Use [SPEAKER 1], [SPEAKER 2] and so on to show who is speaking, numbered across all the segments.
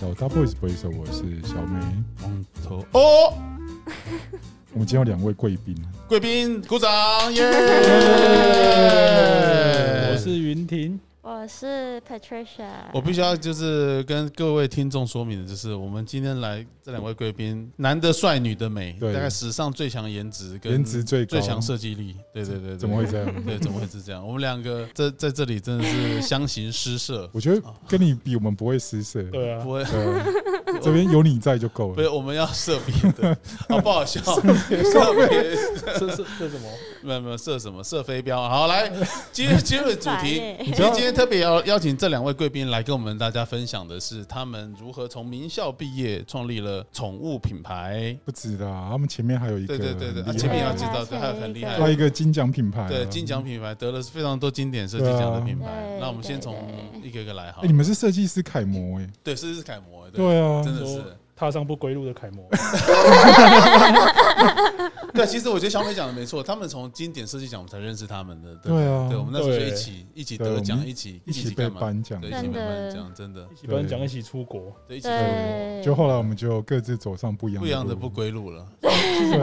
[SPEAKER 1] 到 Double is 不会手，我是小美。
[SPEAKER 2] 光头哦，
[SPEAKER 1] 我们今天有两位贵宾，啊
[SPEAKER 2] 贵宾鼓掌耶！
[SPEAKER 1] 嗯
[SPEAKER 3] 我是云婷，
[SPEAKER 4] 我是 Patricia，
[SPEAKER 2] 我必须要就是跟各位听众说明的，就是我们今天来这两位贵宾，男的帅，女的美，
[SPEAKER 1] 对
[SPEAKER 2] 大概史上最强颜值跟
[SPEAKER 1] 颜值最高，
[SPEAKER 2] 最强设计力，对对对，对
[SPEAKER 1] 怎么会？这样？
[SPEAKER 2] 对，怎么会是这样？我们两个在在这里真的是相形 失色，
[SPEAKER 1] 我觉得跟你比，我们不会失色。
[SPEAKER 3] 对啊
[SPEAKER 2] 不， 会，
[SPEAKER 1] 对啊，这边有你在就够
[SPEAKER 2] 不
[SPEAKER 1] 了。
[SPEAKER 2] 是我们要射别的， 好不好笑？ 射别，
[SPEAKER 3] 这是这什么？
[SPEAKER 2] 没有没有射什么射飞镖。好，来，今天今天的主题，
[SPEAKER 4] 耶
[SPEAKER 2] 其实今天特别邀邀请这两位贵宾来跟我们大家分享的是，他们如何从名校毕业，创立了宠物品牌。
[SPEAKER 1] 不止的啊，他们前面还有一个
[SPEAKER 2] 对
[SPEAKER 1] 很厉
[SPEAKER 2] 对
[SPEAKER 1] 害，
[SPEAKER 2] 对对，啊
[SPEAKER 4] 很
[SPEAKER 2] 前面也要介
[SPEAKER 4] 知
[SPEAKER 2] 绍，
[SPEAKER 4] 道
[SPEAKER 2] 对，还有很厉害
[SPEAKER 1] 还有一个金奖品牌啊，
[SPEAKER 2] 对金奖品牌得了非常多经典设计奖的品牌。那我们先从一个一个来哈
[SPEAKER 1] 哎，你，们是设计师楷模哎，
[SPEAKER 2] 对，是是楷模，对，
[SPEAKER 1] 对啊，
[SPEAKER 2] 真的
[SPEAKER 3] 说
[SPEAKER 2] 是。
[SPEAKER 3] 踏上不归路的楷 模，
[SPEAKER 2] 对，其实我觉得小美讲的没错，他们从经典设计奖我们才认识他们的，对
[SPEAKER 1] 对啊
[SPEAKER 2] 对，我们那时候就
[SPEAKER 3] 对
[SPEAKER 2] 一起一起
[SPEAKER 1] 对
[SPEAKER 2] 得
[SPEAKER 1] 我
[SPEAKER 2] 奖，
[SPEAKER 1] 们
[SPEAKER 2] 一起
[SPEAKER 1] 一起被
[SPEAKER 2] 干嘛？
[SPEAKER 1] 颁奖
[SPEAKER 2] 对，，一
[SPEAKER 4] 真
[SPEAKER 2] 起被颁
[SPEAKER 4] 的
[SPEAKER 2] 奖，真的，
[SPEAKER 3] 一起颁奖，一起 出国，
[SPEAKER 2] 对，一起
[SPEAKER 4] 对，
[SPEAKER 1] 就后来我们就各自走上不一样
[SPEAKER 2] 不一样的
[SPEAKER 1] 路
[SPEAKER 2] 不归 路了，
[SPEAKER 1] 对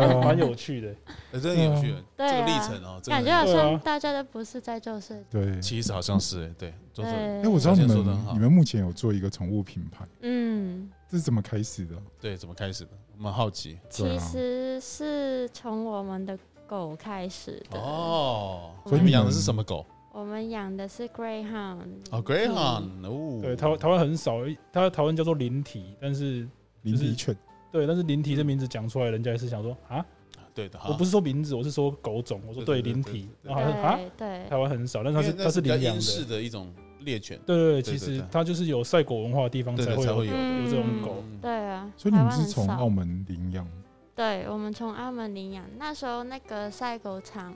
[SPEAKER 1] 啊
[SPEAKER 3] 蛮有趣的。
[SPEAKER 2] 哎真的有趣，这
[SPEAKER 4] 对啊
[SPEAKER 2] 个历程哦，这个
[SPEAKER 4] 感
[SPEAKER 2] 很
[SPEAKER 4] 觉
[SPEAKER 2] 有
[SPEAKER 4] 好
[SPEAKER 2] 趣
[SPEAKER 3] 对啊
[SPEAKER 4] 像大家都不是在做设计，
[SPEAKER 1] 对。
[SPEAKER 2] 其实好像是哎对，就是
[SPEAKER 4] 对，
[SPEAKER 1] 哎，我知道你
[SPEAKER 2] 小姐说得
[SPEAKER 1] 们
[SPEAKER 2] 很好
[SPEAKER 1] 你们目前有做一个宠物品牌，
[SPEAKER 4] 嗯，
[SPEAKER 1] 这是怎么开始的？啊
[SPEAKER 2] 对，怎么开始的？我们好奇
[SPEAKER 1] 对
[SPEAKER 4] 其
[SPEAKER 1] 啊
[SPEAKER 4] 实是从我们的狗开始的。
[SPEAKER 2] 哦，
[SPEAKER 4] 所以
[SPEAKER 2] 你们
[SPEAKER 1] 你
[SPEAKER 2] 养的
[SPEAKER 1] 们
[SPEAKER 2] 是什么狗？
[SPEAKER 4] 我们养的是 Greyhound，
[SPEAKER 2] 哦，Greyhound，哦，
[SPEAKER 4] 嗯
[SPEAKER 3] 对，台湾台湾很少，它台湾叫做灵体，但是
[SPEAKER 1] 林
[SPEAKER 3] 就是
[SPEAKER 1] 迪犬，
[SPEAKER 3] 对，但是灵体这名字讲出来，人家也是想说啊，
[SPEAKER 2] 对的哈，
[SPEAKER 3] 我不是说名字，我是说狗种，我说
[SPEAKER 2] 对
[SPEAKER 3] 对
[SPEAKER 2] 对
[SPEAKER 3] 灵
[SPEAKER 2] 对
[SPEAKER 3] 体，
[SPEAKER 2] 对
[SPEAKER 3] 然后好像啊，
[SPEAKER 4] 对对
[SPEAKER 3] 台湾很少，但是
[SPEAKER 2] 因
[SPEAKER 3] 它
[SPEAKER 2] 为
[SPEAKER 3] 是
[SPEAKER 2] 那
[SPEAKER 3] 它是
[SPEAKER 2] 比较
[SPEAKER 3] 领养
[SPEAKER 2] 英式
[SPEAKER 3] 的。
[SPEAKER 2] 的一种猎犬，
[SPEAKER 3] 对对
[SPEAKER 2] 对
[SPEAKER 3] 对，其
[SPEAKER 2] 对
[SPEAKER 3] 实
[SPEAKER 2] 对
[SPEAKER 3] 它就是有赛狗文化的地方
[SPEAKER 2] 对
[SPEAKER 3] 才
[SPEAKER 2] 对
[SPEAKER 3] 会
[SPEAKER 2] 才
[SPEAKER 3] 有
[SPEAKER 2] 会有的，
[SPEAKER 3] 有这种狗
[SPEAKER 2] 嗯
[SPEAKER 4] 对啊，
[SPEAKER 1] 所以你们
[SPEAKER 4] 台湾
[SPEAKER 1] 是
[SPEAKER 4] 很
[SPEAKER 1] 从
[SPEAKER 4] 少
[SPEAKER 1] 澳门领养，
[SPEAKER 4] 对，我们从澳门领养，那时候那个赛狗场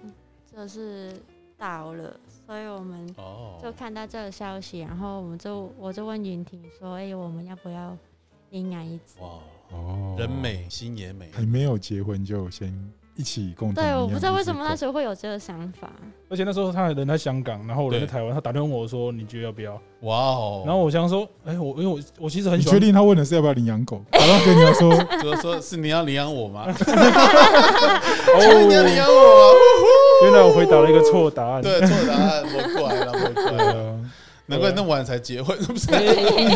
[SPEAKER 4] 就是倒了，所以我们
[SPEAKER 2] 哦，
[SPEAKER 4] 就看到这个消息，然后我们就我就问云婷说：“哎、我们要不要领养一只
[SPEAKER 2] 哇，
[SPEAKER 1] 哦，
[SPEAKER 2] 人美心也美，
[SPEAKER 1] 还没有结婚就先一起共？”同。
[SPEAKER 4] 对，我不知道为什么那时候会有这个想法。
[SPEAKER 3] 而且那时候他人在香港，然后我人在
[SPEAKER 2] 对
[SPEAKER 3] 台湾，他打电话问我说：“你觉得要不要？”
[SPEAKER 2] 哇哦，
[SPEAKER 3] 然后我想说：“哎，我因为我我其实很
[SPEAKER 1] 你
[SPEAKER 3] 喜
[SPEAKER 1] 确
[SPEAKER 3] 欢，
[SPEAKER 1] 定他问的是要不要领养 狗？然后跟人家说，
[SPEAKER 2] 就说是你要领养我 吗？你要领
[SPEAKER 3] 哦，
[SPEAKER 2] 养我
[SPEAKER 3] 原来我回答了一个错答
[SPEAKER 2] 吗？
[SPEAKER 3] 案。
[SPEAKER 2] 对，错答案，我过来了，我过来
[SPEAKER 3] 啊
[SPEAKER 2] 了，
[SPEAKER 1] 呃，
[SPEAKER 2] 难怪那么晚才结婚， 不是？
[SPEAKER 3] 对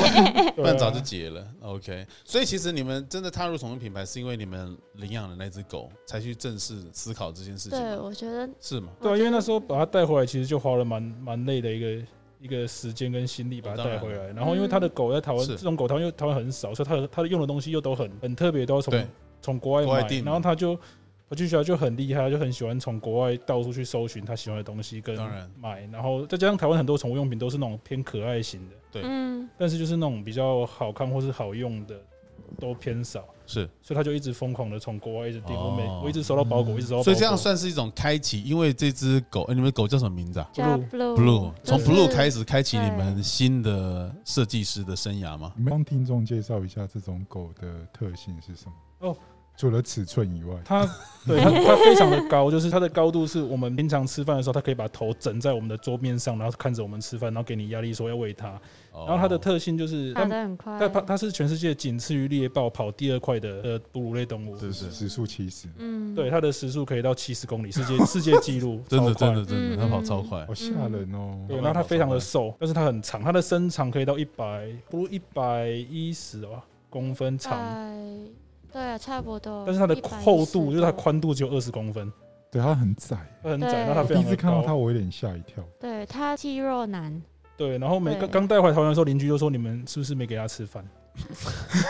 [SPEAKER 3] 啊，
[SPEAKER 2] 半早就结了，OK。所以其实你们真的踏入宠物品牌，是因为你们领养了那只狗，才去正式思考这件事情
[SPEAKER 4] 对，
[SPEAKER 2] 吗，
[SPEAKER 4] 我觉得
[SPEAKER 2] 是吗？
[SPEAKER 3] 对啊，因为那时候把它带回来，其实就花了蛮蛮累的一个一个时间跟心力把它带回来。然后因为它的狗在台湾，
[SPEAKER 2] 嗯哦是
[SPEAKER 3] 这种狗台湾又台湾很少，所以它的它的用的东西又都很很特别，都要
[SPEAKER 2] 对
[SPEAKER 3] 从从国外
[SPEAKER 2] 国外
[SPEAKER 3] 买。
[SPEAKER 2] 订
[SPEAKER 3] 然后它就我就觉得就很厉害，它就很喜欢从国外到处去搜寻它喜欢的东西跟
[SPEAKER 2] 当然
[SPEAKER 3] 买。然后再加上台湾很多宠物用品都是那种偏可爱型的，
[SPEAKER 2] 对
[SPEAKER 4] 嗯，
[SPEAKER 3] 但是就是那种比较好看或是好用的都偏少。
[SPEAKER 2] 是。
[SPEAKER 3] 所以他就一直疯狂的从国外一直订，我每
[SPEAKER 2] 哦
[SPEAKER 3] 我一直收到包裹，一直收到包裹。
[SPEAKER 2] 所以这样算是一种开启，因为这只狗，哎，你们狗叫什么名字啊
[SPEAKER 4] 叫
[SPEAKER 3] Blue
[SPEAKER 4] Blue
[SPEAKER 2] ？Blue，
[SPEAKER 4] 就
[SPEAKER 2] 从
[SPEAKER 4] 是
[SPEAKER 2] Blue 开始开启
[SPEAKER 4] 对
[SPEAKER 2] 你们新的设计师的生涯吗？
[SPEAKER 1] 你们帮听众介绍一下这种狗的特性是什么？
[SPEAKER 3] 哦，
[SPEAKER 1] 除了尺寸以外，
[SPEAKER 3] 它对它它非常的高，就是它的高度是我们平常吃饭的时候，它可以把头枕在我们的桌面上，然后看着我们吃饭，然后给你压力说要喂它。
[SPEAKER 2] 然
[SPEAKER 3] 然后它
[SPEAKER 1] 哦
[SPEAKER 3] 的特性就是
[SPEAKER 4] 跑
[SPEAKER 3] 它
[SPEAKER 4] 得很快，
[SPEAKER 3] 它它它是全世界仅次于猎豹跑第二快的呃哺乳类动物，
[SPEAKER 2] 是是
[SPEAKER 1] 时速七十，
[SPEAKER 4] 嗯，
[SPEAKER 3] 对，它的时速可以到七十公里， 世界世界纪 录，
[SPEAKER 2] 真的
[SPEAKER 3] 超快
[SPEAKER 2] 真的。真的，
[SPEAKER 4] 嗯
[SPEAKER 2] 它跑
[SPEAKER 4] 嗯
[SPEAKER 2] 超快
[SPEAKER 1] 好，吓人哦！
[SPEAKER 3] 对，然后它非常的瘦，但是它很长，它的身长可以到一百，不如一百一十哦公分长，
[SPEAKER 4] 哎对啊，差不多。
[SPEAKER 3] 但是它的
[SPEAKER 4] 110
[SPEAKER 3] 厚度就是它
[SPEAKER 4] 多，
[SPEAKER 3] 宽度只有二十公分，
[SPEAKER 1] 对它很窄，
[SPEAKER 3] 它很
[SPEAKER 4] 对
[SPEAKER 3] 窄，那它
[SPEAKER 1] 我
[SPEAKER 3] 非
[SPEAKER 1] 第一
[SPEAKER 3] 常
[SPEAKER 1] 次
[SPEAKER 3] 的
[SPEAKER 1] 看到它，
[SPEAKER 3] 高。
[SPEAKER 1] 我有点吓一跳。
[SPEAKER 4] 对它肌肉 男，
[SPEAKER 3] 对，然后每
[SPEAKER 4] 对
[SPEAKER 3] 刚刚带回台湾的时候，邻居就说你们是不是没给它吃饭？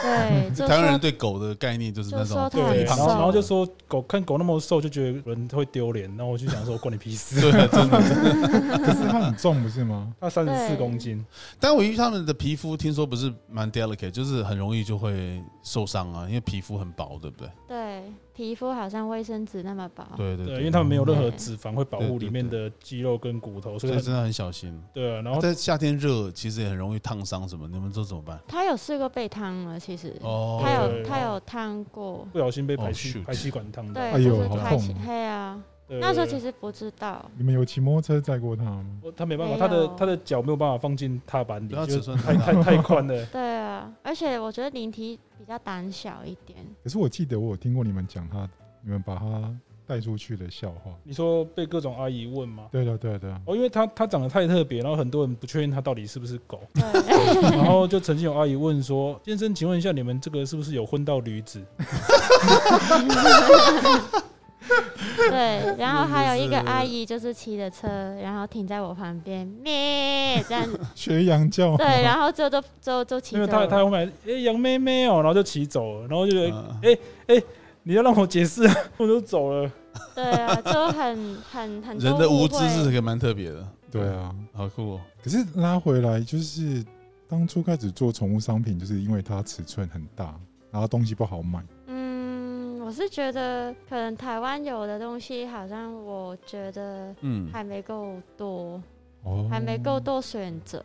[SPEAKER 4] 对，就
[SPEAKER 2] 台湾人
[SPEAKER 4] 说
[SPEAKER 2] 对狗的概念就是那
[SPEAKER 4] 就
[SPEAKER 2] 种
[SPEAKER 4] 说它
[SPEAKER 2] 肥
[SPEAKER 3] 对，
[SPEAKER 4] 很
[SPEAKER 3] 然
[SPEAKER 2] 胖
[SPEAKER 3] 后
[SPEAKER 4] 瘦
[SPEAKER 3] 然后就说狗看狗那么瘦，就觉得人会丢脸。然后我就想说关你屁事。
[SPEAKER 2] 对，啊真的。 真的
[SPEAKER 1] 可是它很重，不是吗？
[SPEAKER 3] 它三十四
[SPEAKER 4] 对
[SPEAKER 3] 公斤，
[SPEAKER 2] 但我因为他们的皮肤听说不是蛮 delicate，就是很容易就会受伤啊，因为皮肤很薄，对不对？
[SPEAKER 4] 对皮肤好像卫生纸那么薄，
[SPEAKER 2] 对对
[SPEAKER 3] 对，
[SPEAKER 2] 对，
[SPEAKER 3] 因为它们没有任何
[SPEAKER 4] 对
[SPEAKER 3] 脂肪会保
[SPEAKER 2] 对
[SPEAKER 3] 护
[SPEAKER 2] 对
[SPEAKER 3] 里面的肌肉跟骨头，
[SPEAKER 2] 哦所
[SPEAKER 3] 所以
[SPEAKER 2] 以
[SPEAKER 3] 它
[SPEAKER 2] 真的很小心。
[SPEAKER 3] 对啊。然后
[SPEAKER 2] 在夏天热，其实也很容易烫伤什么，你们都怎么办？
[SPEAKER 4] 他有试过被烫了，其实
[SPEAKER 2] 哦，
[SPEAKER 4] 他
[SPEAKER 3] 对
[SPEAKER 4] 有他有烫过，
[SPEAKER 3] 不小心被
[SPEAKER 2] 哦
[SPEAKER 3] 排气
[SPEAKER 2] ，shoot
[SPEAKER 3] 排气管烫到，
[SPEAKER 4] 对，
[SPEAKER 1] 哎呦
[SPEAKER 4] 就是
[SPEAKER 1] 好
[SPEAKER 4] 开
[SPEAKER 1] 痛
[SPEAKER 4] 启
[SPEAKER 1] 哦
[SPEAKER 4] 黑啊，
[SPEAKER 2] 呃
[SPEAKER 3] 对
[SPEAKER 4] 那时候
[SPEAKER 3] 对
[SPEAKER 4] 其
[SPEAKER 3] 对
[SPEAKER 4] 实不知道，
[SPEAKER 1] 你们有骑摩托车载过他吗？
[SPEAKER 3] 我他没办法，
[SPEAKER 4] 没
[SPEAKER 3] 他的
[SPEAKER 4] 有
[SPEAKER 3] 他的脚没有办法放进踏板里，
[SPEAKER 2] 不要
[SPEAKER 3] 就
[SPEAKER 2] 啊尺
[SPEAKER 3] 是
[SPEAKER 2] 寸
[SPEAKER 3] 太太太宽了。
[SPEAKER 4] 对啊，而且我觉得灵缇比较胆小一 点，。
[SPEAKER 1] 可是我记得我有听过你们讲他，你们把他带出去的笑话。
[SPEAKER 3] 你说被各种阿姨问吗？
[SPEAKER 1] 对的，对的，
[SPEAKER 3] 哦，因为他他长得太特别，然后很多人不确定他到底是不是狗
[SPEAKER 4] 对，
[SPEAKER 3] 然后就曾经有阿姨问说：“先生，请问一下，你们这个是不是有婚到驴子
[SPEAKER 4] 对，然后还有一个
[SPEAKER 2] 真的是
[SPEAKER 4] 阿姨就是骑着车，然后停在我旁边， 咩这样，
[SPEAKER 1] 学羊叫。
[SPEAKER 4] 对，然后就就就就？”骑
[SPEAKER 3] 因为
[SPEAKER 4] 着
[SPEAKER 3] 他他
[SPEAKER 4] 我，
[SPEAKER 3] 后面哎杨妹妹哦，然后就骑走了，然后就觉得
[SPEAKER 2] 嗯
[SPEAKER 3] 你要让我解释，啊， 我就走了。
[SPEAKER 4] 对啊，就很很很多
[SPEAKER 2] 人的无
[SPEAKER 4] 误
[SPEAKER 2] 知
[SPEAKER 4] 会
[SPEAKER 2] 是个蛮特别的，
[SPEAKER 1] 对啊，
[SPEAKER 2] 好酷哦。
[SPEAKER 1] 可是拉回来就是当初开始做宠物商品，就是因为它尺寸很大，然后东西不好买。
[SPEAKER 4] 嗯，我是觉得可能台湾有的东西好像我觉得
[SPEAKER 2] 嗯，
[SPEAKER 4] 还没够多，
[SPEAKER 1] 哦，
[SPEAKER 4] 还没够，多选择。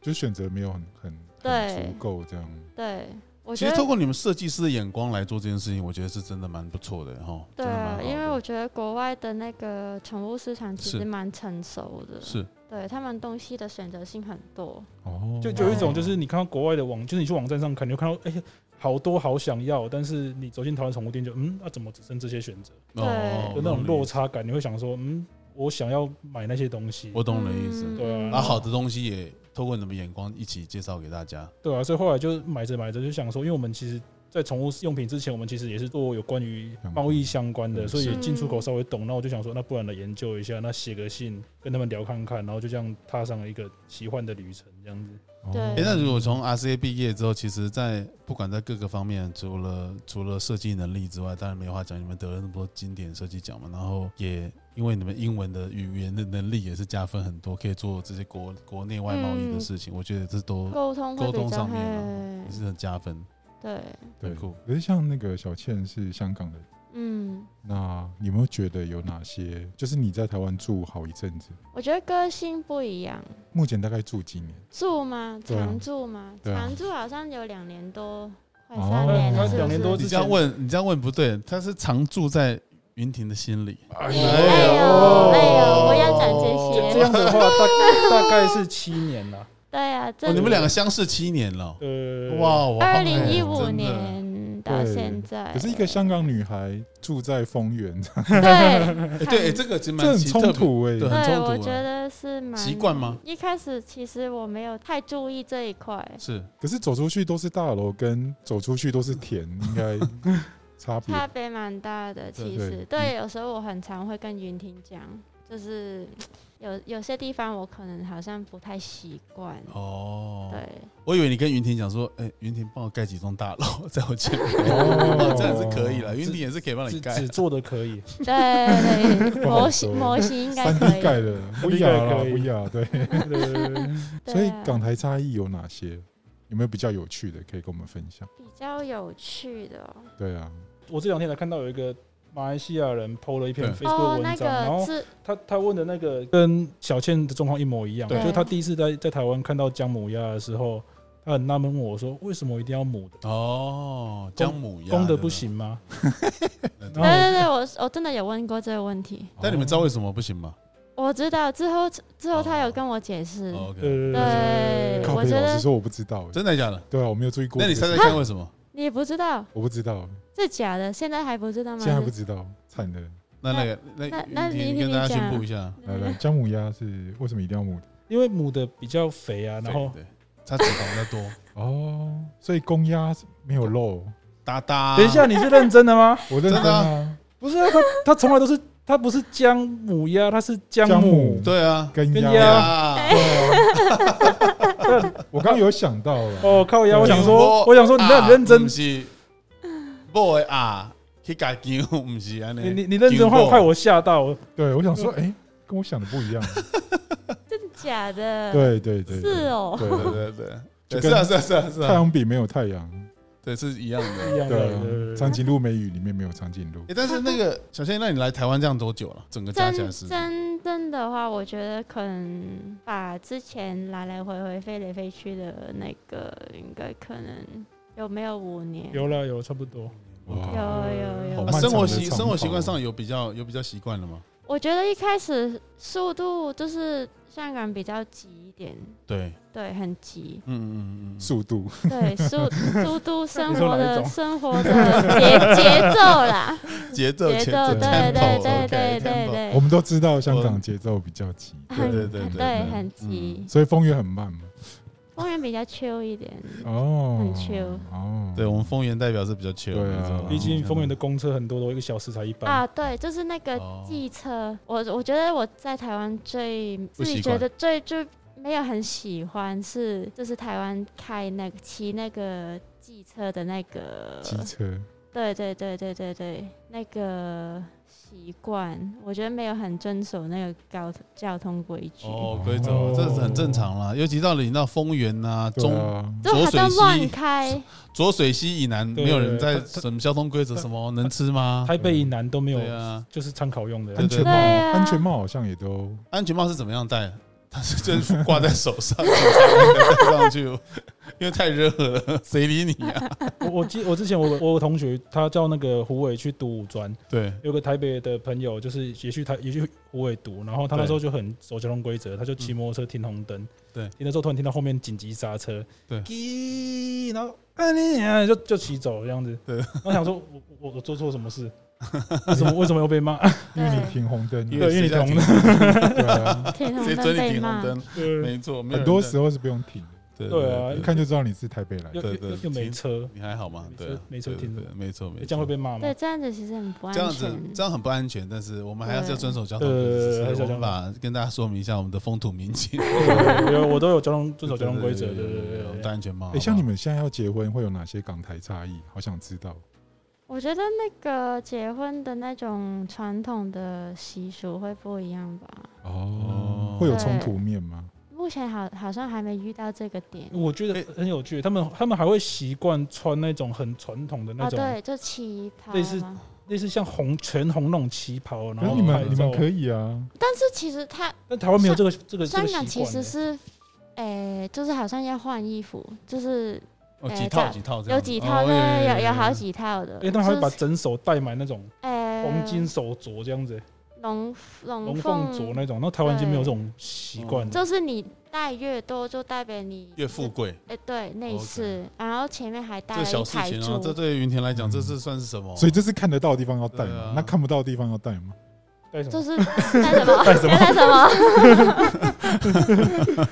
[SPEAKER 1] 就选择没有很很
[SPEAKER 4] 对
[SPEAKER 1] 很足够这样。
[SPEAKER 4] 对，我
[SPEAKER 2] 其
[SPEAKER 4] 觉
[SPEAKER 2] 实透
[SPEAKER 4] 得
[SPEAKER 2] 过你们设计师的眼光来做这件事情，我觉得是真的蛮不错的哈。
[SPEAKER 4] 对
[SPEAKER 2] 真的蛮
[SPEAKER 4] 啊
[SPEAKER 2] 好，的
[SPEAKER 4] 因为我觉得国外的那个宠物市场其
[SPEAKER 2] 是
[SPEAKER 4] 实蛮成熟的，
[SPEAKER 2] 是
[SPEAKER 4] 对他们东西的选择性很多。
[SPEAKER 1] 哦，
[SPEAKER 3] 就就有一种就是你看到国外的网，就是你去网站上看，你就看到哎、好多好想要，但是你走进台湾宠物店就嗯，那、怎么只剩这些选择？
[SPEAKER 4] 对
[SPEAKER 2] 哦
[SPEAKER 3] 有那种落，差感，你会想说嗯，我想要买那些东西。
[SPEAKER 2] 我懂你的意思。
[SPEAKER 4] 嗯
[SPEAKER 3] 对啊
[SPEAKER 2] 把好的东西也透过你们眼光一起介绍给大家。
[SPEAKER 3] 对啊，所以后来就买着买着就想说，因为我们其实，在宠物用品之前，我们其实也是做有关于贸易相关的，
[SPEAKER 1] 嗯
[SPEAKER 3] 所以也
[SPEAKER 4] 是
[SPEAKER 3] 进出口稍微懂。那我就想说，那不然来研究一下，那写个信跟他们聊看看，然后就这样踏上了一个奇幻的旅程，这样子。
[SPEAKER 1] 哦
[SPEAKER 4] 对
[SPEAKER 2] 哎、那如果从 RCA 毕业之后，其实在，不管在各个方面，除了除了设计能力之外，当然没话讲，你们得了那么多经典设计奖嘛，然后也因为你们英文的语言的能力也是加分很多，可以做这些国国内外贸易的事情，我觉得这都
[SPEAKER 4] 嗯沟通会
[SPEAKER 2] 沟
[SPEAKER 4] 比
[SPEAKER 2] 通
[SPEAKER 4] 较
[SPEAKER 2] 上
[SPEAKER 4] 嘿
[SPEAKER 2] 面啊也是很加分。
[SPEAKER 4] 对，
[SPEAKER 1] 对
[SPEAKER 2] 很酷。
[SPEAKER 1] 可是像那个小倩是香港的，
[SPEAKER 4] 嗯，
[SPEAKER 1] 那你有没有觉得有哪些？就是你在台湾住好一阵子，
[SPEAKER 4] 我觉得个性不一样。
[SPEAKER 1] 目前大概住几年？
[SPEAKER 4] 住吗？
[SPEAKER 1] 对啊
[SPEAKER 4] 常住吗？
[SPEAKER 1] 对啊
[SPEAKER 4] 常住好像有两年多，快
[SPEAKER 1] 哦
[SPEAKER 4] 三年
[SPEAKER 1] 那
[SPEAKER 4] 了，是不是？
[SPEAKER 3] 两年多
[SPEAKER 2] 你
[SPEAKER 3] 之
[SPEAKER 2] 这
[SPEAKER 3] 前
[SPEAKER 2] 样问，你这样问不对，他是常住在云婷的心里。
[SPEAKER 1] 哎
[SPEAKER 4] 哎呦，
[SPEAKER 3] 哦
[SPEAKER 4] 哎呦，不要讲这
[SPEAKER 3] 这
[SPEAKER 4] 些。
[SPEAKER 3] 样的话，大大概是七年了。
[SPEAKER 4] 对啊，这
[SPEAKER 2] 哦，你们两个相识七年了，
[SPEAKER 3] 呃，
[SPEAKER 2] 哇！，Oh 我
[SPEAKER 4] 二
[SPEAKER 2] 好哎
[SPEAKER 4] 零一
[SPEAKER 2] 真
[SPEAKER 4] 五
[SPEAKER 2] 的
[SPEAKER 4] 年到
[SPEAKER 1] 对
[SPEAKER 4] 现在，
[SPEAKER 1] 可是一个香港女孩住在丰原，
[SPEAKER 2] 哎
[SPEAKER 4] 对
[SPEAKER 2] 对，哎这个其实蛮
[SPEAKER 1] 这很
[SPEAKER 2] 奇
[SPEAKER 1] 冲
[SPEAKER 2] 特别
[SPEAKER 1] 突哎、
[SPEAKER 2] 对很冲
[SPEAKER 4] 对，
[SPEAKER 2] 突啊
[SPEAKER 4] 我觉得是蛮
[SPEAKER 2] 习惯吗？
[SPEAKER 4] 一开始其实我没有太注意这一块，
[SPEAKER 2] 是
[SPEAKER 1] 可是走出去都是大楼，跟走出去都是田，应 该差别
[SPEAKER 4] 差别蛮大
[SPEAKER 2] 对
[SPEAKER 4] 的。其实，
[SPEAKER 1] 对
[SPEAKER 4] 对，有时候我很常会跟云婷讲，就是有有些地方我可能好像不太习惯。
[SPEAKER 2] 哦。
[SPEAKER 4] 对，
[SPEAKER 2] 我以为你跟云婷讲说，哎，云婷帮我盖几栋大楼在我前 面，
[SPEAKER 1] 哦
[SPEAKER 2] 哦，这样是可以了，云婷也是可以帮你
[SPEAKER 3] 只
[SPEAKER 2] 盖
[SPEAKER 3] 只。做的可以，
[SPEAKER 4] 对对，
[SPEAKER 1] 不好
[SPEAKER 4] 模
[SPEAKER 1] 说
[SPEAKER 4] 型模型应该
[SPEAKER 1] 三 D
[SPEAKER 4] 可
[SPEAKER 1] 盖
[SPEAKER 4] 以。 啊
[SPEAKER 1] 的，不
[SPEAKER 3] 应
[SPEAKER 1] 雅
[SPEAKER 3] 该
[SPEAKER 1] 啦，
[SPEAKER 3] 可以
[SPEAKER 1] 不雅。对，
[SPEAKER 3] 对，
[SPEAKER 4] 对
[SPEAKER 1] 所以
[SPEAKER 4] 啊
[SPEAKER 1] 港台差异有哪些？有没有比较有趣的可以跟我们分享？
[SPEAKER 4] 比较有趣的哦
[SPEAKER 1] 对啊，
[SPEAKER 3] 我这两天才看到有一个马来西亚人 PO 了一篇
[SPEAKER 2] 对
[SPEAKER 3] Facebook
[SPEAKER 4] 哦，那
[SPEAKER 3] 文章，然
[SPEAKER 4] 个
[SPEAKER 3] 后
[SPEAKER 4] 是
[SPEAKER 3] 他他问的那个跟小倩的状况一模一样，
[SPEAKER 4] 对
[SPEAKER 3] 就是他第一次在在台湾看到姜母鸭的时候，他很纳闷问我说，为什么我一定要母的？
[SPEAKER 2] 哦，姜母鸭
[SPEAKER 3] 公的不，行吗？
[SPEAKER 2] 对
[SPEAKER 4] 对
[SPEAKER 3] 然后
[SPEAKER 4] 对对，我我真的有问过这个问题，
[SPEAKER 2] 但你
[SPEAKER 1] 哦
[SPEAKER 2] 们知道为什么不行吗
[SPEAKER 4] 我知道之后之后他
[SPEAKER 2] 哦
[SPEAKER 4] 有跟我解释，
[SPEAKER 2] 哦？OK，
[SPEAKER 3] 呃
[SPEAKER 4] 对
[SPEAKER 1] 靠
[SPEAKER 4] 我
[SPEAKER 1] 背
[SPEAKER 4] 觉得
[SPEAKER 1] 老实说我不知道、欸，
[SPEAKER 2] 真的假的？
[SPEAKER 1] 对啊，我没有注意过
[SPEAKER 2] 那
[SPEAKER 1] 这个
[SPEAKER 2] 你猜
[SPEAKER 1] 事。
[SPEAKER 2] 猜看为什么？
[SPEAKER 4] 你也不知道
[SPEAKER 1] 我不知道，
[SPEAKER 4] 这假的，现在还不知道吗？
[SPEAKER 1] 现在还不知道，惨了。
[SPEAKER 2] 那那个
[SPEAKER 4] 那
[SPEAKER 2] 那
[SPEAKER 4] 那
[SPEAKER 2] 云婷
[SPEAKER 4] 你
[SPEAKER 2] 跟大家
[SPEAKER 4] 你讲
[SPEAKER 2] 宣布一下，
[SPEAKER 1] 来来，姜母鸭是为什么一定要母的？
[SPEAKER 3] 因为母的比较肥啊，然后
[SPEAKER 2] 对，对他脂肪比较多。
[SPEAKER 1] 哦，所以公鸭是没有肉，
[SPEAKER 2] 哒哒，
[SPEAKER 3] 等一下，你是认真的吗？
[SPEAKER 1] 我认真
[SPEAKER 2] 真的
[SPEAKER 1] 啊，
[SPEAKER 3] 不是啊，他他从来都是他不是姜母鸭，他是姜
[SPEAKER 1] 姜
[SPEAKER 3] 母
[SPEAKER 1] 母，
[SPEAKER 2] 对啊，
[SPEAKER 1] 跟
[SPEAKER 3] 跟
[SPEAKER 1] 鸭
[SPEAKER 3] 鸭
[SPEAKER 2] 呀，
[SPEAKER 1] 我刚刚有想到了，
[SPEAKER 3] 哦靠鸭，我想说
[SPEAKER 2] 牛
[SPEAKER 3] 我想说你那
[SPEAKER 2] 啊
[SPEAKER 3] 很认真
[SPEAKER 2] 不，是 boy 啊，去改姜不是安
[SPEAKER 3] 你
[SPEAKER 2] 尼，
[SPEAKER 3] 你你认真的话
[SPEAKER 2] 牛
[SPEAKER 3] 害我吓到，我
[SPEAKER 1] 对我想说，哎、跟我想的不一 样，
[SPEAKER 4] 真的假的？，
[SPEAKER 1] 对对对，
[SPEAKER 4] 是哦，
[SPEAKER 1] 对
[SPEAKER 2] 对
[SPEAKER 1] 对对，
[SPEAKER 2] 对对
[SPEAKER 1] 就
[SPEAKER 2] 对，
[SPEAKER 1] 跟
[SPEAKER 2] 是啊是啊是啊是
[SPEAKER 1] 太
[SPEAKER 2] 啊，
[SPEAKER 1] 阳饼没有太阳，
[SPEAKER 2] 对是一样的。
[SPEAKER 3] 一样
[SPEAKER 1] 对
[SPEAKER 3] 的。
[SPEAKER 1] 啊，
[SPEAKER 3] 对
[SPEAKER 1] 长颈鹿美语里面没有长颈鹿
[SPEAKER 2] 诶，哎但是那个小仙，那你来台湾这样多久了？整个加起来
[SPEAKER 4] 真
[SPEAKER 2] 是
[SPEAKER 4] 真真的话，我觉得可能把之前来来回回飞来飞去的那个，应该可能有没有五年？
[SPEAKER 3] 有了有差不多，
[SPEAKER 1] 哇
[SPEAKER 4] 有有
[SPEAKER 1] 好
[SPEAKER 4] 有
[SPEAKER 2] 啊
[SPEAKER 1] 慢
[SPEAKER 2] 生活
[SPEAKER 1] 长的
[SPEAKER 2] 习
[SPEAKER 1] 长
[SPEAKER 2] 生活习
[SPEAKER 1] 跑
[SPEAKER 2] 惯上有比较有比较习惯了吗？
[SPEAKER 4] 我觉得一开始速度就是香港比较急一点，
[SPEAKER 2] 对，。
[SPEAKER 4] 对，很急
[SPEAKER 2] 嗯嗯嗯嗯，
[SPEAKER 1] 速度，
[SPEAKER 4] 对，速速度生
[SPEAKER 3] 说
[SPEAKER 4] 活
[SPEAKER 3] 哪一
[SPEAKER 4] 的
[SPEAKER 3] 种
[SPEAKER 4] 生活的节节奏啦，
[SPEAKER 2] 节 奏
[SPEAKER 4] 节
[SPEAKER 2] 前
[SPEAKER 4] 奏，对对对
[SPEAKER 2] tempo，OK，
[SPEAKER 4] 对对
[SPEAKER 2] tempo
[SPEAKER 1] 我
[SPEAKER 4] 对，嗯
[SPEAKER 1] 们都知道香港节奏比较急，
[SPEAKER 4] 很
[SPEAKER 2] 对对对
[SPEAKER 4] 对，
[SPEAKER 2] 对嗯
[SPEAKER 4] 很急。
[SPEAKER 1] 所以风也很慢嘛。
[SPEAKER 4] 公园比较 chill 一点，
[SPEAKER 1] 哦，
[SPEAKER 4] 很 chill
[SPEAKER 1] 哦，
[SPEAKER 2] 对我们丰原代表是比较 chill，
[SPEAKER 1] 对啊
[SPEAKER 2] 没错
[SPEAKER 3] 毕竟丰原的公车很多，都一个小时才一班。
[SPEAKER 4] 啊，对，就是那个
[SPEAKER 2] 哦
[SPEAKER 4] 计车，我我觉得我在台湾最
[SPEAKER 2] 不
[SPEAKER 4] 自己
[SPEAKER 2] 习
[SPEAKER 4] 觉
[SPEAKER 2] 惯
[SPEAKER 4] 得最就没有很喜欢是，就是台湾开那个骑那个计车的那个，
[SPEAKER 1] 机车
[SPEAKER 4] 对对对对对对，那个习惯，我觉得没有很遵守那个高交通规矩，
[SPEAKER 2] 哦，规则这是很正常啦，尤其到你到丰原啊、
[SPEAKER 1] 对
[SPEAKER 2] 中
[SPEAKER 1] 啊，
[SPEAKER 4] 就好
[SPEAKER 2] 浊水
[SPEAKER 4] 像乱
[SPEAKER 2] 溪
[SPEAKER 4] 开，
[SPEAKER 2] 浊水溪以南，
[SPEAKER 3] 对
[SPEAKER 2] 没有人在
[SPEAKER 3] 它它
[SPEAKER 2] 什么交通规则什么能吃吗？
[SPEAKER 3] 台北以南都没有
[SPEAKER 2] 对，啊，
[SPEAKER 3] 就是参考用的。
[SPEAKER 1] 安全帽，
[SPEAKER 4] 对啊
[SPEAKER 1] 安全帽好像也都
[SPEAKER 2] 安全帽是怎么样戴？ 它是真是挂在手上，警察戴上 去，因为太热了，谁理你啊？
[SPEAKER 3] 我我记我之前我有我有同学他叫那个胡伟去读五专，
[SPEAKER 2] 对，
[SPEAKER 3] 有个台北的朋友就是也去台也去胡伟读，然后他那时候就很守交通规则，他就骑摩托车停红灯，
[SPEAKER 2] 对
[SPEAKER 3] 停的时候突然听到后面紧急刹车，
[SPEAKER 2] 对
[SPEAKER 3] 叽，然后啊你啊就就骑走这样子，
[SPEAKER 2] 对
[SPEAKER 3] 然后想说我我我做错什么事？为什么为什么又被骂？
[SPEAKER 1] 因为你
[SPEAKER 4] 对，
[SPEAKER 1] 停红灯，啊
[SPEAKER 3] 对因为你
[SPEAKER 2] 谁叫
[SPEAKER 3] 红
[SPEAKER 2] 停
[SPEAKER 1] 对 啊，
[SPEAKER 4] 停红
[SPEAKER 2] 谁
[SPEAKER 4] 灯
[SPEAKER 2] 准你
[SPEAKER 4] 被
[SPEAKER 2] 停
[SPEAKER 4] 骂
[SPEAKER 2] 红，灯？
[SPEAKER 3] 对
[SPEAKER 2] 没错，没有
[SPEAKER 1] 很多
[SPEAKER 2] 人在
[SPEAKER 1] 时候是不用停，
[SPEAKER 2] 对
[SPEAKER 3] 对啊
[SPEAKER 1] 一看就知道你是台北来
[SPEAKER 3] 又
[SPEAKER 1] 的。
[SPEAKER 2] 对
[SPEAKER 3] 又
[SPEAKER 2] 对
[SPEAKER 3] 又又没车，
[SPEAKER 2] 你还好吗
[SPEAKER 3] 没？车
[SPEAKER 2] 对啊，
[SPEAKER 3] 没车
[SPEAKER 2] 对
[SPEAKER 3] 停着
[SPEAKER 2] 对没错没错，
[SPEAKER 3] 这样会被骂吗
[SPEAKER 4] 对，？这样子其实很不安
[SPEAKER 2] 这样子
[SPEAKER 4] 全
[SPEAKER 2] 这。样很不安全，但是我们还是要
[SPEAKER 4] 对
[SPEAKER 2] 遵守交通
[SPEAKER 3] 对
[SPEAKER 2] 规
[SPEAKER 3] 对对对还
[SPEAKER 2] 则。
[SPEAKER 3] 是
[SPEAKER 2] 我们
[SPEAKER 3] 要遵
[SPEAKER 2] 把跟大家说明一下我们的风土民情，
[SPEAKER 3] 对有我都有交通遵守交通 规则，对对对对
[SPEAKER 2] 我
[SPEAKER 3] 对
[SPEAKER 2] 们戴安全帽。
[SPEAKER 1] 哎，像
[SPEAKER 2] 好
[SPEAKER 1] 你
[SPEAKER 2] 不好
[SPEAKER 1] 们现在要结婚，会有哪些港台差异？好想知道。
[SPEAKER 4] 我觉得那个结婚的那种传统的习俗会不一样吧。
[SPEAKER 1] 哦
[SPEAKER 2] 哦，
[SPEAKER 1] 会有冲突面吗？
[SPEAKER 4] 目前好好像还没遇到这个点
[SPEAKER 3] 我觉得很有趣，他们他们还会习惯穿那种很传统的那
[SPEAKER 4] 哦，
[SPEAKER 3] 种，
[SPEAKER 4] 对，就旗袍
[SPEAKER 3] 类似
[SPEAKER 4] 嘛。
[SPEAKER 3] 类似像红全红那种旗袍，
[SPEAKER 1] 可
[SPEAKER 3] 然
[SPEAKER 1] 是
[SPEAKER 3] 后
[SPEAKER 1] 你
[SPEAKER 3] 拍
[SPEAKER 1] 们你
[SPEAKER 3] 照
[SPEAKER 1] 们可以啊，
[SPEAKER 4] 但是其实他
[SPEAKER 3] 但台湾没有这个这个这
[SPEAKER 4] 香
[SPEAKER 3] 个
[SPEAKER 4] 港
[SPEAKER 3] 习
[SPEAKER 4] 其
[SPEAKER 3] 惯
[SPEAKER 4] 实
[SPEAKER 3] 欸。
[SPEAKER 4] 是，诶、就是好像要换衣服，就是
[SPEAKER 2] 哦
[SPEAKER 4] 哎
[SPEAKER 2] 几
[SPEAKER 4] 这
[SPEAKER 2] 套
[SPEAKER 4] 样
[SPEAKER 2] 几套这样
[SPEAKER 4] 有
[SPEAKER 2] 子
[SPEAKER 4] 几套
[SPEAKER 2] 哦
[SPEAKER 4] 对，
[SPEAKER 2] 有
[SPEAKER 4] 有有好几套的。
[SPEAKER 3] 因为他们还会把
[SPEAKER 4] 就是
[SPEAKER 3] 整手戴满那种
[SPEAKER 4] 诶
[SPEAKER 3] 黄金手镯这样子，
[SPEAKER 4] 龙龙
[SPEAKER 3] 龙凤镯那种，那台湾已经没有这种习惯了。
[SPEAKER 4] 就是你戴越多，就代表你
[SPEAKER 2] 越富贵。
[SPEAKER 4] 诶、对
[SPEAKER 3] 哦
[SPEAKER 4] 内饰然后前面还带
[SPEAKER 2] 这
[SPEAKER 4] 了
[SPEAKER 2] 小
[SPEAKER 4] 一
[SPEAKER 2] 事
[SPEAKER 4] 排
[SPEAKER 2] 情啊，这
[SPEAKER 4] 珠，
[SPEAKER 2] 对云田来讲，
[SPEAKER 1] 嗯
[SPEAKER 2] 这是算是什么？
[SPEAKER 1] 所以这是看得到的地方要戴
[SPEAKER 2] 对
[SPEAKER 1] 嘛
[SPEAKER 2] 啊，
[SPEAKER 1] 那看不到的地方要戴吗？
[SPEAKER 3] 戴什
[SPEAKER 4] 就
[SPEAKER 3] 么？
[SPEAKER 4] 是戴什么？戴什么？戴什么？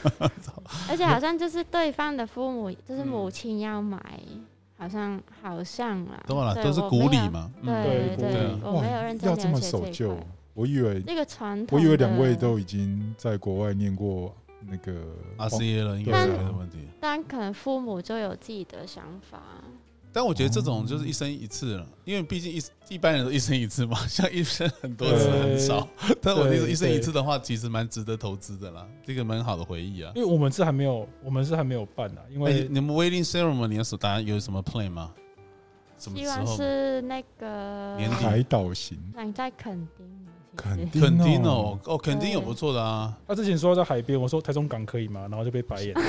[SPEAKER 4] 而且好像就是对方的父母，就是母亲要买，好像好像啊，
[SPEAKER 2] 懂了啦，
[SPEAKER 4] 对
[SPEAKER 2] 都是
[SPEAKER 4] 我
[SPEAKER 2] 古
[SPEAKER 4] 没有
[SPEAKER 2] 礼嘛。嗯
[SPEAKER 4] 对
[SPEAKER 2] 对
[SPEAKER 3] 对
[SPEAKER 4] 对，我没有认真
[SPEAKER 1] 要
[SPEAKER 4] 了解
[SPEAKER 1] 这么守
[SPEAKER 4] 一
[SPEAKER 1] 旧
[SPEAKER 4] 块。，
[SPEAKER 1] 我以为
[SPEAKER 4] 这个传统，
[SPEAKER 1] 我以为两位，都已经在国外念过那个
[SPEAKER 2] ，RCA 了，应该
[SPEAKER 4] 但
[SPEAKER 2] 是没什么问题。
[SPEAKER 4] 但可能父母就有自己的想法。
[SPEAKER 2] 但我觉得这种就是一生一次了，因为毕竟一一般人都一生一次嘛， 像一生很多次
[SPEAKER 1] 呃
[SPEAKER 2] 很少。但我的意思，
[SPEAKER 3] 对
[SPEAKER 2] 一生一次的话，其实蛮值得投资的啦，这个蛮好的回忆啊。
[SPEAKER 3] 因为我们是还没有，我们是还没有办的，因
[SPEAKER 2] 哎、
[SPEAKER 3] 为
[SPEAKER 2] 你们 wedding ceremony 的时候，大家有什么 plan 吗？什么
[SPEAKER 4] 希
[SPEAKER 2] 时
[SPEAKER 4] 望
[SPEAKER 2] 候？
[SPEAKER 4] 是那个
[SPEAKER 2] 年底
[SPEAKER 1] 海岛型，
[SPEAKER 4] 想在垦丁，
[SPEAKER 1] 肯
[SPEAKER 4] 其实
[SPEAKER 1] 定
[SPEAKER 2] 肯定哦，哦，肯定有不错的啊。
[SPEAKER 3] 他之前说要在海边，我说台中港可以吗？然后就被白眼。
[SPEAKER 2] 当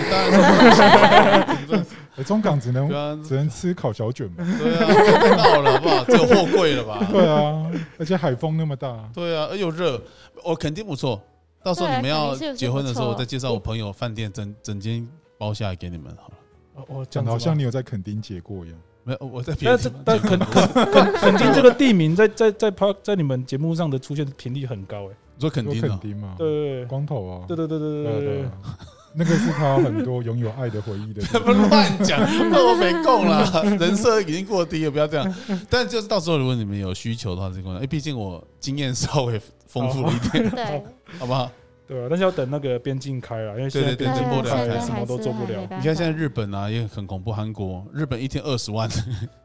[SPEAKER 2] 然啊是
[SPEAKER 1] 哎，中港只能
[SPEAKER 2] 对啊，
[SPEAKER 1] 只能吃烤小卷嘛。
[SPEAKER 2] 对啊，到了好不好？只有货柜了 吧？
[SPEAKER 1] 对啊，而且海风那么大，
[SPEAKER 2] 对啊，又热，我肯定不错。到时候你们要
[SPEAKER 4] 对肯定是不错
[SPEAKER 2] 结婚的时候，我再介绍我朋友饭店整整间包下来给你们好了。
[SPEAKER 3] 哦哦，这
[SPEAKER 1] 讲
[SPEAKER 3] 样
[SPEAKER 1] 的好
[SPEAKER 3] 子
[SPEAKER 1] 像
[SPEAKER 3] 吗。
[SPEAKER 1] 你有在垦丁结过一样。
[SPEAKER 2] 没有，我在别的
[SPEAKER 3] 但
[SPEAKER 2] 地
[SPEAKER 3] 是
[SPEAKER 2] 方
[SPEAKER 3] 但
[SPEAKER 2] 结婚
[SPEAKER 3] 肯
[SPEAKER 2] 过。
[SPEAKER 3] 肯肯定这个地名在在在 p 在你们节目上的出现频率很高哎。
[SPEAKER 2] 你说肯
[SPEAKER 1] 有
[SPEAKER 2] 定啊
[SPEAKER 1] 垦
[SPEAKER 2] 的，
[SPEAKER 1] 丁嘛？
[SPEAKER 3] 对对
[SPEAKER 1] 光头啊，
[SPEAKER 3] 对对对对
[SPEAKER 1] 对啊
[SPEAKER 3] 对
[SPEAKER 1] 对
[SPEAKER 3] 对
[SPEAKER 1] 啊， 那个是他很多拥有爱的回忆的地
[SPEAKER 2] 怎
[SPEAKER 1] 方。
[SPEAKER 2] 么乱讲？那我没空啦，人设已经过低了，不要这样。但就是到时候如果你们有需求的话，这个哎，毕竟我经验稍微丰富一点，
[SPEAKER 4] 对
[SPEAKER 2] 好不好？
[SPEAKER 3] 对啊，但是要等那个边境开了，因为现在
[SPEAKER 2] 对
[SPEAKER 4] 对啊
[SPEAKER 3] 边
[SPEAKER 2] 对
[SPEAKER 3] 境不
[SPEAKER 2] 对对
[SPEAKER 4] 对，
[SPEAKER 3] 开，
[SPEAKER 2] 对
[SPEAKER 3] 什么都做不了。
[SPEAKER 2] 你看现在日本啊也很恐怖，韩国、日本一天二十万，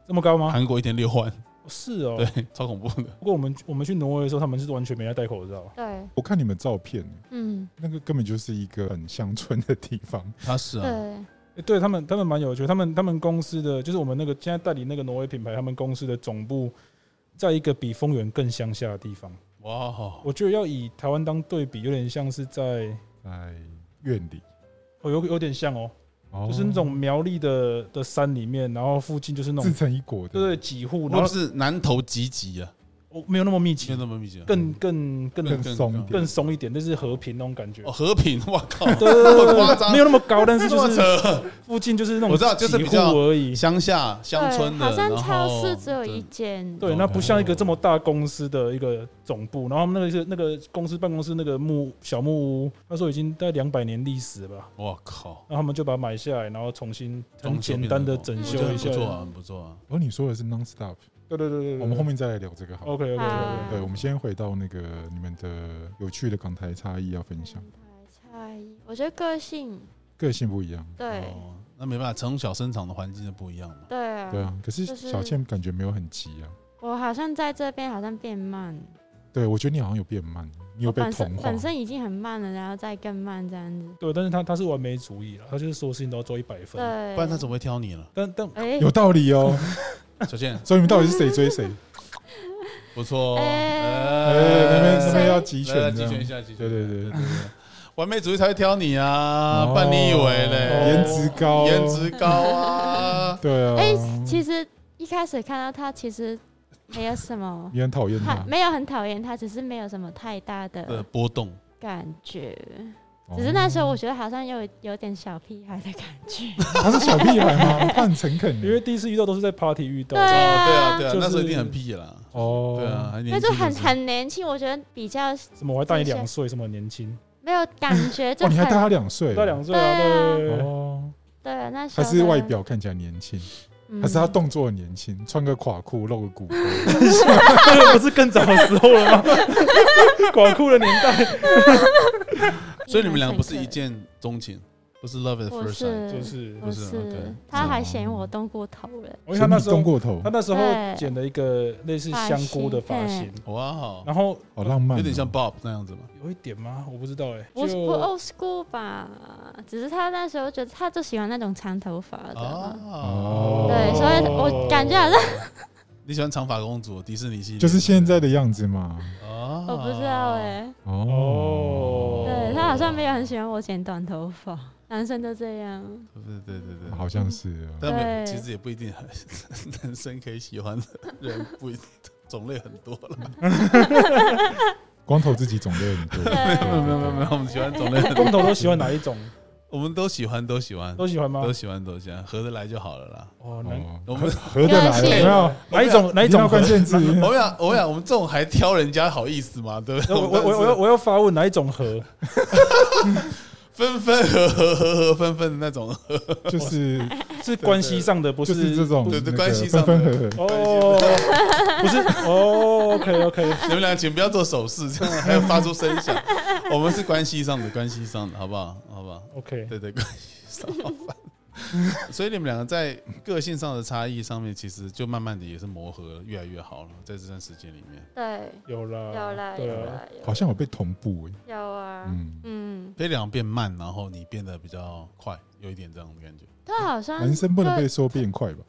[SPEAKER 3] 这么高吗？
[SPEAKER 2] 韩国一天六万，
[SPEAKER 3] 是啊哦。
[SPEAKER 2] 嗯对， 超恐怖的。
[SPEAKER 3] 不过我们我们去挪威的时候，他们是完全没在戴口罩。
[SPEAKER 4] 对，
[SPEAKER 1] 我看你们照片，
[SPEAKER 4] 嗯，
[SPEAKER 1] 那个根本就是一个很乡村的地方。
[SPEAKER 2] 他是啊，
[SPEAKER 4] 对，
[SPEAKER 3] 诶对他们，他们蛮有趣。他们他们公司的就是我们那个现在代理那个挪威品牌，他们公司的总部在一个比丰原更乡下的地方。
[SPEAKER 2] 哇，哦好
[SPEAKER 3] 我觉得要以台湾当对比，有点像是在
[SPEAKER 1] 在院里，
[SPEAKER 3] 哦，有有点像哦，
[SPEAKER 1] 哦
[SPEAKER 3] 就是那种苗栗的的山里面，然后附近就是那
[SPEAKER 1] 自
[SPEAKER 3] 种
[SPEAKER 1] 成一国的。
[SPEAKER 3] 对对几户，然
[SPEAKER 2] 我
[SPEAKER 3] 后
[SPEAKER 2] 是南投集集啊，
[SPEAKER 3] 我没有那么密
[SPEAKER 2] 没
[SPEAKER 3] 集
[SPEAKER 2] 有，那么密集啊，
[SPEAKER 3] 更更更
[SPEAKER 1] 更松一点
[SPEAKER 3] 更松一点，但是和平那种感觉
[SPEAKER 2] 哦，。和平， 我靠，
[SPEAKER 3] 对对
[SPEAKER 2] 那
[SPEAKER 3] 对
[SPEAKER 2] 么
[SPEAKER 3] 对
[SPEAKER 2] 夸
[SPEAKER 3] 对，
[SPEAKER 2] 张，
[SPEAKER 3] 没有那么高，但是
[SPEAKER 2] 这
[SPEAKER 3] 就
[SPEAKER 2] 么
[SPEAKER 3] 是
[SPEAKER 2] 扯，
[SPEAKER 3] 附近就是那种
[SPEAKER 2] 我知道就是
[SPEAKER 3] 几
[SPEAKER 2] 比较
[SPEAKER 3] 户而已。
[SPEAKER 2] 乡下乡村的，
[SPEAKER 4] 好像
[SPEAKER 2] 然
[SPEAKER 4] 超
[SPEAKER 2] 后
[SPEAKER 4] 市只有
[SPEAKER 2] 对
[SPEAKER 4] 一间，
[SPEAKER 3] 对，
[SPEAKER 2] 懂
[SPEAKER 3] 那
[SPEAKER 2] 了
[SPEAKER 3] 不像一个这么大公司的一个总部，然后他们那个是那个公司办公室那个木小木屋，那时候已经大概两百年历史了吧，
[SPEAKER 2] 我靠，
[SPEAKER 3] 然后他们就把它买下来，然后重新很
[SPEAKER 2] 装修
[SPEAKER 3] 简
[SPEAKER 2] 变
[SPEAKER 3] 单
[SPEAKER 2] 成
[SPEAKER 3] 的
[SPEAKER 2] 这
[SPEAKER 3] 整
[SPEAKER 2] 样
[SPEAKER 3] 修
[SPEAKER 2] 我觉得
[SPEAKER 3] 一下
[SPEAKER 2] 很不。错啊，很不错啊。
[SPEAKER 1] 哦而你说的是 nonstop，
[SPEAKER 3] 对对对对，
[SPEAKER 1] 我们后面再来聊这个好了。
[SPEAKER 3] OK OK
[SPEAKER 4] 啊
[SPEAKER 3] OK，
[SPEAKER 1] 对，我们先回到那个你们的有趣的港台差异要分享，
[SPEAKER 4] 差异，我觉得个性
[SPEAKER 1] 个性不一样，
[SPEAKER 4] 对
[SPEAKER 2] 哦，那没办法，从小生长的环境就不一样嘛。
[SPEAKER 4] 对啊，
[SPEAKER 1] 对啊。可是
[SPEAKER 4] 就是
[SPEAKER 1] 小倩感觉没有很急啊。
[SPEAKER 4] 我好像在这边好像变慢，
[SPEAKER 1] 对，我觉得你好像有变慢，你
[SPEAKER 4] 我
[SPEAKER 1] 有被
[SPEAKER 4] 本
[SPEAKER 1] 同
[SPEAKER 4] 哦身
[SPEAKER 1] 化
[SPEAKER 4] 本。身已经很慢了，然后再更慢这样子，
[SPEAKER 3] 对，但是他他是完美主义了，他就是所有事情都要做一百分。
[SPEAKER 4] 对，
[SPEAKER 2] 不然他怎么会挑你了？
[SPEAKER 3] 但但
[SPEAKER 4] 哎
[SPEAKER 1] 有道理哦，
[SPEAKER 2] 小倩，
[SPEAKER 1] 所以你们到底是谁追 谁？
[SPEAKER 2] 不错哦，
[SPEAKER 4] 哎
[SPEAKER 1] 哎，那边那边
[SPEAKER 4] 谁
[SPEAKER 1] 要集
[SPEAKER 2] 来来
[SPEAKER 1] 权，
[SPEAKER 2] 集权一。下，集权
[SPEAKER 1] 对对
[SPEAKER 2] 一下。
[SPEAKER 1] 对对对，
[SPEAKER 2] 完美主义才会挑你啊，
[SPEAKER 1] 哦
[SPEAKER 2] 不然你以为嘞？
[SPEAKER 1] 颜值高，，
[SPEAKER 2] 颜，值高啊
[SPEAKER 1] 对啊。，
[SPEAKER 4] 哎，其实一开始看到他其实没有什么
[SPEAKER 1] 你很讨厌
[SPEAKER 4] 他
[SPEAKER 1] 他，
[SPEAKER 4] 没有很讨厌他，只是没有什么太大
[SPEAKER 2] 的
[SPEAKER 4] 的
[SPEAKER 2] 波动。
[SPEAKER 4] 感觉，
[SPEAKER 1] 哦
[SPEAKER 4] 只是那时候我觉得好像有有点小屁孩的感觉，
[SPEAKER 1] 他是小屁孩 吗？他很诚恳耶，
[SPEAKER 3] 因为第一次遇到都是在 party 遇到
[SPEAKER 4] 对，
[SPEAKER 2] 哦，对啊，
[SPEAKER 4] 啊
[SPEAKER 2] 对啊，
[SPEAKER 3] 就是
[SPEAKER 2] 那时候一定很屁啦。
[SPEAKER 1] 哦，
[SPEAKER 2] 对啊，，还年
[SPEAKER 4] 那
[SPEAKER 2] 轻
[SPEAKER 4] 就
[SPEAKER 2] 的
[SPEAKER 4] 很
[SPEAKER 2] 时候
[SPEAKER 4] 很年轻，我觉得比较
[SPEAKER 3] 什么我还大你两岁，什么很年轻，
[SPEAKER 4] 没有感觉，就
[SPEAKER 1] 哦，你还大
[SPEAKER 4] 很
[SPEAKER 1] 他两岁，
[SPEAKER 3] 大两岁啊，
[SPEAKER 4] 对啊
[SPEAKER 3] 对对对对，
[SPEAKER 1] 哦，
[SPEAKER 4] 对啊，那时
[SPEAKER 1] 还
[SPEAKER 4] 候
[SPEAKER 1] 是
[SPEAKER 4] 的
[SPEAKER 1] 外，表看起来年轻，
[SPEAKER 4] 嗯
[SPEAKER 1] 还是他动作很年轻，穿个垮裤露个骨头，
[SPEAKER 3] 这 个不是更早的时候了 吗？广阔的年代，
[SPEAKER 2] 所以你们两个不是一见钟情，不是 love at
[SPEAKER 4] 不
[SPEAKER 2] first sight。
[SPEAKER 4] 是
[SPEAKER 3] 就是
[SPEAKER 4] 不
[SPEAKER 2] 是啊对
[SPEAKER 4] 是，他还嫌我动过头了，
[SPEAKER 3] 因为他那时
[SPEAKER 1] 所以你动过
[SPEAKER 3] 候
[SPEAKER 1] 头
[SPEAKER 3] 他，那时候
[SPEAKER 4] 对
[SPEAKER 3] 剪了一个类似香菇的发型，
[SPEAKER 2] 哇好，
[SPEAKER 3] 然后
[SPEAKER 1] 好浪漫哦，
[SPEAKER 2] 有点像 Bob 那样子嘛。
[SPEAKER 3] 有一点吗？我不知道哎，
[SPEAKER 4] 不是不
[SPEAKER 3] 就
[SPEAKER 4] old school 吧？只是他那时候觉得他就喜欢那种长头发的，
[SPEAKER 2] 哦，
[SPEAKER 4] 对，所以我感觉好像
[SPEAKER 2] 你喜欢长发公主，迪士尼系列
[SPEAKER 1] 就是现在的样子嘛。
[SPEAKER 2] 哦
[SPEAKER 4] 我不知道哎，
[SPEAKER 1] 哦，
[SPEAKER 3] 哦
[SPEAKER 4] 对他好像没有很喜欢我剪短头发，男生都这样，
[SPEAKER 2] 对对对对，
[SPEAKER 1] 好像是哦。
[SPEAKER 2] 但没有，
[SPEAKER 4] 对
[SPEAKER 2] 其实也不一定很，男生可以喜欢的人不一定种类很多了。
[SPEAKER 1] 光头自己种类很多，
[SPEAKER 4] 对
[SPEAKER 2] 没有没有没有没有，我们喜欢种类很
[SPEAKER 3] 光
[SPEAKER 2] 多，
[SPEAKER 3] 头都喜欢哪一种？
[SPEAKER 2] 我们都喜欢都喜欢
[SPEAKER 3] 都喜欢吗
[SPEAKER 2] 都？喜欢都喜欢，合得来就好了啦。
[SPEAKER 3] 哦，
[SPEAKER 1] 哦
[SPEAKER 3] 难
[SPEAKER 2] 我们
[SPEAKER 1] 合得来啊
[SPEAKER 4] 个性
[SPEAKER 1] 有没有？
[SPEAKER 3] 哪一种哪一
[SPEAKER 1] 一定要
[SPEAKER 3] 种
[SPEAKER 1] 关键字？
[SPEAKER 2] 我们俩我俩我们这种还挑人家好意思吗？对不对？
[SPEAKER 3] 我我我我要我要发问哪一种和？
[SPEAKER 2] 分分合合合合分分的那种，
[SPEAKER 1] 就是
[SPEAKER 3] 是关系上的，不
[SPEAKER 1] 就是这种
[SPEAKER 3] 不
[SPEAKER 2] 对
[SPEAKER 1] 那
[SPEAKER 2] 对
[SPEAKER 1] 个
[SPEAKER 2] 关系
[SPEAKER 1] 分
[SPEAKER 2] 上
[SPEAKER 1] 分
[SPEAKER 2] 的
[SPEAKER 1] 合合。
[SPEAKER 3] 哦，不是哦，OK OK，
[SPEAKER 2] 你们俩请不要做手势，这样还有发出声响。我们是关系上的，关系上的，好不好？好不好？
[SPEAKER 3] OK，
[SPEAKER 2] 对对，关系 上好烦。所以你们两个在个性上的差异上面，其实就慢慢的也是磨合，越来越好了。在这段时间里面，
[SPEAKER 4] 对，
[SPEAKER 3] 有啦，
[SPEAKER 4] 有啦
[SPEAKER 3] 对
[SPEAKER 4] 有
[SPEAKER 3] 啊，
[SPEAKER 4] 啦，有
[SPEAKER 1] 好像有被同步哎，
[SPEAKER 4] 有啊，
[SPEAKER 1] 嗯，
[SPEAKER 4] 嗯，
[SPEAKER 2] 飞两变慢，然后你变得比较快，有一点这样的感觉。
[SPEAKER 4] 他好像
[SPEAKER 1] 男生不能
[SPEAKER 4] 对
[SPEAKER 1] 被说变快吧？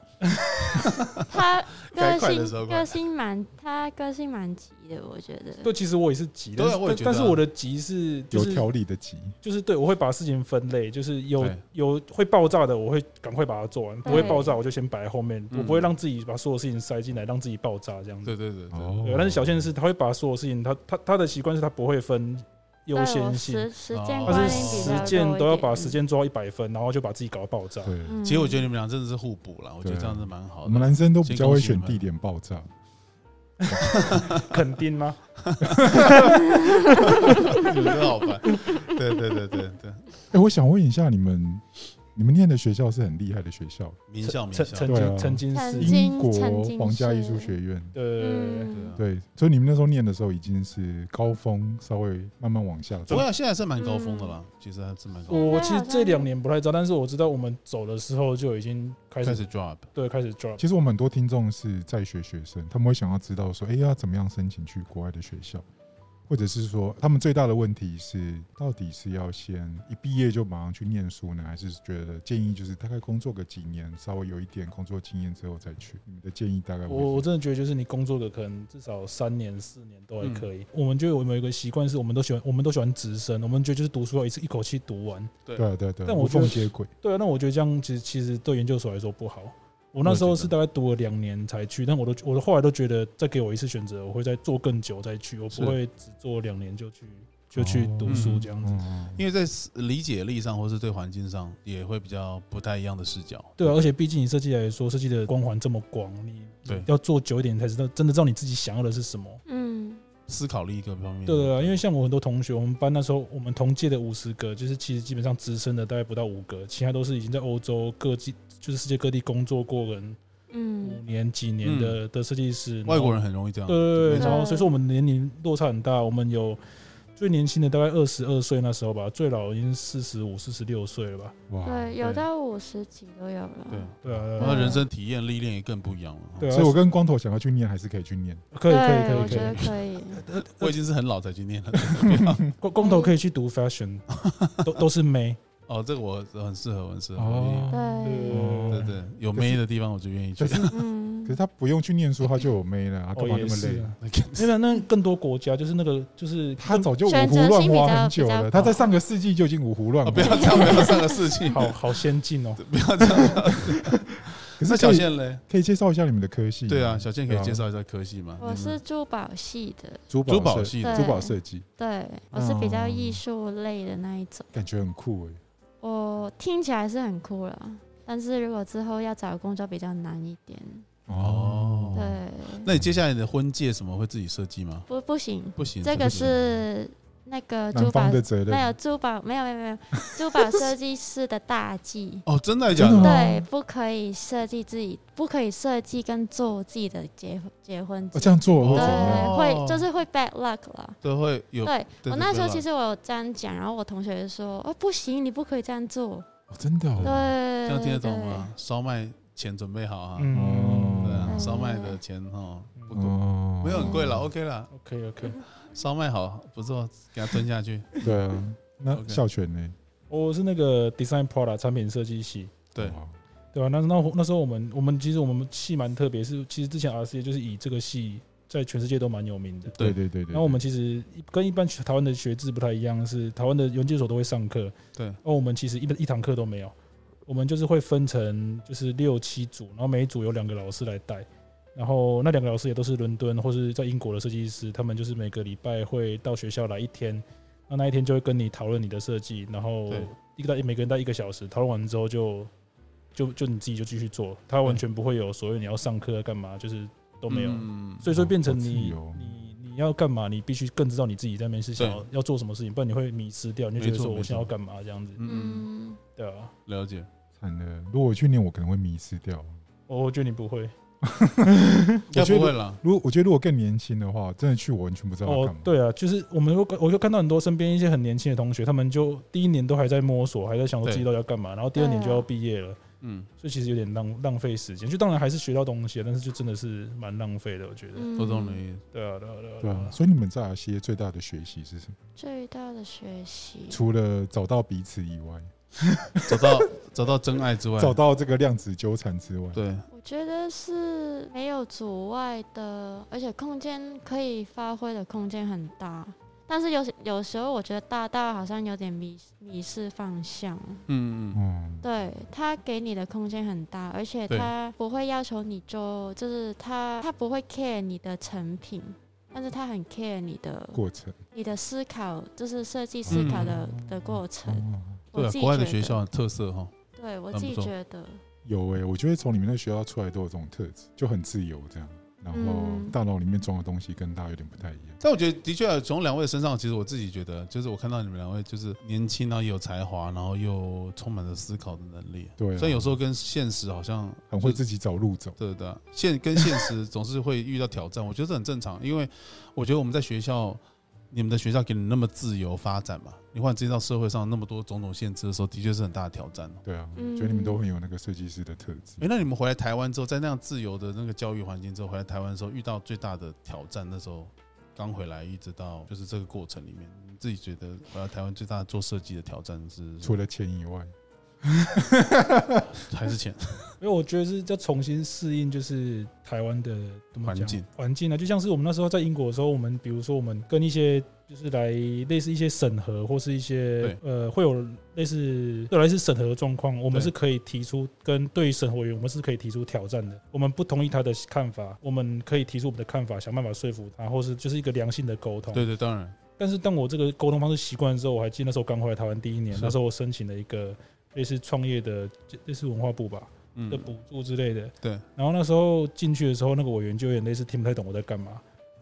[SPEAKER 4] 他
[SPEAKER 2] 该
[SPEAKER 4] 个
[SPEAKER 2] 快的时候
[SPEAKER 4] 性
[SPEAKER 2] 快
[SPEAKER 4] 个性蛮他个性蛮急的，我觉得。
[SPEAKER 3] 对，其实我也是急，
[SPEAKER 2] 对
[SPEAKER 3] 但
[SPEAKER 2] 啊
[SPEAKER 3] 是
[SPEAKER 2] 我也觉得啊
[SPEAKER 3] 但是我的急是就
[SPEAKER 1] 有
[SPEAKER 3] 是
[SPEAKER 1] 条理的急，
[SPEAKER 3] 就是对我会把事情分类，就是有
[SPEAKER 2] 对
[SPEAKER 3] 有会爆炸的，我会赶快把它做完；不
[SPEAKER 4] 对
[SPEAKER 3] 会爆炸，我就先摆在后面，
[SPEAKER 2] 嗯
[SPEAKER 3] 我不会让自己把所有事情塞进来，让自己爆炸这样子。
[SPEAKER 2] 对对对对，
[SPEAKER 1] 哦
[SPEAKER 3] 对，但是小倩是她会把所有事情，她她她的习惯是她不会分优
[SPEAKER 4] 对我
[SPEAKER 3] 先性，
[SPEAKER 4] 实实践
[SPEAKER 2] 哦
[SPEAKER 3] 她
[SPEAKER 4] 观
[SPEAKER 3] 是
[SPEAKER 4] 念
[SPEAKER 2] 比
[SPEAKER 4] 比
[SPEAKER 3] 实
[SPEAKER 4] 较
[SPEAKER 3] 践
[SPEAKER 4] 多
[SPEAKER 3] 都要
[SPEAKER 4] 一点
[SPEAKER 3] 把时，间做到一百分，然后就把自己搞到爆炸。
[SPEAKER 1] 对，
[SPEAKER 4] 嗯
[SPEAKER 2] 其实我觉得你们俩真的是互补了，我觉
[SPEAKER 1] 对
[SPEAKER 2] 得
[SPEAKER 1] 啊
[SPEAKER 2] 这样子蛮好
[SPEAKER 1] 我们
[SPEAKER 2] 的。
[SPEAKER 1] 男生都比较会选地点爆炸，
[SPEAKER 3] 肯 定吗？
[SPEAKER 2] 你们真的好烦。对对对对对，
[SPEAKER 1] 哎、我想问一下，你们你们念的学校是很厉害的学校，
[SPEAKER 2] 名校名
[SPEAKER 3] 曾
[SPEAKER 2] 校
[SPEAKER 3] 曾。
[SPEAKER 1] 对啊
[SPEAKER 3] 经曾经
[SPEAKER 4] 曾
[SPEAKER 3] 是，
[SPEAKER 4] 经
[SPEAKER 1] 英国
[SPEAKER 4] 曾经
[SPEAKER 1] 皇家艺术
[SPEAKER 4] 是
[SPEAKER 1] 学院。
[SPEAKER 3] 对，
[SPEAKER 4] 嗯，
[SPEAKER 2] 对啊
[SPEAKER 1] 对，所以你们那时候念的时候已经是高峰，稍微慢慢往下
[SPEAKER 2] 不
[SPEAKER 1] 走
[SPEAKER 2] 过。现在是蛮高峰的啦，其实还是蛮高峰，
[SPEAKER 3] 我其实这
[SPEAKER 4] 嗯
[SPEAKER 3] 两年不太知道，但是我知道我们走的时候就已经开
[SPEAKER 2] 开
[SPEAKER 3] 始
[SPEAKER 2] 始 drop。
[SPEAKER 3] 对开始 drop，
[SPEAKER 1] 其实我们很多听众是在学学生，他们会想要知道说，哎、要怎么样申请去国外的学校，或者是说，他们最大的问题是，到底是要先一毕业就马上去念书呢，还是觉得建议就是大概工作个几年，稍微有一点工作经验之后再去？你们的建议大概会
[SPEAKER 3] 我我真的觉得，就是你工作个可能至少三年四年都
[SPEAKER 2] 嗯
[SPEAKER 3] 还可以。我们就有有一个习惯，是我们都喜欢，我们都喜欢直升，我们觉得就是读书要一次一口气读完。
[SPEAKER 1] 对啊对啊对啊，
[SPEAKER 3] 但
[SPEAKER 1] 无
[SPEAKER 3] 我觉
[SPEAKER 1] 缝
[SPEAKER 3] 得
[SPEAKER 1] 接轨，
[SPEAKER 3] 对啊，那我觉得这样其实其实对研究所来说不好。我那时候
[SPEAKER 2] 我也觉得
[SPEAKER 3] 是大概读了两年才去，但我都我后来都觉得，再给我一次选择，我会再做更久再去，我
[SPEAKER 2] 是
[SPEAKER 3] 不会只做两年就去就去
[SPEAKER 1] 哦
[SPEAKER 3] 读书这样子。
[SPEAKER 1] 嗯，
[SPEAKER 2] 因为在理解力上，或是对环境上，也会比较不太一样的视角。
[SPEAKER 3] 对啊，而且毕竟你设计来说，设计的光环这么广，你
[SPEAKER 2] 对
[SPEAKER 3] 要做久一点，你才知道真的知道你自己想要的是什么。
[SPEAKER 4] 嗯
[SPEAKER 2] 思考力各方面。
[SPEAKER 3] 对对对，因为像我很多同学，我们班那时候我们同届的五十个，就是其实基本上资深的大概不到五个，其他都是已经在欧洲各地，就是世界各地工作过人五
[SPEAKER 4] 嗯
[SPEAKER 3] 年几年的、的设计师，
[SPEAKER 2] 外国人很容易这样。
[SPEAKER 3] 然后。对对对，
[SPEAKER 2] 没
[SPEAKER 4] 错
[SPEAKER 3] 然后所以说我们年龄落差很大，我们有最年轻的大概二十二岁那时候吧，最老已经四十五、四十六岁了吧？
[SPEAKER 1] 哇，
[SPEAKER 4] 对，有
[SPEAKER 2] 对
[SPEAKER 4] 到五十几都有了。
[SPEAKER 2] 对，
[SPEAKER 3] 对啊，对
[SPEAKER 2] 然后
[SPEAKER 3] 啊，
[SPEAKER 2] 人生体验历练也更不一样了。
[SPEAKER 3] 对啊，
[SPEAKER 1] 所以我跟光头想要去念还是可以去念，
[SPEAKER 3] 可以可以
[SPEAKER 4] 对
[SPEAKER 3] 可
[SPEAKER 4] 我
[SPEAKER 3] 以可
[SPEAKER 4] 觉得
[SPEAKER 3] 以，
[SPEAKER 4] 可以。
[SPEAKER 2] 呃我已经是很老才去念了。
[SPEAKER 3] 光光头可以去读 fashion，都都是美，
[SPEAKER 2] 哦，这个我很适合，我很适合。
[SPEAKER 1] 哦
[SPEAKER 4] 对，
[SPEAKER 2] 我
[SPEAKER 1] 哦
[SPEAKER 2] 对对，有妹的地方我就愿意去
[SPEAKER 1] 但。是可是
[SPEAKER 4] 嗯，
[SPEAKER 1] 他不用去念书，他就有妹了，他干嘛
[SPEAKER 3] 哦也
[SPEAKER 1] 那么累
[SPEAKER 3] 是？啊因为那更多国家就是那个就是
[SPEAKER 1] 他早就五
[SPEAKER 4] 选
[SPEAKER 1] 胡
[SPEAKER 4] 择
[SPEAKER 1] 乱
[SPEAKER 4] 性比
[SPEAKER 1] 花
[SPEAKER 4] 较
[SPEAKER 1] 很久
[SPEAKER 4] 比较
[SPEAKER 1] 了，他在上个世纪就已经五胡乱花。
[SPEAKER 2] 啊不要这样，不要这样的事情，
[SPEAKER 3] 好好先进哦。
[SPEAKER 2] 不要这样。
[SPEAKER 1] 可是
[SPEAKER 2] 那小
[SPEAKER 1] 可以
[SPEAKER 2] 倩嘞？
[SPEAKER 1] 可以介绍一下你们的科系吗？
[SPEAKER 2] 对啊，小倩可
[SPEAKER 1] 对
[SPEAKER 2] 以
[SPEAKER 1] 啊
[SPEAKER 2] 介绍一下科系吗？
[SPEAKER 4] 我
[SPEAKER 2] 你
[SPEAKER 4] 是
[SPEAKER 2] 们
[SPEAKER 4] 珠宝系的，
[SPEAKER 1] 珠
[SPEAKER 2] 珠
[SPEAKER 1] 宝
[SPEAKER 2] 宝
[SPEAKER 1] 设
[SPEAKER 2] 系的，
[SPEAKER 4] 对
[SPEAKER 1] 珠宝设计，
[SPEAKER 4] 对我是比较
[SPEAKER 1] 嗯
[SPEAKER 4] 艺术类的那一种。
[SPEAKER 1] 感觉很酷哎。
[SPEAKER 4] 我听起来是很酷了，但是如果之后要找工作比较难一点。
[SPEAKER 2] 哦
[SPEAKER 4] 对，
[SPEAKER 2] 那你接下来你的婚戒什么会自己设计吗？
[SPEAKER 4] 不不行，
[SPEAKER 2] 不行，
[SPEAKER 4] 这
[SPEAKER 2] 不
[SPEAKER 4] 个
[SPEAKER 2] 行
[SPEAKER 4] 是那个珠
[SPEAKER 1] 男
[SPEAKER 4] 宝
[SPEAKER 1] 方的责
[SPEAKER 4] 没有
[SPEAKER 1] 任，
[SPEAKER 4] 珠宝，没有没有没有珠宝设计师的大忌。
[SPEAKER 2] 哦，真的还假的
[SPEAKER 1] 真的？吗
[SPEAKER 4] 对，不可以设计自己，不可以设计跟做自己的结婚结婚
[SPEAKER 1] 哦
[SPEAKER 4] 戒。
[SPEAKER 1] 这样做会
[SPEAKER 4] 对
[SPEAKER 1] 怎么样？
[SPEAKER 2] 哦
[SPEAKER 4] 会就是会 bad luck 了。
[SPEAKER 2] 都会有
[SPEAKER 4] 对
[SPEAKER 2] 对对
[SPEAKER 4] 我那时候
[SPEAKER 2] bad luck
[SPEAKER 4] 其实我有这样讲，然后我同学就说：“哦，不行，你不可以这样做。
[SPEAKER 1] 哦真的”
[SPEAKER 4] 对，
[SPEAKER 1] 哦，
[SPEAKER 2] 这样听得懂
[SPEAKER 4] 对
[SPEAKER 2] 吗？烧麦钱准备好啊，对啊，
[SPEAKER 1] 嗯
[SPEAKER 3] 嗯
[SPEAKER 2] 烧麦的钱哦，不够，
[SPEAKER 1] 哦
[SPEAKER 2] 没有很贵了，OK 了，
[SPEAKER 3] ，OK OK，
[SPEAKER 2] 烧麦好不错，给它吞下 去。
[SPEAKER 1] 对啊。那
[SPEAKER 2] OK
[SPEAKER 1] 孝全呢？
[SPEAKER 3] 我哦是那个 design product 产品设计系，
[SPEAKER 2] 对
[SPEAKER 1] 哇
[SPEAKER 3] 对吧、那那那时候我们我们其实我们系蛮特别，是其实之前 RCA 就是以这个系在全世界都蛮有名的。
[SPEAKER 1] 对对
[SPEAKER 2] 对
[SPEAKER 1] 对对。
[SPEAKER 3] 然后我们其实跟一般台湾的学制不太一样，是台湾的研究所都会上课，
[SPEAKER 2] 对
[SPEAKER 3] 而哦我们其实一一堂课都没有，我们就是会分成就是六七组，然后每一组有两个老师来带，然后那两个老师也都是伦敦或是在英国的设计师，他们就是每个礼拜会到学校来一天，那那一天就会跟你讨论你的设计，然后
[SPEAKER 2] 对
[SPEAKER 3] 一个大每个人待一个小时，讨论完之后就就就你自己就继续做，他完全不会有所谓你要上课干嘛，就是都没有。
[SPEAKER 2] 嗯
[SPEAKER 3] 所以说
[SPEAKER 1] 哦
[SPEAKER 3] 变成
[SPEAKER 1] 好自
[SPEAKER 3] 你、
[SPEAKER 1] 由
[SPEAKER 3] 你你要干嘛，你必须更知道你自己在那边是想要
[SPEAKER 2] 对
[SPEAKER 3] 要做什么事情，不然你会迷失掉，你就
[SPEAKER 2] 没
[SPEAKER 3] 觉得
[SPEAKER 2] 错
[SPEAKER 3] 说我
[SPEAKER 2] 没
[SPEAKER 3] 现在要
[SPEAKER 2] 错
[SPEAKER 3] 干嘛这样子，
[SPEAKER 2] 嗯，嗯
[SPEAKER 4] 嗯，
[SPEAKER 3] 对啊，
[SPEAKER 2] 了解。
[SPEAKER 1] 惨了，呃如果我去念，我可能会迷失掉。
[SPEAKER 3] 我我觉得你不会
[SPEAKER 1] 我
[SPEAKER 2] 要
[SPEAKER 1] 觉
[SPEAKER 2] 不
[SPEAKER 1] 得
[SPEAKER 2] 会了，
[SPEAKER 1] 如果我觉得如果更年轻的话，真的去我完全不知道要
[SPEAKER 3] 哦
[SPEAKER 1] 干嘛，。
[SPEAKER 3] 对啊，就是我们我我就看到很多身边一些很年轻的同学，他们就第一年都还在摸索，还在想说
[SPEAKER 2] 对
[SPEAKER 3] 自己到底要干嘛，然后第二年就要毕业了，
[SPEAKER 2] 嗯，
[SPEAKER 3] 所以其实有点浪浪费时间，就当然还是学到东西，啊但是就真的是蛮浪费的，我觉得，
[SPEAKER 4] 嗯
[SPEAKER 2] 都懂你。
[SPEAKER 3] 对啊，对啊，对啊，
[SPEAKER 1] 对啊
[SPEAKER 3] 啊，
[SPEAKER 1] 所以你们在 RCA 最大的学习是什么？
[SPEAKER 4] 最大的学习，
[SPEAKER 1] 除了找到彼此以外，
[SPEAKER 2] 找 到找到真爱之外，
[SPEAKER 1] 找到这个量子纠缠之外，
[SPEAKER 2] 对
[SPEAKER 4] 我觉得是没有阻碍的，而且空间可以发挥的空间很大。但是有时有时候我觉得大到好像有点迷迷失方向。
[SPEAKER 2] 嗯嗯嗯，
[SPEAKER 1] 嗯，
[SPEAKER 4] 对他给你的空间很大，而且
[SPEAKER 2] 对
[SPEAKER 4] 他不会要求你做，就是他他不会 care 你的成品，但是他很 care 你的
[SPEAKER 1] 过程。
[SPEAKER 4] 你的思考，就是设计思考的、
[SPEAKER 1] 嗯
[SPEAKER 4] 的过程。
[SPEAKER 1] 哦，
[SPEAKER 4] 我
[SPEAKER 2] 对啊，
[SPEAKER 4] 自己
[SPEAKER 2] 国外的
[SPEAKER 4] 觉得
[SPEAKER 2] 学校，很特色哈，
[SPEAKER 4] 对我
[SPEAKER 2] 很
[SPEAKER 4] 自己
[SPEAKER 2] 不错
[SPEAKER 4] 觉得，
[SPEAKER 1] 有诶、我觉得从你们那学校出来都有这种特质，就很自由这样，然后
[SPEAKER 4] 嗯
[SPEAKER 1] 大脑里面装的东西跟大家有点不太一样。
[SPEAKER 2] 但我觉得的确啊从两位身上，其实我自己觉得，就是我看到你们两位就是年轻然后也有才华，然后又充满了思考的能力。
[SPEAKER 1] 对、啊，
[SPEAKER 2] 虽然有时候跟现实好像
[SPEAKER 1] 很会
[SPEAKER 2] 就
[SPEAKER 1] 自
[SPEAKER 2] 是
[SPEAKER 1] 己找路走。
[SPEAKER 2] 对的，现跟现实总是会遇到挑战，我觉得这很正常，因为我觉得我们在学校，你们的学校给你那么自由发展嘛，你换接到社会上那么多种种限制的时候，的确是很大的挑战哦。
[SPEAKER 1] 对啊，
[SPEAKER 4] 嗯
[SPEAKER 1] 觉得你们都很有那个设计师的特质。
[SPEAKER 2] 诶，那你们回来台湾之后，在那样自由的那个教育环境之后，回来台湾的时候遇到最大的挑战，那时候刚回来一直到就是这个过程里面，你自己觉得回来台湾最大的做设计的挑战是
[SPEAKER 1] 除了钱以外，
[SPEAKER 2] 还是 钱？
[SPEAKER 3] 因为我觉得是要重新适应，就是台湾的怎么讲
[SPEAKER 2] 环境
[SPEAKER 3] 环境啊，就像是我们那时候在英国的时候，我们比如说我们跟一些就是来类似一些审核或是一些呃会有类似呃有类似审核的状况，我们
[SPEAKER 2] 对
[SPEAKER 3] 是可以提出跟对于审核委员，我们是可以提出挑战的。我们不同意他的看法，我们可以提出我们的看法，想办法说服他，或是就是一个良性的沟通。
[SPEAKER 2] 对对，当然，
[SPEAKER 3] 但是当我这个沟通方式习惯了之后，我还记得那时候刚回来台湾第一年
[SPEAKER 2] 是，
[SPEAKER 3] 那时候我申请了一个类似创业的类似文化部吧的
[SPEAKER 2] 嗯，
[SPEAKER 3] 补助之类的。
[SPEAKER 2] 对。
[SPEAKER 3] 然后那时候进去的时候，那个委员就有点类似听不太懂我在干嘛，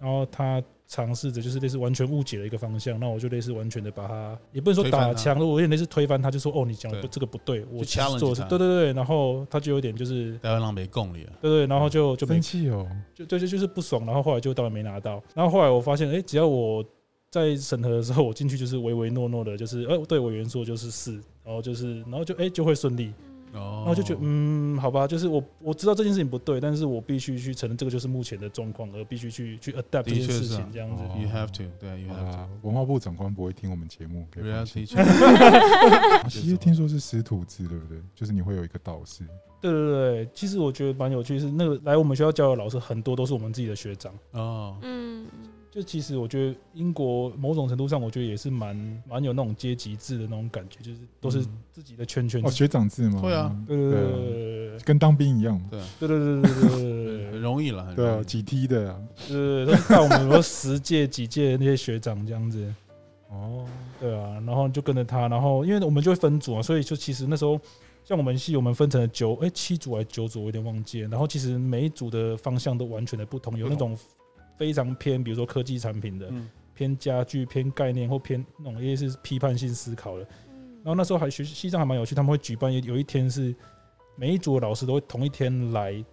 [SPEAKER 3] 然后他尝试着就是类似完全误解了一个方向，那我就类似完全的把他也不能说
[SPEAKER 2] 推翻
[SPEAKER 3] 打
[SPEAKER 2] 他
[SPEAKER 3] 枪，我有点类似推翻他，就说哦你讲的不
[SPEAKER 2] 对
[SPEAKER 3] 这个不对，我其实
[SPEAKER 2] challenge
[SPEAKER 3] 做的是
[SPEAKER 2] 他
[SPEAKER 3] 对对对，然后他就有点就是
[SPEAKER 2] 台湾让没啊供里了，
[SPEAKER 3] 对对，然后就就没
[SPEAKER 1] 生气哦，
[SPEAKER 3] 就就就就是不爽，然后后来就当然没拿到。然后后来我发现，哎、只要我在审核的时候，我进去就是唯唯诺诺的，就是呃，对委员说就是是，然后就是然后就哎、诶就会顺利。
[SPEAKER 2] 哦
[SPEAKER 3] 然后就觉得嗯，好吧，就是我我知道这件事情不对，但是我必须去承认这个就是目前的状况，而必须去去 adapt
[SPEAKER 2] 的
[SPEAKER 3] 这件
[SPEAKER 2] 确
[SPEAKER 3] 事
[SPEAKER 2] 是
[SPEAKER 3] 情
[SPEAKER 2] 啊
[SPEAKER 3] 这样子。
[SPEAKER 1] 哦
[SPEAKER 2] You have to，对，You 啊
[SPEAKER 1] 好
[SPEAKER 2] have
[SPEAKER 1] 啦，文化部长官不会听我们节目，可
[SPEAKER 2] to
[SPEAKER 1] 以放心
[SPEAKER 2] reality check。
[SPEAKER 1] 啊其实听说是师徒制，对不对？就是你会有一个导师，
[SPEAKER 3] 对对对，其实我觉得蛮有趣的是，那个来我们学校教的老师很多都是我们自己的学长。
[SPEAKER 2] 哦，
[SPEAKER 4] 嗯，
[SPEAKER 3] 就其实我觉得英国某种程度上，我觉得也是蛮蛮有那种阶级制的那种感觉，就是都是
[SPEAKER 2] 嗯
[SPEAKER 3] 自己的圈圈
[SPEAKER 1] 哦，学长制吗？
[SPEAKER 2] 会啊
[SPEAKER 3] 对对对对对对对对对对对对对
[SPEAKER 1] 跟当兵一样，
[SPEAKER 2] 对，对很
[SPEAKER 3] 对
[SPEAKER 2] 容易了，很
[SPEAKER 1] 对啊，
[SPEAKER 2] 容易
[SPEAKER 1] 几梯的啊，
[SPEAKER 3] 对，都是带我们有没有十届几届的那些学长这样子，
[SPEAKER 1] 哦，
[SPEAKER 3] 对啊，然后就跟着他，然后因为我们就会分组啊，所以就其实那时候像我们系我们分成了九哎、七组还是九组，我有点忘记了，然后其实每一组的方向都完全的不同，有那种非常偏比如说科技产品的，
[SPEAKER 2] 嗯，
[SPEAKER 3] 偏家具、偏概念或偏那种也是批判性思考的。然后那时候还学西藏还蛮有趣，他们会举办有一天是每一组的老师都会同一天来，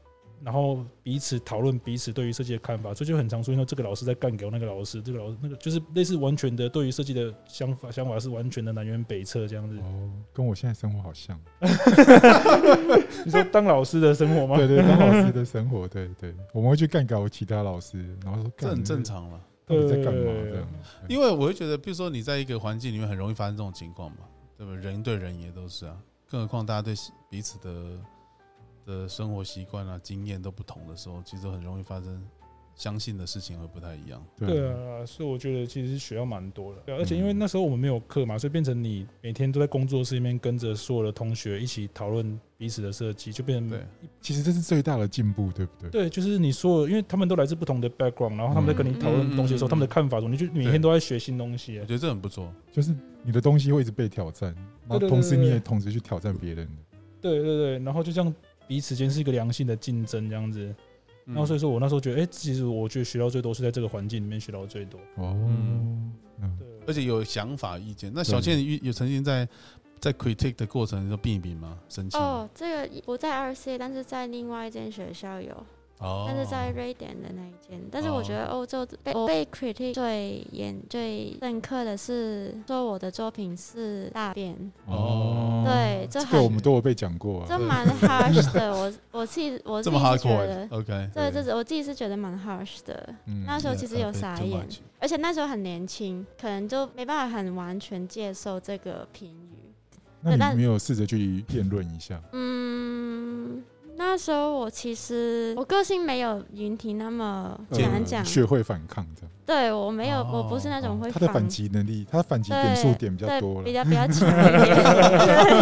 [SPEAKER 3] 然后彼此讨论彼此对于设计的看法，所以就很常出现说这个老师在干掉那个老师，这个老师那个就是类似完全的对于设计的想法想法是完全的南辕北辙这样子。
[SPEAKER 1] 哦，跟我现在生活好像，
[SPEAKER 3] 你说当老师的生 活吗？
[SPEAKER 1] 对对，当老师的生活，对对，我们会去干搞其他老师，然后说
[SPEAKER 2] 这
[SPEAKER 1] 干
[SPEAKER 2] 很正，常了。
[SPEAKER 1] 到底在干嘛
[SPEAKER 3] 对
[SPEAKER 1] 这样？对
[SPEAKER 2] 因为我会觉得，比如说你在一个环境里面，很容易发生这种情况嘛，对吧？人对人也都是啊，更何况大家对彼此的的生活习惯啊、经验都不同的时候，其实很容易发生相信的事情会不太一样。
[SPEAKER 3] 对
[SPEAKER 1] 对啊，
[SPEAKER 3] 啊，所以我觉得其实学到蛮多的。对啊，
[SPEAKER 2] 嗯
[SPEAKER 3] 而且因为那时候我们没有课嘛，所以变成你每天都在工作室里面跟着所有的同学一起讨论彼此的设计，就变
[SPEAKER 1] 嗯
[SPEAKER 3] 成
[SPEAKER 2] 对
[SPEAKER 1] 其实这是最大的进步，对不对？
[SPEAKER 3] 对，就是你说，因为他们都来自不同的 background，然后他们在跟你讨论东西的时候，
[SPEAKER 2] 嗯嗯嗯嗯
[SPEAKER 3] 他们的看法中，你就每天都在学新东西啊
[SPEAKER 2] 我。觉得这很不错，
[SPEAKER 1] 就是你的东西会一直被挑战，然后
[SPEAKER 3] 对对对
[SPEAKER 1] 同时你
[SPEAKER 3] 对
[SPEAKER 1] 也同时去挑战别人的。
[SPEAKER 3] 对对对，然后就这样彼此间是一个良性的竞争这样子。
[SPEAKER 2] 嗯
[SPEAKER 3] 然后所以说我那时候觉得，哎，其实我觉得学到最多是在这个环境里面学到最多。
[SPEAKER 1] 哦，
[SPEAKER 2] 嗯
[SPEAKER 1] 嗯，
[SPEAKER 2] 而
[SPEAKER 3] 对，
[SPEAKER 2] 且有想法、意见。那小倩有有曾经在在 critique 的过程中避避吗？生气吗
[SPEAKER 4] 哦，这个不在二 C，但是在另外一间学校有，
[SPEAKER 2] 哦，
[SPEAKER 4] 但是在瑞典的那一间。但是我
[SPEAKER 2] 哦
[SPEAKER 4] 觉得欧洲被我被 critic 最严最深刻的是说我的作品是大便，
[SPEAKER 2] 哦
[SPEAKER 4] 对，这
[SPEAKER 1] 这个我
[SPEAKER 4] 很
[SPEAKER 1] 们都有被讲过啊
[SPEAKER 4] 这。蛮 harsh 的，我我自己我自
[SPEAKER 2] 这
[SPEAKER 4] 己
[SPEAKER 2] 么
[SPEAKER 4] 是觉得
[SPEAKER 2] hardcore，OK，
[SPEAKER 4] 对，这是我自己是觉得蛮 harsh 的，
[SPEAKER 1] 嗯
[SPEAKER 4] 那时候其实有傻眼
[SPEAKER 2] Yeah, okay, too much
[SPEAKER 4] 而且那时候很年轻，可能就没办法很完全接受这个评语。
[SPEAKER 1] 那
[SPEAKER 4] 但
[SPEAKER 1] 你没有试着去辩论一下？
[SPEAKER 4] 嗯，那时候我其实我个性没有云婷那么
[SPEAKER 1] 呃
[SPEAKER 4] 难讲，
[SPEAKER 1] 学会反抗这样。
[SPEAKER 4] 对我没有，我不
[SPEAKER 2] 哦
[SPEAKER 4] 是那种会
[SPEAKER 1] 他的反
[SPEAKER 4] 防
[SPEAKER 1] 击能力，他的反击
[SPEAKER 4] 对
[SPEAKER 1] 点数点比较
[SPEAKER 4] 对
[SPEAKER 1] 多
[SPEAKER 4] 比
[SPEAKER 1] 了。
[SPEAKER 4] 较比较强一点。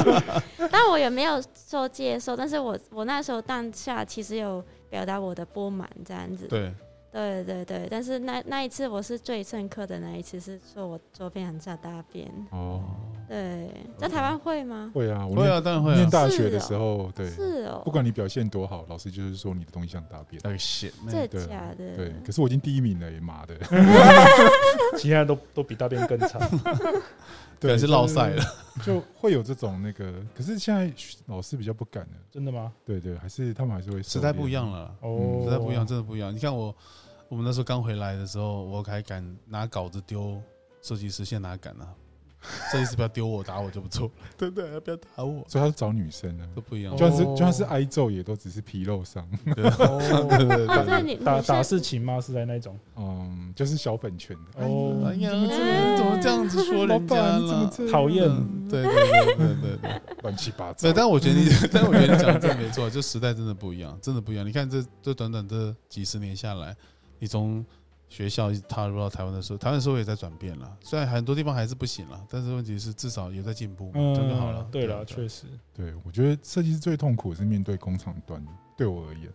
[SPEAKER 4] 对但我也没有说接受，但是我我那时候当下其实有表达我的不满这样子。
[SPEAKER 2] 对，
[SPEAKER 4] 对对对，但是那那一次我是最深刻的那一次，是说我左边很像大便。
[SPEAKER 1] 哦，
[SPEAKER 4] 对，在台湾会吗？
[SPEAKER 1] 会啊，我
[SPEAKER 2] 会
[SPEAKER 1] 念
[SPEAKER 2] 啊，当然会
[SPEAKER 1] 念
[SPEAKER 2] 啊。
[SPEAKER 1] 大学的时候，对，
[SPEAKER 4] 是哦
[SPEAKER 1] 不，管你表现多好，老师就是说你的东西像大便。
[SPEAKER 2] 那个 shit，man
[SPEAKER 4] 这
[SPEAKER 1] 对啊
[SPEAKER 4] 假的。
[SPEAKER 1] 对，可是我已经第一名了，也妈的，
[SPEAKER 3] 其他人都都比大便更惨。
[SPEAKER 2] 对，是落赛了。，
[SPEAKER 1] 就是就会有这种那个。可是现在老师比较不敢了，
[SPEAKER 3] 真的吗？
[SPEAKER 1] 对对，还是他们还是会
[SPEAKER 2] 时
[SPEAKER 1] 收
[SPEAKER 2] 代
[SPEAKER 1] 敛
[SPEAKER 2] 不一样。了啦，
[SPEAKER 3] 哦，
[SPEAKER 2] 时代嗯不一样，真的不一样。你看我，我们那时候刚回来的时候，我还敢拿稿子丢设计师，现在哪敢呢、啊设计师不要丢我打我就不错了，对不对？不要打我，
[SPEAKER 1] 所以他是找女生啊。
[SPEAKER 2] 都不一样。
[SPEAKER 1] 就算是
[SPEAKER 3] 哦
[SPEAKER 1] 就算是挨揍，也都只是皮肉伤，
[SPEAKER 2] 对
[SPEAKER 3] 哦，
[SPEAKER 2] 对对
[SPEAKER 4] 哦，对，你你
[SPEAKER 3] 打打
[SPEAKER 4] 是
[SPEAKER 3] 是情吗？是在那种
[SPEAKER 1] 嗯，就是小本拳的。
[SPEAKER 3] 哦
[SPEAKER 2] 哎呀，怎么怎么这样子说
[SPEAKER 1] 老
[SPEAKER 2] 人家
[SPEAKER 1] 板你怎么
[SPEAKER 2] 了？
[SPEAKER 1] 这样
[SPEAKER 3] 讨厌
[SPEAKER 2] 嗯对对对对对对。
[SPEAKER 1] 乱七八糟
[SPEAKER 2] 对，？但我觉得你，
[SPEAKER 3] 嗯
[SPEAKER 2] 但我觉得你讲的真的没错，就时代真的不一样，真的不一样。你看这这短短这几十年下来，你从学校一直踏入到台湾的时候，台湾社会也在转变了，虽然很多地方还是不行了，但是问题是至少有在进步嘛，这样就好了
[SPEAKER 3] 嗯。，对了，
[SPEAKER 2] 啊啊
[SPEAKER 3] 确实，
[SPEAKER 1] 对，我觉得设计师最痛苦的是面对工厂端。对我而言，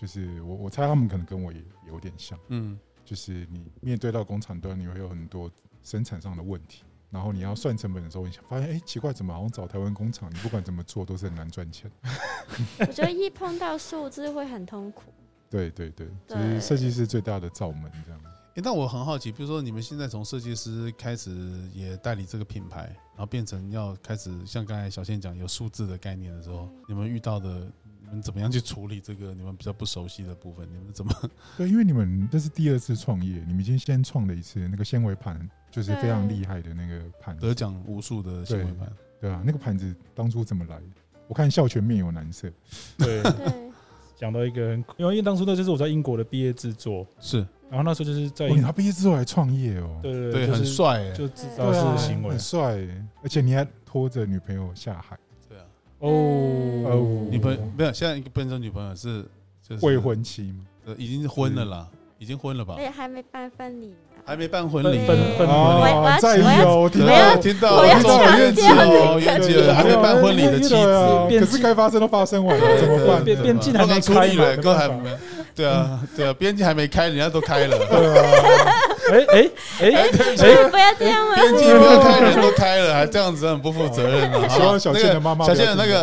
[SPEAKER 1] 就是我我猜他们可能跟我也有点像，
[SPEAKER 2] 嗯，
[SPEAKER 1] 就是你面对到工厂端，你会有很多生产上的问题，然后你要算成本的时候，你想发现，哎、奇怪，怎么好像找台湾工厂，你不管怎么做都是很难赚钱。
[SPEAKER 4] 我觉得一碰到数字会很痛苦。
[SPEAKER 1] 对对对，就
[SPEAKER 4] 对
[SPEAKER 1] 是设计师最大的罩门这样。
[SPEAKER 2] 诶那我很好奇，比如说你们现在从设计师开始也代理这个品牌，然后变成要开始像刚才小倩讲有数字的概念的时候，你们遇到的。你们怎么样去处理这个你们比较不熟悉的部分？你们怎么
[SPEAKER 1] 对，因为你们这是第二次创业，你们已经先创了一次那个纤维盘，就是非常
[SPEAKER 4] 对
[SPEAKER 1] 厉害的那个盘
[SPEAKER 2] 得奖无数的新闻版？
[SPEAKER 1] 对啊，那个盘子当初怎么来的？我看笑全面有难色，
[SPEAKER 3] 对，
[SPEAKER 4] 对，
[SPEAKER 3] 讲到一个很，因为因为当初那就是我在英国的毕业制作，
[SPEAKER 2] 是
[SPEAKER 3] 然后那时候就是在
[SPEAKER 1] 哦，你他毕业之后还创业哦，
[SPEAKER 3] 对对
[SPEAKER 2] 对，
[SPEAKER 3] 就
[SPEAKER 2] 很
[SPEAKER 3] 是
[SPEAKER 2] 帅欸，
[SPEAKER 3] 就制造
[SPEAKER 1] 对啊，
[SPEAKER 3] 式行为
[SPEAKER 1] 很帅耶，而且你还拖着女朋友下海，
[SPEAKER 2] 对啊，
[SPEAKER 3] 哦
[SPEAKER 4] 哦，
[SPEAKER 2] 女朋友没有，现在不能说女朋友是就是
[SPEAKER 1] 未，婚妻嘛，
[SPEAKER 2] 呃已经婚了啦，已经婚了吧
[SPEAKER 4] 而？且还没办婚礼啊，
[SPEAKER 2] 还没办婚礼，
[SPEAKER 3] 分分
[SPEAKER 2] 哦
[SPEAKER 1] 啊
[SPEAKER 4] 我要我要
[SPEAKER 1] 再
[SPEAKER 4] 我要
[SPEAKER 1] 有，听
[SPEAKER 2] 对哦
[SPEAKER 4] 我要
[SPEAKER 1] 到
[SPEAKER 2] 听到了，
[SPEAKER 4] 我要
[SPEAKER 2] 听到了，
[SPEAKER 4] 强
[SPEAKER 2] 怨气
[SPEAKER 4] 调
[SPEAKER 2] 哦，怨
[SPEAKER 4] 这个
[SPEAKER 2] 气了，还没办婚礼的妻
[SPEAKER 1] 对
[SPEAKER 2] 子，
[SPEAKER 1] 啊
[SPEAKER 3] 变
[SPEAKER 1] 可是该发生都发生完了，啊怎么办？
[SPEAKER 3] 变变变
[SPEAKER 2] 对
[SPEAKER 3] 境还
[SPEAKER 2] 刚
[SPEAKER 3] 没
[SPEAKER 2] 刚
[SPEAKER 3] 开
[SPEAKER 2] 出力
[SPEAKER 3] 嘛
[SPEAKER 2] 了，
[SPEAKER 3] 没
[SPEAKER 2] 都还
[SPEAKER 3] 办法
[SPEAKER 2] 没，对啊，对啊，边境还没开，人家都开了，
[SPEAKER 1] 对啊，
[SPEAKER 3] 哎哎哎，
[SPEAKER 4] 哎不要这样哦嘛，
[SPEAKER 2] 边境没有开，人都开了，还这样子很不负责任啊！
[SPEAKER 1] 希望小倩的妈妈
[SPEAKER 2] 那个小倩的那个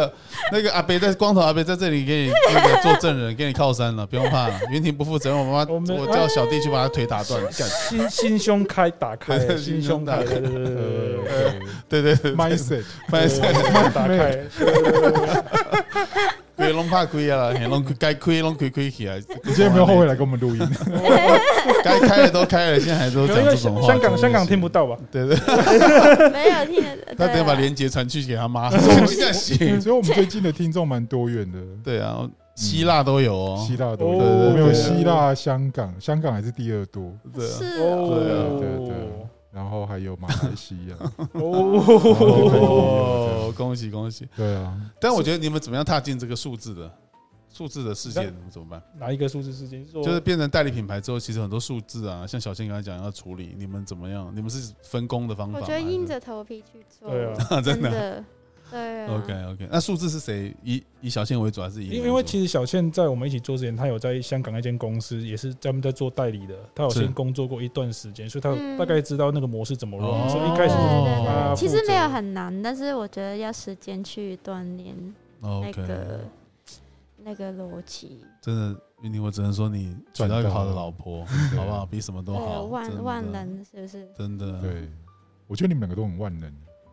[SPEAKER 2] 那个阿北在光头阿北在这里给你那个做证人，给你靠山了，不用怕了。云婷不负责任，我妈
[SPEAKER 3] 我
[SPEAKER 2] 妈
[SPEAKER 3] 们
[SPEAKER 2] 我叫小弟去把她腿打断。干
[SPEAKER 3] 心心胸开打
[SPEAKER 2] 对
[SPEAKER 3] 开，
[SPEAKER 2] 对
[SPEAKER 3] 心胸开，
[SPEAKER 2] 心
[SPEAKER 3] 对对对对对
[SPEAKER 1] 呃
[SPEAKER 3] 对
[SPEAKER 2] 对对对，
[SPEAKER 1] ，mindset，
[SPEAKER 2] 反正
[SPEAKER 3] 对，打开，
[SPEAKER 2] 鬼拢怕亏啊，嘿拢该亏拢亏亏起来。
[SPEAKER 1] 你今天有没有后悔来跟我们录 音？
[SPEAKER 2] 该开的都开了，现在还都
[SPEAKER 3] 因
[SPEAKER 2] 讲
[SPEAKER 3] 为
[SPEAKER 2] 这种
[SPEAKER 3] 香
[SPEAKER 2] 话。
[SPEAKER 3] 香港香港听不到吧？
[SPEAKER 2] 对对，
[SPEAKER 4] 没有听得。
[SPEAKER 2] 他
[SPEAKER 4] 对
[SPEAKER 2] 得
[SPEAKER 4] 啊
[SPEAKER 2] 把链接传去给他妈，这样行。
[SPEAKER 1] 所以我们最近的听众蛮多元的，
[SPEAKER 2] 对啊，希腊都有哦
[SPEAKER 1] 希。腊的，
[SPEAKER 3] 哦
[SPEAKER 1] 我们有
[SPEAKER 2] 对
[SPEAKER 1] 希腊、香港，香港还是第二多，
[SPEAKER 2] 对啊，
[SPEAKER 4] 是哦
[SPEAKER 1] 对
[SPEAKER 3] 哦
[SPEAKER 1] 对然后还有马来西亚，
[SPEAKER 2] 哦，恭喜恭喜！
[SPEAKER 1] 对啊，
[SPEAKER 2] 但我觉得你们怎么样踏进这个数字的数字的世界，你们怎么办？
[SPEAKER 3] 哪一个数字事件？就
[SPEAKER 2] 就是变成代理品牌之后，其实很多数字啊，像小倩刚才讲要处理，你们怎么样？你们是分工的方法
[SPEAKER 4] 我
[SPEAKER 2] 吗？
[SPEAKER 4] 觉得硬着头皮去做，
[SPEAKER 3] 对啊，
[SPEAKER 2] 还是真
[SPEAKER 4] 真
[SPEAKER 2] 的啊。
[SPEAKER 4] 的，对啊。
[SPEAKER 2] OK OK，那数字是谁以以小倩为主还是以你为
[SPEAKER 3] 因
[SPEAKER 2] 主？
[SPEAKER 3] 为因为其实小倩在我们一起做之前，她有在香港那间公司，也是专门在做代理的，她有
[SPEAKER 2] 是
[SPEAKER 3] 先工作过一段时间，所以她
[SPEAKER 4] 嗯
[SPEAKER 3] 大概知道那个模式怎么
[SPEAKER 2] 哦
[SPEAKER 3] 弄，所以一开始就是
[SPEAKER 4] 对
[SPEAKER 3] 她
[SPEAKER 4] 对对其实
[SPEAKER 3] 负责
[SPEAKER 4] 没有很难，但是我觉得要时间去锻炼那
[SPEAKER 2] OK，
[SPEAKER 4] 个那个逻辑，
[SPEAKER 2] 真的，云婷，我只能说你娶到一个好的老婆，
[SPEAKER 1] 对啊
[SPEAKER 2] 好不好？比什么都
[SPEAKER 4] 对啊
[SPEAKER 2] 好，真的
[SPEAKER 4] 万万，能是不是？
[SPEAKER 2] 真的，
[SPEAKER 1] 对，我觉得你们两个都很万能，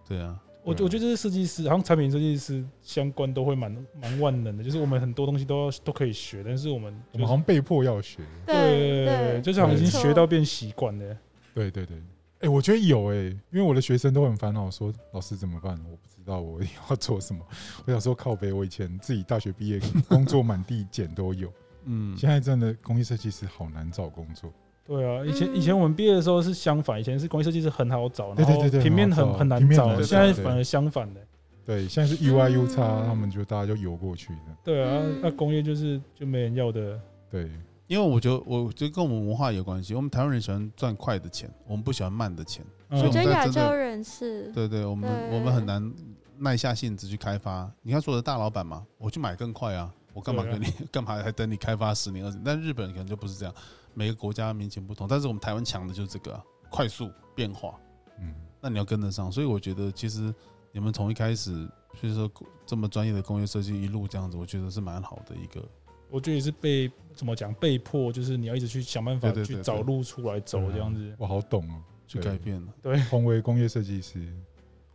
[SPEAKER 2] 对啊，
[SPEAKER 3] 我我觉得这是设计师，好像产品设计师相关都会蛮蛮万能的，就是我们很多东西都要都可以学，但是我们
[SPEAKER 1] 我
[SPEAKER 3] 就是
[SPEAKER 1] 们好像被迫要学，
[SPEAKER 4] 对对，
[SPEAKER 3] 就是好像已经
[SPEAKER 4] 没错
[SPEAKER 3] 学到变习惯了。
[SPEAKER 1] 对对对，哎，我觉得有哎、因为我的学生都很烦恼，说老师怎么办？我不知道我要做什么。 我想说靠北，我以前自己大学毕业工作满地捡都有，
[SPEAKER 2] 嗯，
[SPEAKER 1] 现在真的工业设计师好难找工作，
[SPEAKER 3] 对啊，以前
[SPEAKER 4] 嗯
[SPEAKER 3] 以前我们毕业的时候是相反，以前是工业设计师很好找，
[SPEAKER 1] 对
[SPEAKER 3] 然
[SPEAKER 1] 对
[SPEAKER 3] 后
[SPEAKER 1] 对对
[SPEAKER 3] 平面
[SPEAKER 1] 很
[SPEAKER 3] 很
[SPEAKER 1] 好
[SPEAKER 3] 很难
[SPEAKER 1] 平面
[SPEAKER 3] 找
[SPEAKER 1] 很，难
[SPEAKER 3] 现在
[SPEAKER 1] 找
[SPEAKER 3] 反而相反的。
[SPEAKER 1] 对，现在是 U I U 叉，
[SPEAKER 4] 嗯
[SPEAKER 1] 他们就大家就游过去的，
[SPEAKER 3] 对啊，
[SPEAKER 4] 嗯
[SPEAKER 3] 那工业就是就没人要的。
[SPEAKER 1] 对，
[SPEAKER 2] 因为我觉得，我觉得跟我们文化有关系。我们台湾人喜欢赚快的钱，我们不喜欢慢的钱。
[SPEAKER 3] 嗯
[SPEAKER 2] 所以
[SPEAKER 4] 我
[SPEAKER 2] 我
[SPEAKER 4] 觉
[SPEAKER 2] 们
[SPEAKER 4] 得
[SPEAKER 2] 在
[SPEAKER 4] 亚
[SPEAKER 2] 真的
[SPEAKER 4] 洲人是，
[SPEAKER 2] 对对，我们
[SPEAKER 4] 对
[SPEAKER 2] 我们很难耐下性子去开发。你看，所有的大老板嘛，我去买更快啊，我干嘛
[SPEAKER 3] 对啊
[SPEAKER 2] 跟你 干嘛还等你开发十年二十年？但日本可能就不是这样，每个国家民情不同，但是我们台湾强的就是这个啊、快速变化，
[SPEAKER 1] 嗯，
[SPEAKER 2] 那你要跟得上。所以我觉得，其实你们从一开始就是说这么专业的工业设计一路这样子，我觉得是蛮好的一个。
[SPEAKER 3] 我觉得也是被怎么讲，被迫就是你要一直去想办法
[SPEAKER 2] 对对对
[SPEAKER 3] 去
[SPEAKER 2] 对嗯
[SPEAKER 3] 找路出来走这样子。
[SPEAKER 1] 我好懂哦。
[SPEAKER 2] 去
[SPEAKER 1] 对
[SPEAKER 2] 改变了，
[SPEAKER 1] 同为工业设计师，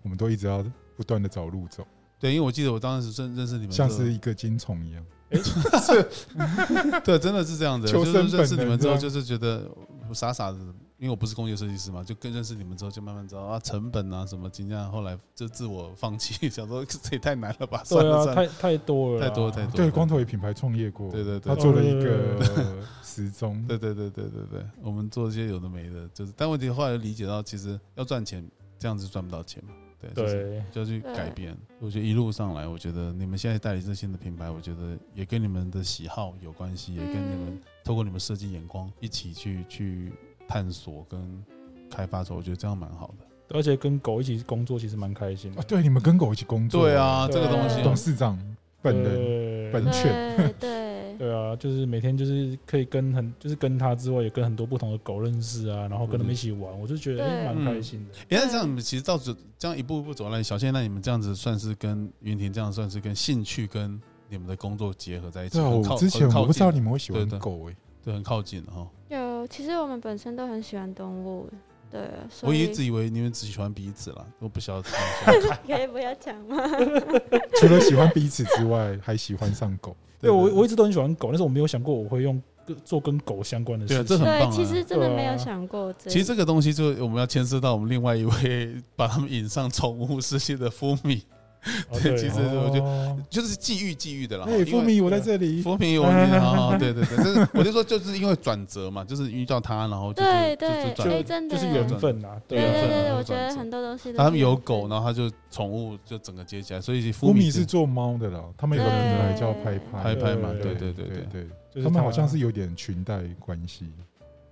[SPEAKER 1] 我们都一直要不断的找路走，
[SPEAKER 2] 对，因为我记得我当时认认识你们的时候，
[SPEAKER 1] 像是一个金虫一样。
[SPEAKER 2] 对，真的是这样子。
[SPEAKER 1] 求
[SPEAKER 2] 就是
[SPEAKER 1] 生本
[SPEAKER 2] 认识你
[SPEAKER 1] 能
[SPEAKER 2] 们之
[SPEAKER 1] 这
[SPEAKER 2] 后，
[SPEAKER 1] 样
[SPEAKER 2] 就是觉得傻傻的因为我不是工业设计师嘛，就更认识你们之后，就慢慢知道啊成本啊什么金价，后来就自我放弃，想说这也太难了吧，算
[SPEAKER 3] 对
[SPEAKER 2] 了
[SPEAKER 3] 啊，
[SPEAKER 2] 算了，
[SPEAKER 3] 太太多了啦，
[SPEAKER 2] 太多太多
[SPEAKER 1] 对，光头也品牌创业过，
[SPEAKER 2] 对对
[SPEAKER 1] 他
[SPEAKER 2] 对
[SPEAKER 1] 做了一个时钟，
[SPEAKER 2] 对对对对对对，我们做一些有的没的，就是但问题后来理解到，其实要赚钱这样子赚不到钱嘛，对，就是
[SPEAKER 3] 对，
[SPEAKER 2] 就要去
[SPEAKER 4] 对
[SPEAKER 2] 改变。我觉得一路上来，我觉得你们现在代理这新的品牌，我觉得也跟你们的喜好有关系，也跟你们
[SPEAKER 4] 嗯
[SPEAKER 2] 透过你们设计眼光一起去去探索跟开发出来，我觉得这样蛮好的。
[SPEAKER 3] 而且跟狗一起工作其实蛮开心的
[SPEAKER 2] 哦
[SPEAKER 1] 啊，，对，你们跟狗一起工作，
[SPEAKER 2] 对啊，这
[SPEAKER 3] 对
[SPEAKER 2] 个东
[SPEAKER 1] 董
[SPEAKER 2] 西，
[SPEAKER 1] 事长本人，
[SPEAKER 3] 人
[SPEAKER 1] 本人
[SPEAKER 4] 嗯对对
[SPEAKER 3] 对啊，就是每天就是可以跟很就是跟他之外，也跟很多不同的狗认识啊，然后跟他们一起玩，我就觉得哎
[SPEAKER 4] 对
[SPEAKER 3] 蛮、开心的。
[SPEAKER 2] 哎，那这样你们其实到这这样一步一步走来，小谢，那你们这样子算是跟云婷这样算是跟兴趣跟你们的工作结合在一起，
[SPEAKER 1] 对啊，
[SPEAKER 2] 很
[SPEAKER 1] 我
[SPEAKER 2] 靠
[SPEAKER 1] 之前
[SPEAKER 2] 很靠
[SPEAKER 1] 我不知道
[SPEAKER 2] 近
[SPEAKER 1] 你们会喜欢
[SPEAKER 2] 对对
[SPEAKER 1] 狗欸诶，
[SPEAKER 2] 对很靠近的啊哈。
[SPEAKER 4] 有，其实我们本身都很喜欢动物，对，所
[SPEAKER 2] 我
[SPEAKER 4] 以
[SPEAKER 2] 一直以为你们只喜欢彼此啦，我不晓得。
[SPEAKER 4] 可以不要讲吗？
[SPEAKER 1] 除了喜欢彼此之外，还喜欢上 狗。
[SPEAKER 3] 对我我一直都很喜欢狗，但是我没有想过我会用跟做跟狗相关的
[SPEAKER 2] 对啊
[SPEAKER 3] 事
[SPEAKER 2] 这
[SPEAKER 3] 情。
[SPEAKER 2] 很棒啊
[SPEAKER 4] 对，其实真的没
[SPEAKER 3] 对啊
[SPEAKER 4] 有想过这一，
[SPEAKER 2] 其实这个东西就我们要牵涉到我们另外一位把他们引上宠物世界的福米，
[SPEAKER 3] 哦
[SPEAKER 2] 对 其实我觉
[SPEAKER 1] 得，
[SPEAKER 2] 就是际遇际遇的啦。
[SPEAKER 1] 哎，
[SPEAKER 2] 啊因
[SPEAKER 1] 富
[SPEAKER 2] 为
[SPEAKER 1] 米，我在这里。
[SPEAKER 2] 福米，我觉得好好，对 对对，但是我就说就是因为转折嘛，就是遇到他，然后就是
[SPEAKER 4] 对
[SPEAKER 2] 就是
[SPEAKER 4] 对，
[SPEAKER 2] 转
[SPEAKER 4] 哎，
[SPEAKER 2] 折。
[SPEAKER 4] 真
[SPEAKER 3] 就
[SPEAKER 4] 的
[SPEAKER 3] 是
[SPEAKER 4] 耶，
[SPEAKER 3] 缘分啊，
[SPEAKER 4] 对
[SPEAKER 3] 对
[SPEAKER 4] 对
[SPEAKER 2] 缘分
[SPEAKER 4] 对
[SPEAKER 2] 啊
[SPEAKER 4] 对，
[SPEAKER 2] 就
[SPEAKER 4] 我
[SPEAKER 2] 转
[SPEAKER 4] 觉得
[SPEAKER 2] 折
[SPEAKER 4] 很多东西都是缘分，
[SPEAKER 2] 他们有狗，然后他就宠物就整个接起来，所以
[SPEAKER 1] 富
[SPEAKER 2] 福
[SPEAKER 1] 米
[SPEAKER 2] 米
[SPEAKER 1] 是做猫的啦，他们有个人来叫拍拍
[SPEAKER 2] 拍拍嘛，对
[SPEAKER 3] 对
[SPEAKER 1] 对
[SPEAKER 2] 对对对
[SPEAKER 1] 对。对，
[SPEAKER 3] 就是
[SPEAKER 1] 他们好像是有点裙带关系，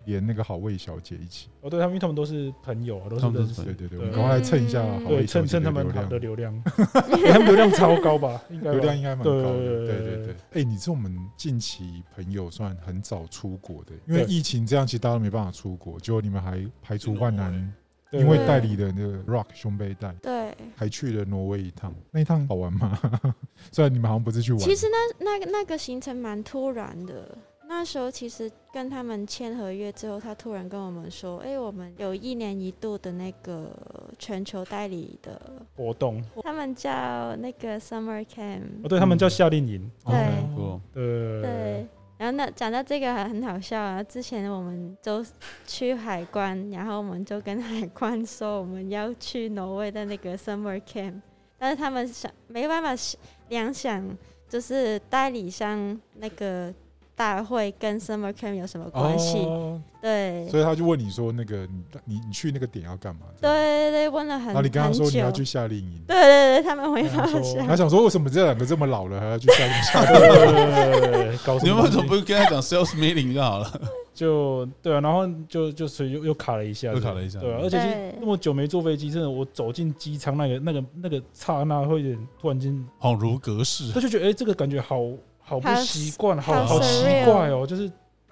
[SPEAKER 1] 连那个好味小姐一起。
[SPEAKER 3] 哦，对他们，因为他们都是朋友啊，都
[SPEAKER 2] 他
[SPEAKER 3] 是
[SPEAKER 2] 们都
[SPEAKER 3] 认
[SPEAKER 2] 是
[SPEAKER 3] 识
[SPEAKER 2] 对
[SPEAKER 1] 对对对，
[SPEAKER 3] 对
[SPEAKER 1] 我们赶快来蹭一下
[SPEAKER 2] 哦
[SPEAKER 1] 好
[SPEAKER 3] 对，
[SPEAKER 1] 味小
[SPEAKER 3] 蹭
[SPEAKER 1] 姐
[SPEAKER 3] 蹭
[SPEAKER 1] 的
[SPEAKER 3] 他
[SPEAKER 1] 流
[SPEAKER 3] 们好
[SPEAKER 1] 量，
[SPEAKER 3] 的流量， 欸他们流量超高吧？应该吧
[SPEAKER 1] 流量应该蛮高的。
[SPEAKER 3] 对
[SPEAKER 1] 对对对，哎，你是我们近期朋友算很早出国的，因为
[SPEAKER 3] 对
[SPEAKER 1] 疫情这样，其实大家都没办法出国，结果你们还排除万难
[SPEAKER 2] 去挪威，
[SPEAKER 3] 对
[SPEAKER 1] 因为
[SPEAKER 3] 对
[SPEAKER 1] 代理的那个 Rock 胸背带。
[SPEAKER 4] 对。
[SPEAKER 1] 还去了挪威一趟，那一趟好玩吗？ 虽然你们好像不是去玩，
[SPEAKER 4] 其实那那那个行程蛮突然的。那时候其实跟他们签合约之后，他突然跟我们说：“哎、我们有一年一度的那个全球代理的，
[SPEAKER 3] 活动，
[SPEAKER 4] 他们叫那个 Summer Camp
[SPEAKER 2] 嗯
[SPEAKER 3] 哦，。对他们叫夏令营，
[SPEAKER 1] 哦
[SPEAKER 4] 对
[SPEAKER 2] 哦
[SPEAKER 3] 对
[SPEAKER 4] 对，然后那讲到这个还很好笑啊。之前我们都去海关，然后我们就跟海关说我们要去挪威的那个 Summer Camp，但是他们想没办法想联想，就是代理商那个大会跟 Summer Camp 有什么关系？
[SPEAKER 1] 哦
[SPEAKER 4] 对。
[SPEAKER 1] 所以他就问你说那个你你你去那个点要干嘛？
[SPEAKER 4] 对，对对，问了很
[SPEAKER 1] 然后你跟他说
[SPEAKER 4] 很
[SPEAKER 1] 你
[SPEAKER 4] 久
[SPEAKER 1] 要去夏令营，
[SPEAKER 4] 对对对，他们没
[SPEAKER 3] 跟他
[SPEAKER 4] 办法
[SPEAKER 3] 说
[SPEAKER 4] 想
[SPEAKER 1] 他，想说为什么这两个这么老了还要去夏令营？
[SPEAKER 3] 对，搞什
[SPEAKER 2] 你们为什么
[SPEAKER 3] 东西
[SPEAKER 2] 不跟他讲 sales meeting 就好了？
[SPEAKER 3] 就对啊，然后就就所以又又卡了一下，
[SPEAKER 2] 又卡了一下嗯
[SPEAKER 3] 对啊，而且其实
[SPEAKER 4] 对
[SPEAKER 3] 那么久没坐飞机，真的我走进机舱那个那个那个刹那，会有点突然间，
[SPEAKER 2] 恍如隔世
[SPEAKER 3] 他，就觉得哎、这个感觉好好不
[SPEAKER 4] 好
[SPEAKER 3] 习惯，好
[SPEAKER 4] 好
[SPEAKER 3] 好奇
[SPEAKER 4] surreal
[SPEAKER 3] 怪哦，就是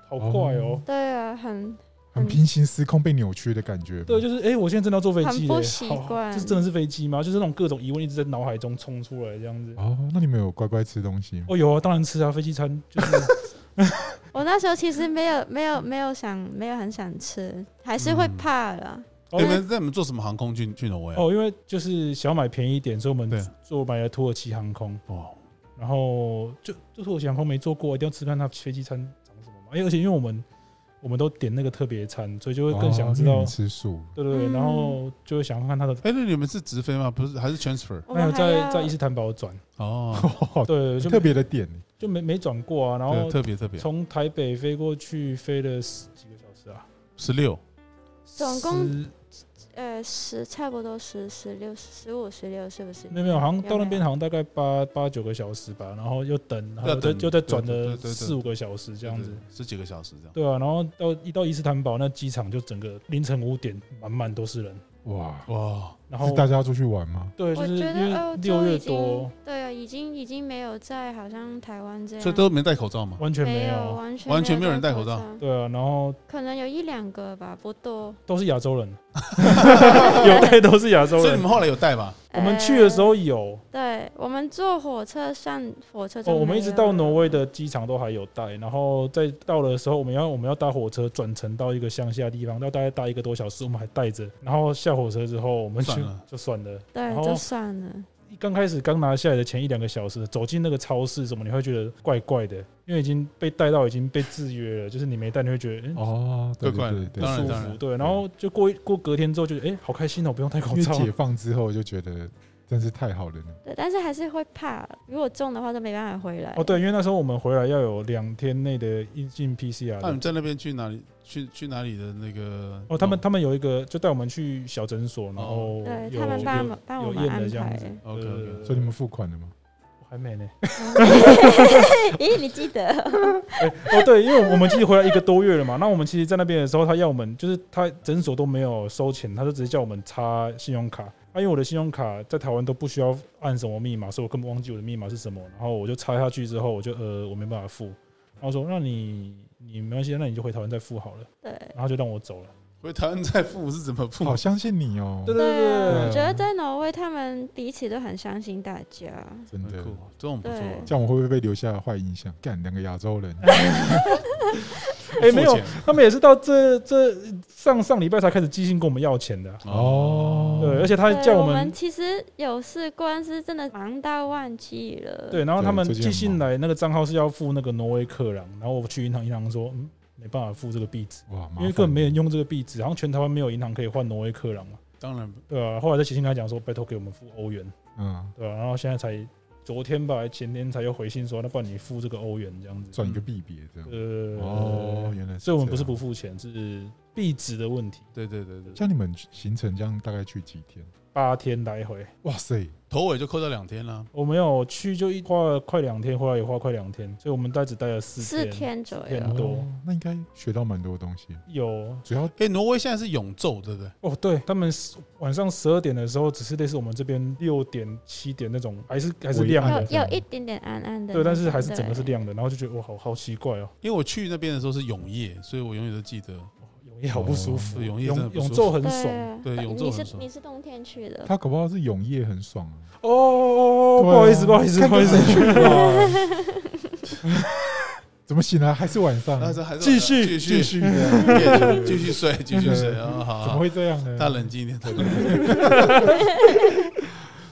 [SPEAKER 3] 好怪哦
[SPEAKER 1] 哦，
[SPEAKER 4] 对啊，很
[SPEAKER 1] 很平行时空被扭曲的感觉。
[SPEAKER 3] 对，就是哎、我现在真的要坐飞
[SPEAKER 4] 很
[SPEAKER 3] 机、
[SPEAKER 4] 不
[SPEAKER 3] 耶
[SPEAKER 4] 习
[SPEAKER 3] 好
[SPEAKER 4] 惯
[SPEAKER 3] 就是真的是飞机吗？就是那种各种疑问一直在脑海中冲出来这样子。
[SPEAKER 1] 哦，那你们有乖乖吃东西吗？
[SPEAKER 3] 哦，有啊，当然吃啊，飞机餐 就是
[SPEAKER 4] 我那时候其实没有没有没有想没有很想吃，还是会
[SPEAKER 2] 嗯
[SPEAKER 4] 怕了。
[SPEAKER 3] 哦
[SPEAKER 2] 你们在你们做什么航空去去挪威啊？
[SPEAKER 3] 哦，因为就是想要买便宜一点，所以我们
[SPEAKER 2] 对
[SPEAKER 3] 做买了土耳其航空。
[SPEAKER 2] 哇，
[SPEAKER 3] 然后就就土耳其航空没做过，一定要吃看它飞机餐长什么嘛。哎而且因为我们我们都点那个特别餐，所以就会更想知
[SPEAKER 1] 哦因为你
[SPEAKER 3] 道，
[SPEAKER 1] 们吃素。
[SPEAKER 3] 对对对，
[SPEAKER 4] 嗯
[SPEAKER 3] 然后就会想看看它的。
[SPEAKER 2] 哎，那你们是直飞吗？不是，还是 transfer？
[SPEAKER 4] 我
[SPEAKER 3] 还有
[SPEAKER 4] 们还
[SPEAKER 3] 哎在
[SPEAKER 4] 要
[SPEAKER 3] 在伊斯坦堡转，
[SPEAKER 2] 哦，
[SPEAKER 3] 对，就
[SPEAKER 1] 特别的点，
[SPEAKER 3] 就没没转过啊。然
[SPEAKER 2] 对，
[SPEAKER 3] 后
[SPEAKER 2] 特别特别，
[SPEAKER 3] 从台北飞过去，飞了十几个小时啊，
[SPEAKER 2] 十六
[SPEAKER 4] 总共
[SPEAKER 3] 十
[SPEAKER 4] 呃十差不多十十六十五十六是不是？
[SPEAKER 3] 没有没有，好像到那边
[SPEAKER 4] 有
[SPEAKER 3] 好像大概八八九个小时吧，然后又等，然
[SPEAKER 2] 要
[SPEAKER 3] 后再
[SPEAKER 2] 等
[SPEAKER 3] 又再转
[SPEAKER 2] 对对
[SPEAKER 3] 了
[SPEAKER 2] 对对对
[SPEAKER 3] 四五个小时这样子。，
[SPEAKER 2] 十几个小时这样。
[SPEAKER 3] 对啊，然后到一到伊斯坦堡那机场就整个凌晨五点满满都是人，
[SPEAKER 1] 哇！
[SPEAKER 2] 哇，
[SPEAKER 3] 然
[SPEAKER 1] 是
[SPEAKER 3] 后
[SPEAKER 1] 大家要出去玩吗？
[SPEAKER 3] 对，就
[SPEAKER 4] 我
[SPEAKER 3] 是
[SPEAKER 4] 觉
[SPEAKER 3] 因
[SPEAKER 4] 得
[SPEAKER 3] 为
[SPEAKER 4] 欧
[SPEAKER 3] 六
[SPEAKER 4] 洲
[SPEAKER 3] 月
[SPEAKER 4] 已经
[SPEAKER 3] 多
[SPEAKER 4] 对啊，已经已经没有在好像台湾这样，
[SPEAKER 2] 所以都没戴口罩嘛？
[SPEAKER 3] 完全
[SPEAKER 4] 没
[SPEAKER 3] 没
[SPEAKER 4] 有啊
[SPEAKER 3] 有，
[SPEAKER 4] 完全
[SPEAKER 2] 完全没有人戴口
[SPEAKER 4] 口
[SPEAKER 2] 罩，
[SPEAKER 3] 对啊，然后
[SPEAKER 4] 可能有一两个吧，不多。
[SPEAKER 3] 都是亚洲 人， 有对都是亚
[SPEAKER 2] 所
[SPEAKER 3] 洲
[SPEAKER 2] 以你
[SPEAKER 3] 人。
[SPEAKER 2] 们后来有戴吧？
[SPEAKER 3] 我们去的时
[SPEAKER 4] 呃，
[SPEAKER 3] 候有
[SPEAKER 4] 对我们坐火车上火车
[SPEAKER 3] 哦，
[SPEAKER 4] 站，
[SPEAKER 3] 我们一直到挪威的机场都还有带，然后再到的时候，我们要我们要搭火车转乘到一个乡下的地方，要大概搭一个多小时，我们还带着，然后下火车之后我们就
[SPEAKER 2] 算了
[SPEAKER 3] 就算了，
[SPEAKER 4] 对
[SPEAKER 3] 然后
[SPEAKER 4] 就算了，
[SPEAKER 3] 一刚开始刚拿下来的前一两个小时，走进那个超市什么，你会觉得怪怪的，因为已经被带到已经被制约了，就是你没带，你会觉得、嗯
[SPEAKER 1] 哦，对
[SPEAKER 2] 怪
[SPEAKER 1] 对
[SPEAKER 2] 怪的
[SPEAKER 1] 对对
[SPEAKER 2] 当然
[SPEAKER 3] 舒服，对，然后就过一过隔天之后就，哎、好开心哦、不用戴口
[SPEAKER 1] 因为
[SPEAKER 3] 罩，
[SPEAKER 1] 解放之后就觉得真是太好了呢。
[SPEAKER 4] 对，但是还是会怕，如果中的话都没办法回来。
[SPEAKER 3] 哦，对，因为那时候我们回来要有两天内的阴性
[SPEAKER 2] 那
[SPEAKER 3] PCR
[SPEAKER 2] 你
[SPEAKER 3] 的
[SPEAKER 2] 们在那边去哪里？去去哪里的那个？
[SPEAKER 3] 哦，他们他们有一个就带我们去小诊所，然后
[SPEAKER 4] 对
[SPEAKER 3] 有
[SPEAKER 4] 他们帮我
[SPEAKER 3] 有
[SPEAKER 4] 们帮我
[SPEAKER 3] 有
[SPEAKER 4] 们
[SPEAKER 3] 验
[SPEAKER 4] 安
[SPEAKER 3] 的这样
[SPEAKER 4] 排
[SPEAKER 3] 子。
[SPEAKER 2] OK
[SPEAKER 3] 对
[SPEAKER 2] OK，
[SPEAKER 3] 对对
[SPEAKER 1] 所以你们付款了吗？
[SPEAKER 3] 我还没呢。
[SPEAKER 4] 咦，你记得？
[SPEAKER 3] 哎哦，对，因为我们其实回来一个多月了嘛，那我们其实在那边的时候，他要我们就是他诊所都没有收钱，他就直接叫我们插信用卡。啊，因为我的信用卡在台湾都不需要按什么密码，所以我根本忘记我的密码是什么。然后我就插下去之后，我就呃我没办法付，然后说那你你没关系，那你就回台湾再付好了。
[SPEAKER 4] 对
[SPEAKER 3] 然后就让我走了。
[SPEAKER 2] 回台湾再付是怎么付？
[SPEAKER 1] 好相信你哦，
[SPEAKER 3] 对
[SPEAKER 4] 对啊，我
[SPEAKER 1] 对
[SPEAKER 4] 觉得在挪威他们彼此都很相信大家。
[SPEAKER 1] 真
[SPEAKER 2] 很
[SPEAKER 1] 的。
[SPEAKER 2] 酷，这种不错啊。
[SPEAKER 1] 这样我会不会被留下坏印象？干两个亚洲人，
[SPEAKER 3] 哎，没有
[SPEAKER 2] 付，钱
[SPEAKER 3] 他们也是到这这上上礼拜才开始寄信跟我们要钱的啊、
[SPEAKER 1] 哦
[SPEAKER 3] 对，而且他
[SPEAKER 4] 对，
[SPEAKER 3] 叫
[SPEAKER 4] 我
[SPEAKER 3] 我们
[SPEAKER 4] 其实有事关是真的忙到忘记了。
[SPEAKER 3] 对，然后他
[SPEAKER 1] 对
[SPEAKER 3] 们
[SPEAKER 1] 最近
[SPEAKER 3] 寄
[SPEAKER 1] 很
[SPEAKER 3] 信
[SPEAKER 1] 忙
[SPEAKER 3] 来那个账号是要付那个挪威克朗，然后我去银行，银行说嗯没办法付这个币值，
[SPEAKER 1] 哇，麻
[SPEAKER 3] 因为根本没人
[SPEAKER 1] 烦
[SPEAKER 3] 用这个币值，好像全台湾没有银行可以换挪威克朗嘛，
[SPEAKER 2] 当然
[SPEAKER 3] 对啊，后来在写信跟他讲说拜托给我们付欧元，
[SPEAKER 1] 嗯，
[SPEAKER 3] 对啊，然后现在才昨天吧，前天才又回信说那不然你付这个欧元这样子，
[SPEAKER 1] 赚一个币别这样。
[SPEAKER 3] 呃，
[SPEAKER 1] 哦，，原来是这样。
[SPEAKER 3] 嗯所以我们不是不付钱，是币值的问题，
[SPEAKER 2] 对对对对，
[SPEAKER 1] 像你们行程这样大概去几天？
[SPEAKER 3] 八天来回，
[SPEAKER 1] 哇塞，
[SPEAKER 2] 头尾就扣掉两天啦。
[SPEAKER 3] 我没有去就一花了快两天，回来也花快两天，所以我们大概只待了四
[SPEAKER 4] 四
[SPEAKER 3] 天，
[SPEAKER 4] 天左
[SPEAKER 3] 四
[SPEAKER 4] 右
[SPEAKER 3] 天。多
[SPEAKER 1] 哦那应该学到蛮多东西。
[SPEAKER 3] 有
[SPEAKER 1] 主要
[SPEAKER 2] 哎，挪威现在是永昼，对不对？
[SPEAKER 3] 哦，对他们是晚上十二点的时候，只是类似我们这边六点、七点那种，还是还是
[SPEAKER 1] 微
[SPEAKER 3] 亮
[SPEAKER 1] 暗
[SPEAKER 3] 的
[SPEAKER 1] 的，
[SPEAKER 4] 有有一点点暗暗的那种。
[SPEAKER 3] 对，但是还是整个是
[SPEAKER 4] 对
[SPEAKER 3] 亮的，然后就觉得哇，好好奇怪哦，
[SPEAKER 2] 因为我去那边的时候是永夜，所以我永远都记得。
[SPEAKER 3] 永夜好不舒服，
[SPEAKER 2] 哦对永夜真的
[SPEAKER 3] 永
[SPEAKER 2] 不舒
[SPEAKER 3] 永
[SPEAKER 2] 服
[SPEAKER 3] 昼很
[SPEAKER 4] 对
[SPEAKER 3] 爽
[SPEAKER 4] 啊
[SPEAKER 2] 对
[SPEAKER 4] 但
[SPEAKER 2] 永昼
[SPEAKER 4] 你
[SPEAKER 2] 很
[SPEAKER 4] 是
[SPEAKER 2] 爽
[SPEAKER 4] 你是冬天去的，
[SPEAKER 1] 他搞不好是永夜很爽啊。
[SPEAKER 3] 哦哦，哦不好意思，不好意思，
[SPEAKER 1] 看
[SPEAKER 3] 不好意思，
[SPEAKER 1] 思。怎么醒来还是晚上？
[SPEAKER 2] 但
[SPEAKER 1] 怎
[SPEAKER 2] 是还是
[SPEAKER 3] 继续
[SPEAKER 2] 继
[SPEAKER 1] 继
[SPEAKER 2] 续
[SPEAKER 1] 续
[SPEAKER 2] 对继续睡，继续睡啊！好好，
[SPEAKER 1] 么会这样呢？
[SPEAKER 2] 大家冷静一点，大家冷静。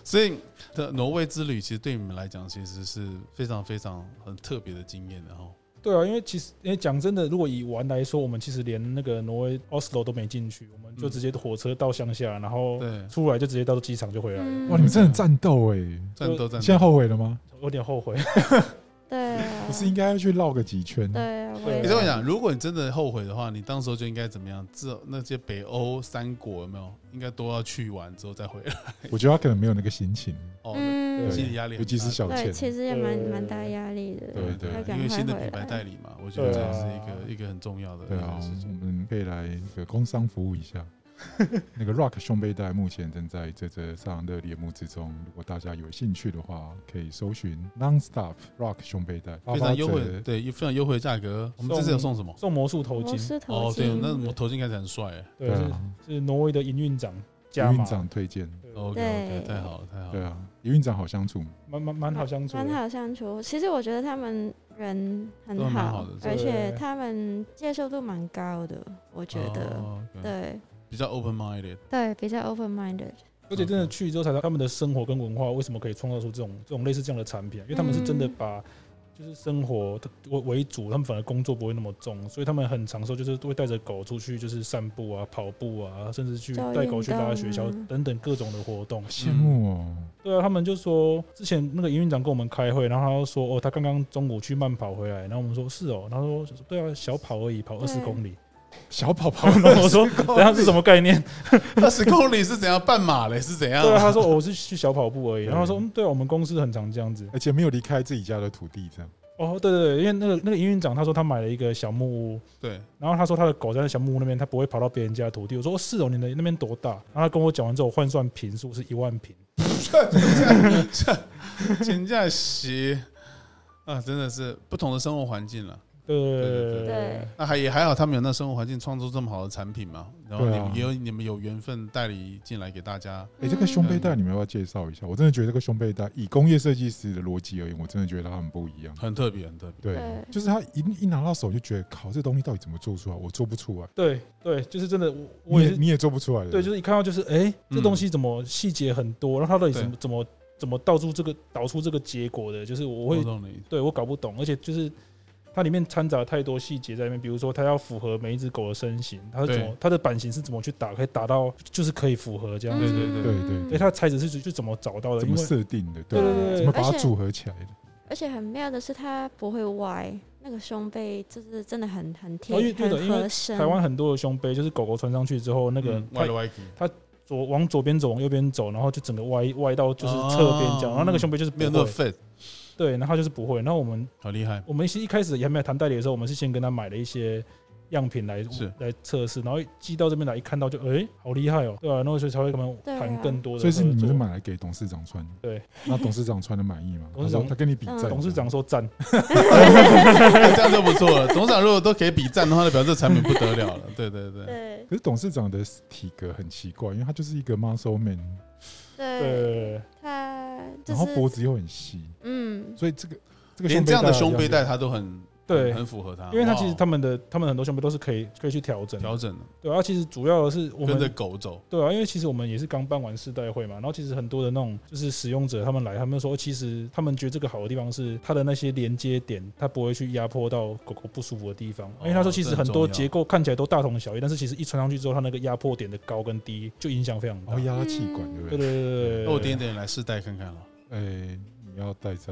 [SPEAKER 2] 所以，的挪威之旅其实对你们来讲，其实是非常非常很特别的经验的哈。
[SPEAKER 3] 对啊，因为其实，因为讲真的，如果以玩来说，我们其实连那个挪威 Oslo 都没进去，我们
[SPEAKER 2] 嗯
[SPEAKER 3] 就直接火车到乡下，然后
[SPEAKER 2] 对，
[SPEAKER 3] 出来就直接到机场就回来了，
[SPEAKER 4] 嗯
[SPEAKER 1] 哇，你们真的很战斗哎！
[SPEAKER 2] 战斗战
[SPEAKER 1] 现在
[SPEAKER 2] 斗，
[SPEAKER 1] 后悔了吗？
[SPEAKER 3] 我有点后悔。
[SPEAKER 4] 对啊
[SPEAKER 1] 不，是应该要去绕个几圈？
[SPEAKER 4] 对啊，我
[SPEAKER 3] 对
[SPEAKER 4] 也
[SPEAKER 2] 你这么讲，如果你真的后悔的话，你当时候就应该怎么样？这那些北欧三国有没有？应该都要去完之后再回 来。
[SPEAKER 1] 我觉得他可能没有那个心情，
[SPEAKER 2] 哦，
[SPEAKER 4] 嗯
[SPEAKER 2] 那
[SPEAKER 1] 对
[SPEAKER 2] 心理压力很大，
[SPEAKER 1] 尤其是小
[SPEAKER 4] 对，其
[SPEAKER 1] 倩。
[SPEAKER 4] 实也蛮蛮大
[SPEAKER 3] 对
[SPEAKER 4] 压力的。
[SPEAKER 1] 对对
[SPEAKER 4] 要
[SPEAKER 2] 对，
[SPEAKER 4] 赶
[SPEAKER 2] 因为
[SPEAKER 4] 快
[SPEAKER 2] 新的
[SPEAKER 4] 回
[SPEAKER 2] 品牌
[SPEAKER 4] 来
[SPEAKER 2] 代理嘛，我觉得这
[SPEAKER 3] 对
[SPEAKER 2] 也
[SPEAKER 3] 啊
[SPEAKER 2] 是一个一个很重要的
[SPEAKER 1] 对
[SPEAKER 2] 一
[SPEAKER 1] 啊
[SPEAKER 4] 嗯
[SPEAKER 2] 个事，
[SPEAKER 1] 我
[SPEAKER 2] 情。
[SPEAKER 1] 们可以来一个工商服务一 下。那个 Rock 胸背带目前正在这这上的节目之中，如果大家有兴趣的话，可以搜寻 Nonstop Rock 胸背带，
[SPEAKER 2] 非常优
[SPEAKER 1] 发包
[SPEAKER 2] 惠，
[SPEAKER 1] 者。
[SPEAKER 2] 对，非常优惠的价格。我们这次有送什么？
[SPEAKER 3] 送魔术头
[SPEAKER 4] 我
[SPEAKER 3] 巾，
[SPEAKER 4] 是头
[SPEAKER 2] 哦，对，
[SPEAKER 4] 巾，
[SPEAKER 2] 那我头巾看起来很帅欸。
[SPEAKER 3] 对，
[SPEAKER 1] 啊，
[SPEAKER 3] 是是挪威的营运长加
[SPEAKER 1] 余
[SPEAKER 3] 码
[SPEAKER 1] 院，长推荐。
[SPEAKER 3] 对
[SPEAKER 2] OK
[SPEAKER 4] 对
[SPEAKER 2] OK，太好了，太好了。
[SPEAKER 1] 对啊，余院长好相处吗，
[SPEAKER 3] 蛮蛮蛮好相处的
[SPEAKER 4] 蛮。好相处。其实我觉得他们人很
[SPEAKER 2] 都蛮
[SPEAKER 4] 好，
[SPEAKER 2] 好的
[SPEAKER 4] 而
[SPEAKER 3] 对
[SPEAKER 4] 且他们接受度蛮高的，我觉得。
[SPEAKER 2] 哦，OK
[SPEAKER 4] 对
[SPEAKER 2] 比较 open minded，
[SPEAKER 4] 对，比较 open minded。
[SPEAKER 3] 而且真的
[SPEAKER 2] OK
[SPEAKER 3] 去之后才知道他们的生活跟文化为什么可以创造出这种这种类似这样的产品啊，因为他们是真的
[SPEAKER 4] 嗯
[SPEAKER 3] 把就是生活的为为主，他们反而工作不会那么重，所以他们很常说就是会带着狗出去就是散步啊、跑步啊，甚至去
[SPEAKER 4] 做
[SPEAKER 3] 带狗去
[SPEAKER 4] 运动
[SPEAKER 3] 拉雪橇
[SPEAKER 4] 啊
[SPEAKER 3] 等等各种的活动
[SPEAKER 1] 好。羡慕哦。
[SPEAKER 3] 对啊，他们就说之前那个营运长跟我们开会，然后他就说哦，他刚刚中午去慢跑回来，然后我们说是哦，然后他说对啊，小跑而已，跑二十
[SPEAKER 4] 对
[SPEAKER 3] 公里。
[SPEAKER 1] 小跑跑
[SPEAKER 3] 然后我说等一下是什么概念？
[SPEAKER 2] 二十公里是怎样半马嘞？是怎样？
[SPEAKER 3] 对啊，他说我是去小跑步而已。然后他说
[SPEAKER 1] 对
[SPEAKER 3] 嗯，对啊，我们公司很常这样子。
[SPEAKER 1] 而且没有离开自己家的土地，这样
[SPEAKER 3] 哦，对对对，因为那个那个营运长他说他买了一个小木屋，
[SPEAKER 2] 对，
[SPEAKER 3] 然后他说他的狗在小木屋那边，他不会跑到别人家的土地。我说哦是哦，你的那边多大？然后他跟我讲完之后，我换算平数是一万平。
[SPEAKER 2] 请假席啊，真的是不同的生活环境了。
[SPEAKER 3] 对
[SPEAKER 2] 对
[SPEAKER 4] 对对
[SPEAKER 2] 那还也还好，他们有那生活环境，创作这么好的产品嘛。然后你
[SPEAKER 1] 对啊
[SPEAKER 2] 们也有你们有缘分代理进来给大家。
[SPEAKER 1] 哎、
[SPEAKER 3] 嗯
[SPEAKER 1] 这个胸背带你们要不要介绍一下？我真的觉得这个胸背带，以工业设计师的逻辑而言，我真的觉得它很不一样。
[SPEAKER 2] 很特别，很特别。
[SPEAKER 1] 对，啊
[SPEAKER 4] 对
[SPEAKER 1] 就是他一一拿到手就觉得，靠，这东西到底怎么做出来？我做不出来，
[SPEAKER 3] 对对，就是真的，我我
[SPEAKER 1] 你
[SPEAKER 3] 也
[SPEAKER 1] 也
[SPEAKER 3] 是
[SPEAKER 1] 你也做不出来的。
[SPEAKER 3] 对，就是一看到就是哎，
[SPEAKER 2] 嗯
[SPEAKER 3] 这东西怎么细节很多，然后它到底怎么怎么怎么导出这个导出这个结果的，就是我会
[SPEAKER 2] 我懂你，
[SPEAKER 3] 对我搞不懂，而且就是它里面掺杂太多细节在里面，比如说它要符合每一只狗的身形，它是怎么
[SPEAKER 2] 对
[SPEAKER 3] 它的版型是怎么去打，可以打到就是可以符合这样
[SPEAKER 4] 嗯
[SPEAKER 3] 子。
[SPEAKER 2] 对对
[SPEAKER 1] 对对
[SPEAKER 4] 嗯
[SPEAKER 3] 对，它的材质是就就怎么找到的，
[SPEAKER 1] 怎
[SPEAKER 3] 因
[SPEAKER 1] 么
[SPEAKER 3] 为
[SPEAKER 1] 设定的？
[SPEAKER 3] 对
[SPEAKER 1] 对，啊
[SPEAKER 3] 对对
[SPEAKER 1] 怎么
[SPEAKER 3] 对，
[SPEAKER 1] 把
[SPEAKER 4] 而
[SPEAKER 1] 它
[SPEAKER 4] 且
[SPEAKER 1] 组合起来的？
[SPEAKER 4] 而且很妙的是，它不会歪，那个胸背就是真的很很贴
[SPEAKER 3] 哦因为，对的
[SPEAKER 4] 很
[SPEAKER 3] 因为
[SPEAKER 4] 合身。
[SPEAKER 3] 台湾很多的胸杯就是狗狗穿上去之后，那个
[SPEAKER 2] 嗯
[SPEAKER 3] 它
[SPEAKER 2] 歪了歪去，
[SPEAKER 3] 左往左边走，往右边走，然后就整个歪歪到就是侧边这样，
[SPEAKER 2] 哦
[SPEAKER 3] 然后那个胸杯就是不
[SPEAKER 2] 没有那么
[SPEAKER 3] 会，
[SPEAKER 2] fit，
[SPEAKER 3] 对，然后它就是不会。然后我们
[SPEAKER 2] 好厉害。
[SPEAKER 3] 我们是一开始也还没有谈代理的时候，我们是先跟他买了一些样品来
[SPEAKER 2] 是
[SPEAKER 3] 来测试，然后寄到这边来一看到就哎、诶好厉害哦、对啊，啊然后所以才会跟他们
[SPEAKER 4] 对啊
[SPEAKER 3] 谈更多的
[SPEAKER 1] 所以是你们
[SPEAKER 3] 合
[SPEAKER 1] 是
[SPEAKER 3] 作
[SPEAKER 1] 买来给董事长穿的？
[SPEAKER 3] 对，
[SPEAKER 1] 那董事长穿的满意吗？
[SPEAKER 3] 董事
[SPEAKER 1] 他说
[SPEAKER 3] 长
[SPEAKER 1] 他跟你比
[SPEAKER 4] 嗯
[SPEAKER 1] 赞，
[SPEAKER 3] 董事长说赞，
[SPEAKER 2] 这样就不错了。董事长如果都可以比赞的话，代表这产品不得了了。对对对，
[SPEAKER 4] 对
[SPEAKER 1] 可是董事长的体格很奇怪，因为他就是一个 muscle man，
[SPEAKER 4] 对，
[SPEAKER 3] 对，
[SPEAKER 4] 它就
[SPEAKER 1] 然后脖
[SPEAKER 4] 是
[SPEAKER 1] 子又很细，
[SPEAKER 4] 嗯，
[SPEAKER 1] 所以这个这个
[SPEAKER 2] 连这样的胸背
[SPEAKER 1] 背
[SPEAKER 2] 带
[SPEAKER 1] 它
[SPEAKER 2] 它都很
[SPEAKER 3] 对
[SPEAKER 2] 很符合它，
[SPEAKER 3] 因为它其实
[SPEAKER 2] 哇
[SPEAKER 3] 他们的他们很多胸部都是可以可以去调整的，
[SPEAKER 2] 调整了，
[SPEAKER 3] 对啊，其实主要的是我
[SPEAKER 2] 跟着
[SPEAKER 3] 们
[SPEAKER 2] 狗走，
[SPEAKER 3] 对啊，因为其实我们也是刚办完试代会嘛，然后其实很多的那种就是使用者他们来，他们说其实他们觉得这个好的地方是它的那些连接点，它不会去压迫到狗狗不舒服的地方。因为他说其实很多结构看起来都大同小异，但是其实一穿上去之后，它那个压迫点的高跟低就影响非常大
[SPEAKER 1] 然后。哦压到气管，对不对？
[SPEAKER 3] 对对对对
[SPEAKER 2] 那我哦点点来试戴看看了。
[SPEAKER 4] 嗯
[SPEAKER 1] 哎，你要戴在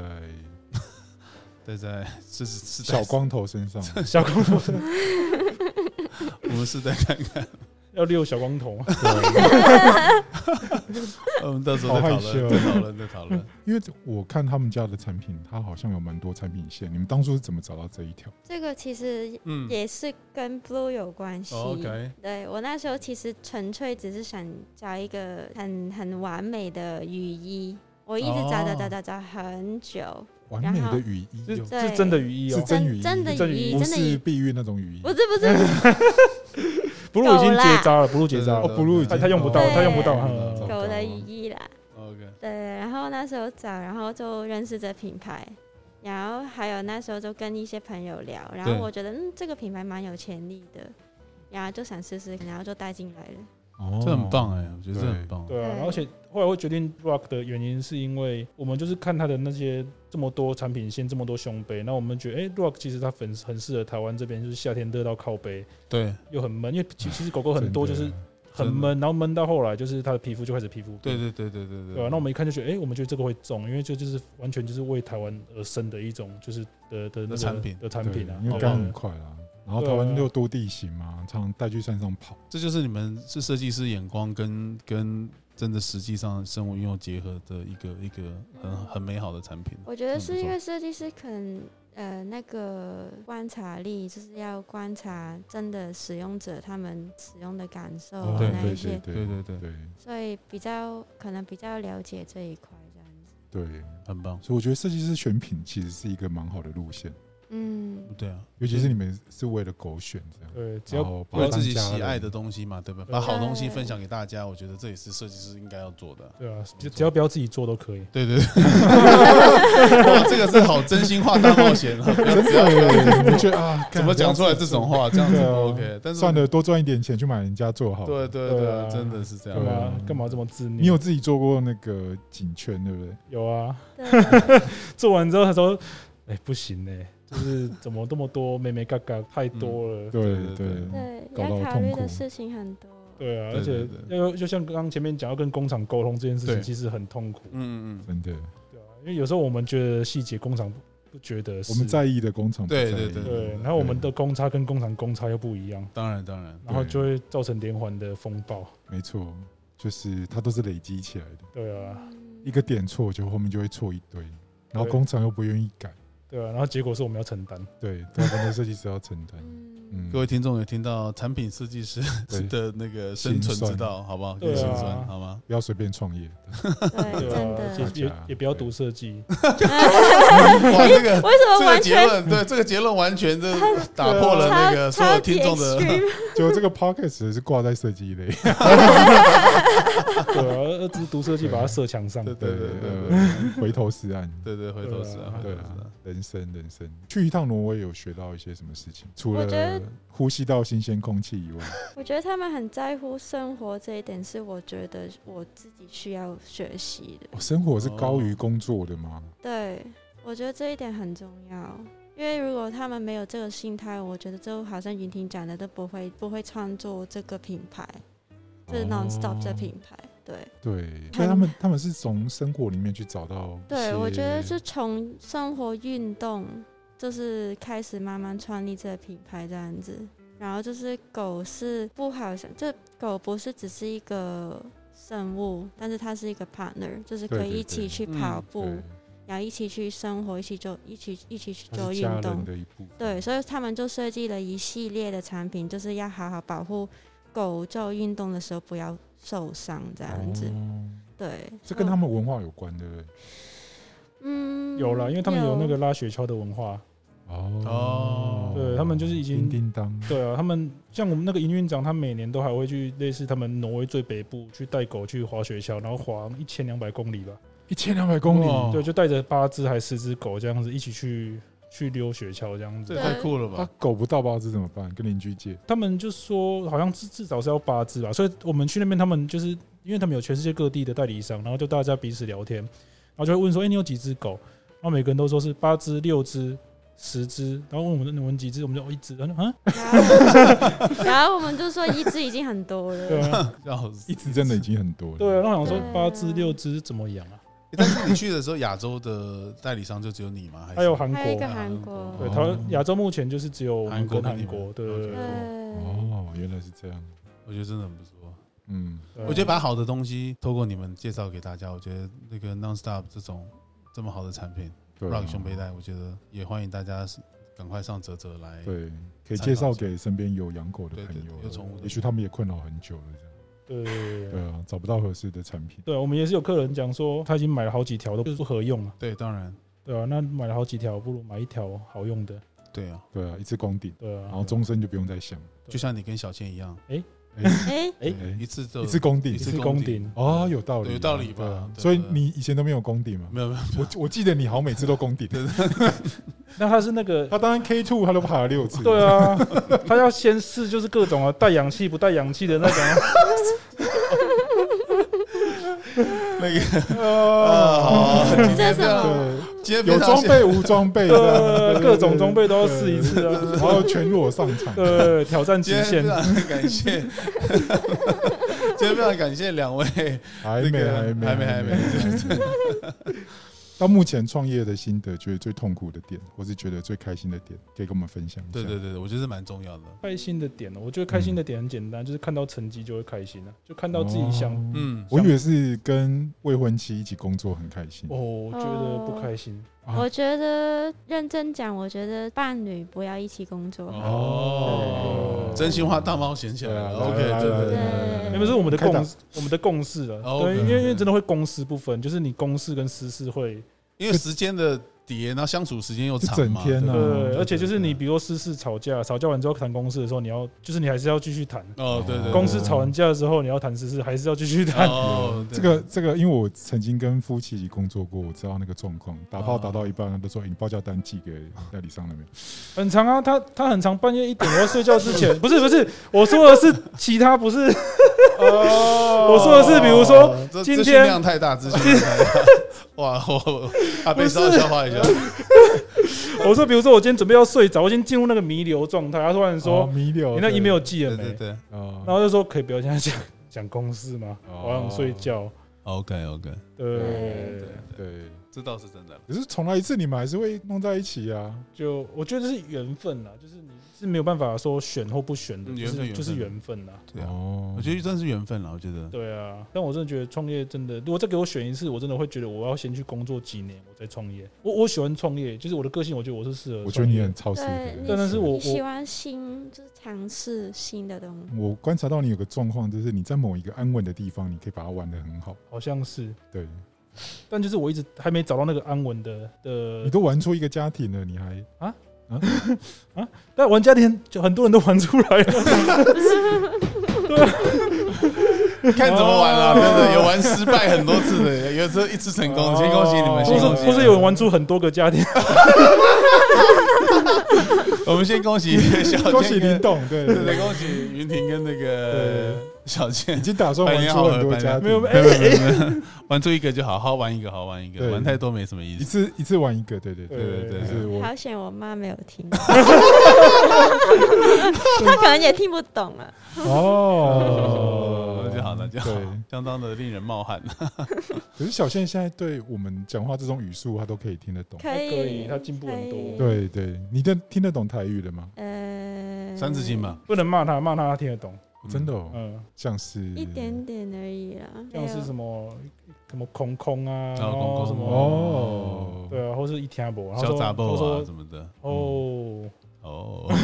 [SPEAKER 2] 戴在是是是戴
[SPEAKER 1] 小，光头身 上，
[SPEAKER 3] 对，小光头
[SPEAKER 2] 我们是戴看看，
[SPEAKER 3] 要遛小光头嘛，
[SPEAKER 2] 我们到时候再
[SPEAKER 1] 好害
[SPEAKER 2] 讨
[SPEAKER 1] 羞
[SPEAKER 2] 论，再讨论，再讨论。
[SPEAKER 1] 因为我看他们家的产品，它好像有蛮多产品线。你们当初是怎么找到这一条？
[SPEAKER 4] 这个其实
[SPEAKER 2] 嗯
[SPEAKER 4] 也是跟 Blue 有关系。
[SPEAKER 2] 哦，OK，
[SPEAKER 4] 对我那时候其实纯粹只是想找一个很很完美的雨衣，我一直找找
[SPEAKER 2] 哦
[SPEAKER 4] 找找找很久，
[SPEAKER 1] 完美
[SPEAKER 4] 然后
[SPEAKER 1] 的雨衣
[SPEAKER 3] 是
[SPEAKER 1] 哦，
[SPEAKER 4] 对
[SPEAKER 3] 是真的雨衣
[SPEAKER 1] 是
[SPEAKER 3] 哦。
[SPEAKER 1] 真雨衣，
[SPEAKER 4] 真的
[SPEAKER 3] 真
[SPEAKER 4] 雨衣，
[SPEAKER 1] 不
[SPEAKER 4] 真的雨
[SPEAKER 1] 是，避孕那种雨衣
[SPEAKER 4] 不。是不是
[SPEAKER 3] 不如已经
[SPEAKER 4] 狗啦
[SPEAKER 3] 结扎了，不如结扎
[SPEAKER 1] 哦
[SPEAKER 3] 了，
[SPEAKER 1] 不如已经
[SPEAKER 3] 他他用不到，
[SPEAKER 4] 对
[SPEAKER 3] 他用不到。
[SPEAKER 2] 对
[SPEAKER 3] 嗯
[SPEAKER 1] 糟糕
[SPEAKER 4] 狗的雨衣啦。
[SPEAKER 2] OK，
[SPEAKER 4] 对，然后那时候找，然后就认识这品牌，然后还有那时候就跟一些朋友聊，然后
[SPEAKER 2] 对
[SPEAKER 4] 我觉得嗯这个品牌蛮有潜力的，然后就想试试，然后就带进来了。
[SPEAKER 1] 哦
[SPEAKER 2] 这很棒哎，我觉得这很棒。
[SPEAKER 3] 对啊，
[SPEAKER 4] 对
[SPEAKER 3] 然后而且后来会决定 Rock 的原因是因为我们就是看他的那些这么多产品线，这么多胸杯，那我们觉得，哎、r o c k 其实它很很适合台湾这边，就是夏天热到靠背
[SPEAKER 2] 对
[SPEAKER 3] 又很闷，因为其其实狗狗很多就
[SPEAKER 1] 真的
[SPEAKER 3] 是很闷，然后闷到后来就是它的皮肤就开始皮肤
[SPEAKER 2] 对
[SPEAKER 3] 病
[SPEAKER 2] 对对对对
[SPEAKER 3] 对吧、那我们一看就觉得，哎、我们觉得这个会中，因为这就是完全就是为台湾而生的一种就是的的那个
[SPEAKER 2] 的产品
[SPEAKER 3] 的产品啊，
[SPEAKER 1] 对因为
[SPEAKER 3] 好不
[SPEAKER 1] 干
[SPEAKER 3] 好
[SPEAKER 1] 很快啦。然后
[SPEAKER 3] 对
[SPEAKER 1] 台
[SPEAKER 3] 啊
[SPEAKER 1] 湾又多地形嘛，常常带去山上跑。
[SPEAKER 2] 这就是你们是设计师眼光跟跟真的实际上生活应用结合的一个一个很很美好的产品。
[SPEAKER 4] 我觉得
[SPEAKER 2] 嗯
[SPEAKER 4] 是
[SPEAKER 2] 不错
[SPEAKER 4] 因为设计师可能呃那个观察力，就是要观察真的使用者他们使用的感受啊、
[SPEAKER 2] 对
[SPEAKER 4] 那一
[SPEAKER 1] 对
[SPEAKER 4] 些，
[SPEAKER 1] 对
[SPEAKER 2] 对对
[SPEAKER 1] 对
[SPEAKER 2] 对，
[SPEAKER 1] 对
[SPEAKER 4] 所以比较可能比较了解这一块这样子。
[SPEAKER 1] 对，
[SPEAKER 2] 很棒。
[SPEAKER 1] 所以我觉得设计师选品其实是一个蛮好的路线，
[SPEAKER 4] 嗯，
[SPEAKER 2] 对啊，
[SPEAKER 1] 尤其是你们是为了狗选这样，
[SPEAKER 3] 对，只
[SPEAKER 1] 然
[SPEAKER 3] 要
[SPEAKER 1] 后把
[SPEAKER 2] 有
[SPEAKER 1] 它当
[SPEAKER 2] 自己
[SPEAKER 1] 家
[SPEAKER 2] 喜
[SPEAKER 1] 人
[SPEAKER 2] 爱的东西嘛，对吧？
[SPEAKER 3] 对
[SPEAKER 2] 把好东西
[SPEAKER 4] 对
[SPEAKER 2] 分享给大家，我觉得这也是设计师应该要做的。
[SPEAKER 3] 对啊，只只要不要自己做都可以。
[SPEAKER 2] 对对 对，哇，这个是好真心话大冒险啊！不要不要不要
[SPEAKER 1] 对， 你觉得 啊，
[SPEAKER 2] 怎么讲出来这种话？这样子
[SPEAKER 1] 对啊
[SPEAKER 2] 不 OK，但是
[SPEAKER 1] 算了，多赚一点钱去买人家做好。
[SPEAKER 2] 对，对
[SPEAKER 3] 对
[SPEAKER 2] 对
[SPEAKER 3] 啊
[SPEAKER 2] 啊，真的是这
[SPEAKER 3] 干
[SPEAKER 2] 样。
[SPEAKER 3] 嘛干嘛这么自虐？
[SPEAKER 1] 你有自己做过那个颈圈，对不对？
[SPEAKER 3] 有啊？
[SPEAKER 4] 嗯对，
[SPEAKER 3] 做完之后他说：“哎、不行呢、就是怎么这么多妹妹嘎嘎太多了。
[SPEAKER 1] 对
[SPEAKER 2] 对
[SPEAKER 1] 对
[SPEAKER 2] 对
[SPEAKER 4] 对，
[SPEAKER 1] 搞到
[SPEAKER 4] 要
[SPEAKER 1] 我
[SPEAKER 4] 考虑
[SPEAKER 1] 痛苦
[SPEAKER 4] 的事情很多。
[SPEAKER 3] 对啊，
[SPEAKER 2] 对
[SPEAKER 3] 而且
[SPEAKER 2] 对对
[SPEAKER 3] 要就像刚刚前面讲，要跟工厂沟通这件事情，
[SPEAKER 2] 对
[SPEAKER 3] 其实很痛苦，
[SPEAKER 2] 嗯嗯嗯，
[SPEAKER 1] 真的，
[SPEAKER 3] 对啊，因为有时候我们觉得细节，工厂不不觉得是，
[SPEAKER 1] 我们在意的工厂不在意，
[SPEAKER 2] 对对
[SPEAKER 3] 对，然后我们的公差跟工厂公差又不一样，
[SPEAKER 2] 当然当然，
[SPEAKER 3] 然后就会造成连环的风暴，
[SPEAKER 1] 没错，就是它都是累积起来的，
[SPEAKER 3] 对啊，
[SPEAKER 4] 嗯
[SPEAKER 1] 一个点错就后面就会错一堆，然后
[SPEAKER 3] 对
[SPEAKER 1] 工厂又不愿意改，
[SPEAKER 3] 对啊，然后结果是我们要承担，
[SPEAKER 1] 对，对，很多设计师要承担。
[SPEAKER 4] 嗯，
[SPEAKER 1] 嗯，
[SPEAKER 2] 各位听众有听到产品设计师
[SPEAKER 1] 对
[SPEAKER 2] 的那个生存之道，好不好？
[SPEAKER 3] 对
[SPEAKER 2] 心
[SPEAKER 3] 啊
[SPEAKER 2] 酸，好吗？
[SPEAKER 1] 不要随便创业，
[SPEAKER 4] 对，
[SPEAKER 3] 对
[SPEAKER 4] 真
[SPEAKER 3] 啊，
[SPEAKER 4] 的。
[SPEAKER 3] 也也
[SPEAKER 1] 大家
[SPEAKER 3] 也不要
[SPEAKER 1] 对
[SPEAKER 3] 读设计，
[SPEAKER 2] 哇，这个
[SPEAKER 4] 为什
[SPEAKER 2] 这
[SPEAKER 4] 么
[SPEAKER 2] 个
[SPEAKER 4] 完
[SPEAKER 2] 结
[SPEAKER 4] 全
[SPEAKER 2] 论，对这个结论完全的打破了那个所
[SPEAKER 4] 超
[SPEAKER 2] 有
[SPEAKER 4] 级
[SPEAKER 2] 听众的
[SPEAKER 4] extreme
[SPEAKER 1] 就这个 podcast 是挂在设计类，
[SPEAKER 3] 对啊，呃只是读设计
[SPEAKER 1] 对
[SPEAKER 3] 把它射墙上，
[SPEAKER 2] 对对
[SPEAKER 1] 对
[SPEAKER 2] 对
[SPEAKER 1] 对
[SPEAKER 2] 对
[SPEAKER 1] 对，回头是岸，
[SPEAKER 2] 对对，回头是啊，回头
[SPEAKER 1] 对
[SPEAKER 2] 是
[SPEAKER 1] 啊
[SPEAKER 2] 啊。，
[SPEAKER 1] 人生人生，去一趟挪威有学到一些什么事情？除
[SPEAKER 4] 我觉
[SPEAKER 1] 了
[SPEAKER 4] 得
[SPEAKER 1] 呼吸到新鲜空气以外，
[SPEAKER 4] 我觉得他们很在乎生活这一点，是我觉得我自己需要学习的。
[SPEAKER 1] 哦生活是高于工作的吗？
[SPEAKER 4] 对，我觉得这一点很重要，因为如果他们没有这个心态，我觉得就好像云婷讲的，都不会不会创作这个品牌，就是
[SPEAKER 1] 哦
[SPEAKER 4] nonstop 这品牌。对
[SPEAKER 1] 对，
[SPEAKER 4] 他
[SPEAKER 1] 所以他们他们是从生活里面去找到一些。
[SPEAKER 4] 对，我觉得是从生活运动就是开始慢慢创立这个品牌这样子。然后就是狗是不好想，这狗不是只是一个生物，但是它是一个 partner，就是可
[SPEAKER 1] 对对
[SPEAKER 4] 以一
[SPEAKER 1] 对
[SPEAKER 4] 起去
[SPEAKER 2] 嗯
[SPEAKER 4] 跑步。
[SPEAKER 1] 对，
[SPEAKER 4] 然后一起去生活，一起做，一起一起去
[SPEAKER 1] 它
[SPEAKER 4] 做
[SPEAKER 1] 是
[SPEAKER 4] 运
[SPEAKER 1] 家人
[SPEAKER 4] 动。
[SPEAKER 1] 的一部分。
[SPEAKER 4] 对，所以他们就设计了一系列的产品，就是要好好保护狗做运动的时候不要受伤，这样子。嗯
[SPEAKER 1] 哦
[SPEAKER 4] 对，
[SPEAKER 1] 这跟他们文化有关，对不对？
[SPEAKER 4] 嗯
[SPEAKER 3] 有了，因为他们有那个拉雪橇的文化，
[SPEAKER 2] 哦
[SPEAKER 3] 对他们就是已
[SPEAKER 1] 叮
[SPEAKER 3] 经
[SPEAKER 1] 叮当，
[SPEAKER 3] 对啊，他们像我们那个营运长，他每年都还会去类似他们挪威最北部去带狗去滑雪橇，然后滑一千两百公里吧，
[SPEAKER 1] 一千两百公
[SPEAKER 2] 哇
[SPEAKER 1] 里，
[SPEAKER 3] 对，就带着八只还四只狗这样子一起去去溜雪橇这样
[SPEAKER 2] 这
[SPEAKER 3] 子
[SPEAKER 2] 也。太酷了
[SPEAKER 1] 啊
[SPEAKER 2] 吧！，
[SPEAKER 1] 狗不到八只怎么办？跟邻居借。
[SPEAKER 3] 他们就说好像至至少是要八只吧，所以我们去那边，他们就是因为他们有全世界各地的代理商，然后就大家彼此聊天，然后就会问说，哎、你有几只狗？然后每个人都说是八只、六只、十只，然后问我们我们几只，我们就哦一只，然后啊，
[SPEAKER 4] 然后然后我们就说一只已经很多
[SPEAKER 3] 对
[SPEAKER 4] 了。
[SPEAKER 3] 啊，
[SPEAKER 2] 笑死
[SPEAKER 1] 一！只真的已经很多了。
[SPEAKER 3] 对啊，然后我想
[SPEAKER 4] 对啊
[SPEAKER 3] 说八只、六只怎么养啊？
[SPEAKER 2] 但是你去的时候，亚洲的代理商就只有你吗？还是
[SPEAKER 3] 还有韩
[SPEAKER 4] 还有一
[SPEAKER 3] 国
[SPEAKER 4] 个，韩国，
[SPEAKER 3] 对，
[SPEAKER 1] 哦
[SPEAKER 3] 台湾亚洲目前就是只有我们跟
[SPEAKER 2] 韩
[SPEAKER 3] 韩
[SPEAKER 2] 国
[SPEAKER 3] 国，
[SPEAKER 2] 跟
[SPEAKER 3] 对
[SPEAKER 2] 日本
[SPEAKER 3] 对对
[SPEAKER 4] 对
[SPEAKER 2] ，OK
[SPEAKER 1] 哦，原来是这样。
[SPEAKER 2] 我觉得真的很不错。
[SPEAKER 1] 嗯，
[SPEAKER 3] 对啊
[SPEAKER 2] 我觉得把好的东西透过你们介绍给大家，我觉得那个 Nonstop 这种这么好的产品
[SPEAKER 1] 对啊
[SPEAKER 2] ，Rock 胸背带，我觉得也欢迎大家赶快上泽泽来。
[SPEAKER 1] 对，可以介绍给身边有养狗的
[SPEAKER 2] 对对
[SPEAKER 1] 朋
[SPEAKER 2] 对
[SPEAKER 1] 友
[SPEAKER 2] 有宠物的
[SPEAKER 1] 也许他们也困扰很久了，这样。
[SPEAKER 3] 对对对对
[SPEAKER 1] 对啊，找不到合适的产品。
[SPEAKER 3] 对，我们也是有客人讲说他已经买了好几条都不合用了，
[SPEAKER 2] 对，当然，
[SPEAKER 3] 对啊，那买了好几条，不如买一条好用的，
[SPEAKER 2] 对啊，
[SPEAKER 1] 对啊，一次光顶，
[SPEAKER 3] 对啊，
[SPEAKER 1] 然后终身就不用再想。
[SPEAKER 2] 就像你跟小倩一样，
[SPEAKER 4] 哎，
[SPEAKER 3] 哎
[SPEAKER 1] 哎
[SPEAKER 2] 一次就
[SPEAKER 1] 一次公顶
[SPEAKER 2] 一次
[SPEAKER 3] 是
[SPEAKER 2] 公
[SPEAKER 3] 公
[SPEAKER 2] 顶
[SPEAKER 3] 顶。
[SPEAKER 1] 哦，有道理，
[SPEAKER 2] 有道理吧
[SPEAKER 1] 对啊
[SPEAKER 2] 对
[SPEAKER 1] 所以
[SPEAKER 2] 对对
[SPEAKER 1] 你以前都没有公顶吗？
[SPEAKER 2] 没有没有，
[SPEAKER 1] 我我记得你好像每次都公顶，
[SPEAKER 3] 那他是那个
[SPEAKER 1] 他当然 K two 他都爬了六次，
[SPEAKER 3] 对啊，他要先试就是各种啊，带氧气不带氧气的那种啊。
[SPEAKER 2] 那个 啊，好
[SPEAKER 1] 哦
[SPEAKER 2] 啊，今
[SPEAKER 4] 这
[SPEAKER 2] 天
[SPEAKER 4] 是什
[SPEAKER 2] 样，
[SPEAKER 4] 么？
[SPEAKER 1] 对，
[SPEAKER 2] 今天
[SPEAKER 1] 有装备无装备，这
[SPEAKER 3] 呃，
[SPEAKER 1] 样
[SPEAKER 3] 各种装，备都要试一次
[SPEAKER 1] 对
[SPEAKER 3] 啊。
[SPEAKER 1] 对对然后全裸上场，
[SPEAKER 3] 对，挑战极
[SPEAKER 2] 今天非
[SPEAKER 3] 限。
[SPEAKER 2] 常感谢， 今天非常感谢两位，
[SPEAKER 1] 还
[SPEAKER 2] 那
[SPEAKER 1] 没
[SPEAKER 2] 个
[SPEAKER 1] 还没
[SPEAKER 2] 还没还没。
[SPEAKER 1] 到目前创业的心得，觉得最痛苦的点，或是觉得最开心的点，可以跟我们分享一下。
[SPEAKER 2] 对对对，对我觉得是蛮重要的。
[SPEAKER 3] 开心的点呢，哦我觉得开心的点很简单，就是看到成绩就会开心啊，就看到自己想。
[SPEAKER 1] 哦
[SPEAKER 2] 嗯，
[SPEAKER 1] 我以为是跟未婚妻一起工作很开心
[SPEAKER 3] 哦，，我觉得不开心。
[SPEAKER 1] 啊
[SPEAKER 4] 我觉得认真讲，我觉得伴侣不要一起工作。
[SPEAKER 2] 哦，真心话大冒险起来了。OK，
[SPEAKER 1] 对啊
[SPEAKER 2] 对对
[SPEAKER 1] 来来
[SPEAKER 2] 对，
[SPEAKER 1] 来来来
[SPEAKER 4] 对
[SPEAKER 3] 那哎不是我们的
[SPEAKER 1] 开打
[SPEAKER 3] 共，我们的共识啊。
[SPEAKER 2] 哦
[SPEAKER 3] 对，因
[SPEAKER 2] OK，
[SPEAKER 3] 为因为
[SPEAKER 2] OK
[SPEAKER 3] 真的会公私不分，就是你公事跟私事会，
[SPEAKER 2] 因为时间的叠，然后相处时间又长嘛，
[SPEAKER 1] 一整天啊
[SPEAKER 3] 对
[SPEAKER 2] 对
[SPEAKER 1] 嗯
[SPEAKER 2] 对，
[SPEAKER 3] 而且就是你
[SPEAKER 2] 对
[SPEAKER 3] 比如说私事吵架，吵架完之后谈公事的时候，你要就是你还是要继续谈。啊
[SPEAKER 2] 哦，对对对，
[SPEAKER 3] 公司吵完架的时候，你要谈私事，还是要继续 谈？
[SPEAKER 2] 哦，对
[SPEAKER 1] 这个这个，因为我曾经跟夫妻一起工作过，我知道那个状况，打炮打到一半，他都说欸你报价单寄给代理商了没有？
[SPEAKER 3] 很长啊，他他很长，半夜一点我要睡觉之前，不是不是，我说的是其他，不是
[SPEAKER 2] 哦
[SPEAKER 3] 我说的是比如说
[SPEAKER 2] 这
[SPEAKER 3] 今
[SPEAKER 2] 资讯
[SPEAKER 3] 天
[SPEAKER 2] 量太大，资讯量太大，哇，我啊被烧消化一下，
[SPEAKER 3] 我说，比如说我今天准备要睡着，我已经进入那个弥留状态，他突然
[SPEAKER 1] 哦
[SPEAKER 3] 说
[SPEAKER 1] 弥留，
[SPEAKER 3] 你那
[SPEAKER 1] 对
[SPEAKER 3] email 寄了
[SPEAKER 2] 对
[SPEAKER 3] 没
[SPEAKER 2] 对？对
[SPEAKER 1] 啊
[SPEAKER 3] 然后就说可以不要现在讲讲公事吗？
[SPEAKER 1] 哦
[SPEAKER 3] 我想睡觉。
[SPEAKER 2] ，OK OK，
[SPEAKER 3] 对，
[SPEAKER 1] 对，
[SPEAKER 2] 这倒是真的。
[SPEAKER 1] 可是重来一次，你们还是会弄在一起啊。
[SPEAKER 3] 就我觉得是缘分啦，就是你是没有办法说选或不选的，
[SPEAKER 2] 嗯
[SPEAKER 3] 就
[SPEAKER 2] 缘分
[SPEAKER 3] 是
[SPEAKER 2] 缘分
[SPEAKER 3] 就是缘分啦。
[SPEAKER 2] 对啊，
[SPEAKER 1] 哦
[SPEAKER 2] 我觉得真的是缘分了，我觉得。
[SPEAKER 3] 对啊，但我真的觉得创业真的，如果再给我选一次，我真的会觉得我要先去工作几年，我再创业。我我喜欢创业，就是我的个性，我觉得我是适合。
[SPEAKER 1] 我觉得你很，超时的
[SPEAKER 4] 对
[SPEAKER 1] 人，
[SPEAKER 4] 你
[SPEAKER 3] 但是我
[SPEAKER 4] 你喜欢新，就是尝试新的东西。
[SPEAKER 1] 我观察到你有个状况，就是你在某一个安稳的地方，你可以把它玩得很好。
[SPEAKER 3] 好像是，
[SPEAKER 1] 对
[SPEAKER 3] 但就是我一直还没找到那个安稳的的
[SPEAKER 1] 你。都玩出一个家庭了，你还
[SPEAKER 3] 但玩家庭就很多人都玩出来 了，
[SPEAKER 2] 看怎么玩了，真的有玩失败很多次的，有时候一次成功，先恭喜你们，
[SPEAKER 3] 或
[SPEAKER 2] 先
[SPEAKER 3] 是
[SPEAKER 2] 恭喜。
[SPEAKER 3] 或是有人玩出很多个家庭。
[SPEAKER 2] 我们先恭喜小健
[SPEAKER 1] 恭喜
[SPEAKER 2] 跟
[SPEAKER 1] 林，董，对
[SPEAKER 2] 对
[SPEAKER 1] 对
[SPEAKER 2] 对，
[SPEAKER 1] 对，
[SPEAKER 2] 恭喜云婷跟那个小健
[SPEAKER 1] 已。经打算玩出很多家庭，
[SPEAKER 2] 没有没有没有没有，玩出一个就好，好好玩一个，好好玩一个，
[SPEAKER 1] 对
[SPEAKER 2] 玩太多没什么意
[SPEAKER 1] 一
[SPEAKER 2] 思。
[SPEAKER 1] 次一次玩一个，对对对，
[SPEAKER 2] 对对
[SPEAKER 1] 就
[SPEAKER 2] 对
[SPEAKER 1] 是我
[SPEAKER 4] 好险我妈没有 听， 她可能也听不懂啊了。
[SPEAKER 1] 哦
[SPEAKER 2] 那就好，那就好
[SPEAKER 1] 对，
[SPEAKER 2] 相当的令人冒汗。
[SPEAKER 1] 可是小倩现在对我们讲话这种语速，她都可以听得懂。
[SPEAKER 3] 还
[SPEAKER 4] 可
[SPEAKER 3] 哦可以，
[SPEAKER 4] 以，
[SPEAKER 3] 他进步很多。
[SPEAKER 4] 可
[SPEAKER 1] 对
[SPEAKER 4] 以，
[SPEAKER 1] 对，你的听得懂台语的吗？
[SPEAKER 4] 呃，
[SPEAKER 2] 三字经嘛，，
[SPEAKER 3] 不能骂他，骂他他听得懂。
[SPEAKER 1] 真的，哦，
[SPEAKER 3] 嗯，
[SPEAKER 1] 像是
[SPEAKER 4] 一点点而已啦，没
[SPEAKER 3] 像
[SPEAKER 4] 有
[SPEAKER 3] 是什么什么空空啊，
[SPEAKER 2] 哦
[SPEAKER 3] 然
[SPEAKER 2] 空
[SPEAKER 3] 后
[SPEAKER 2] 空
[SPEAKER 3] 什么
[SPEAKER 1] 哦，
[SPEAKER 3] 对啊，或是一听不懂，然后
[SPEAKER 2] 小
[SPEAKER 3] 说
[SPEAKER 2] 杂
[SPEAKER 3] 他
[SPEAKER 2] 报啊
[SPEAKER 3] 说
[SPEAKER 2] 什么的。嗯，
[SPEAKER 3] 哦，
[SPEAKER 2] 哦，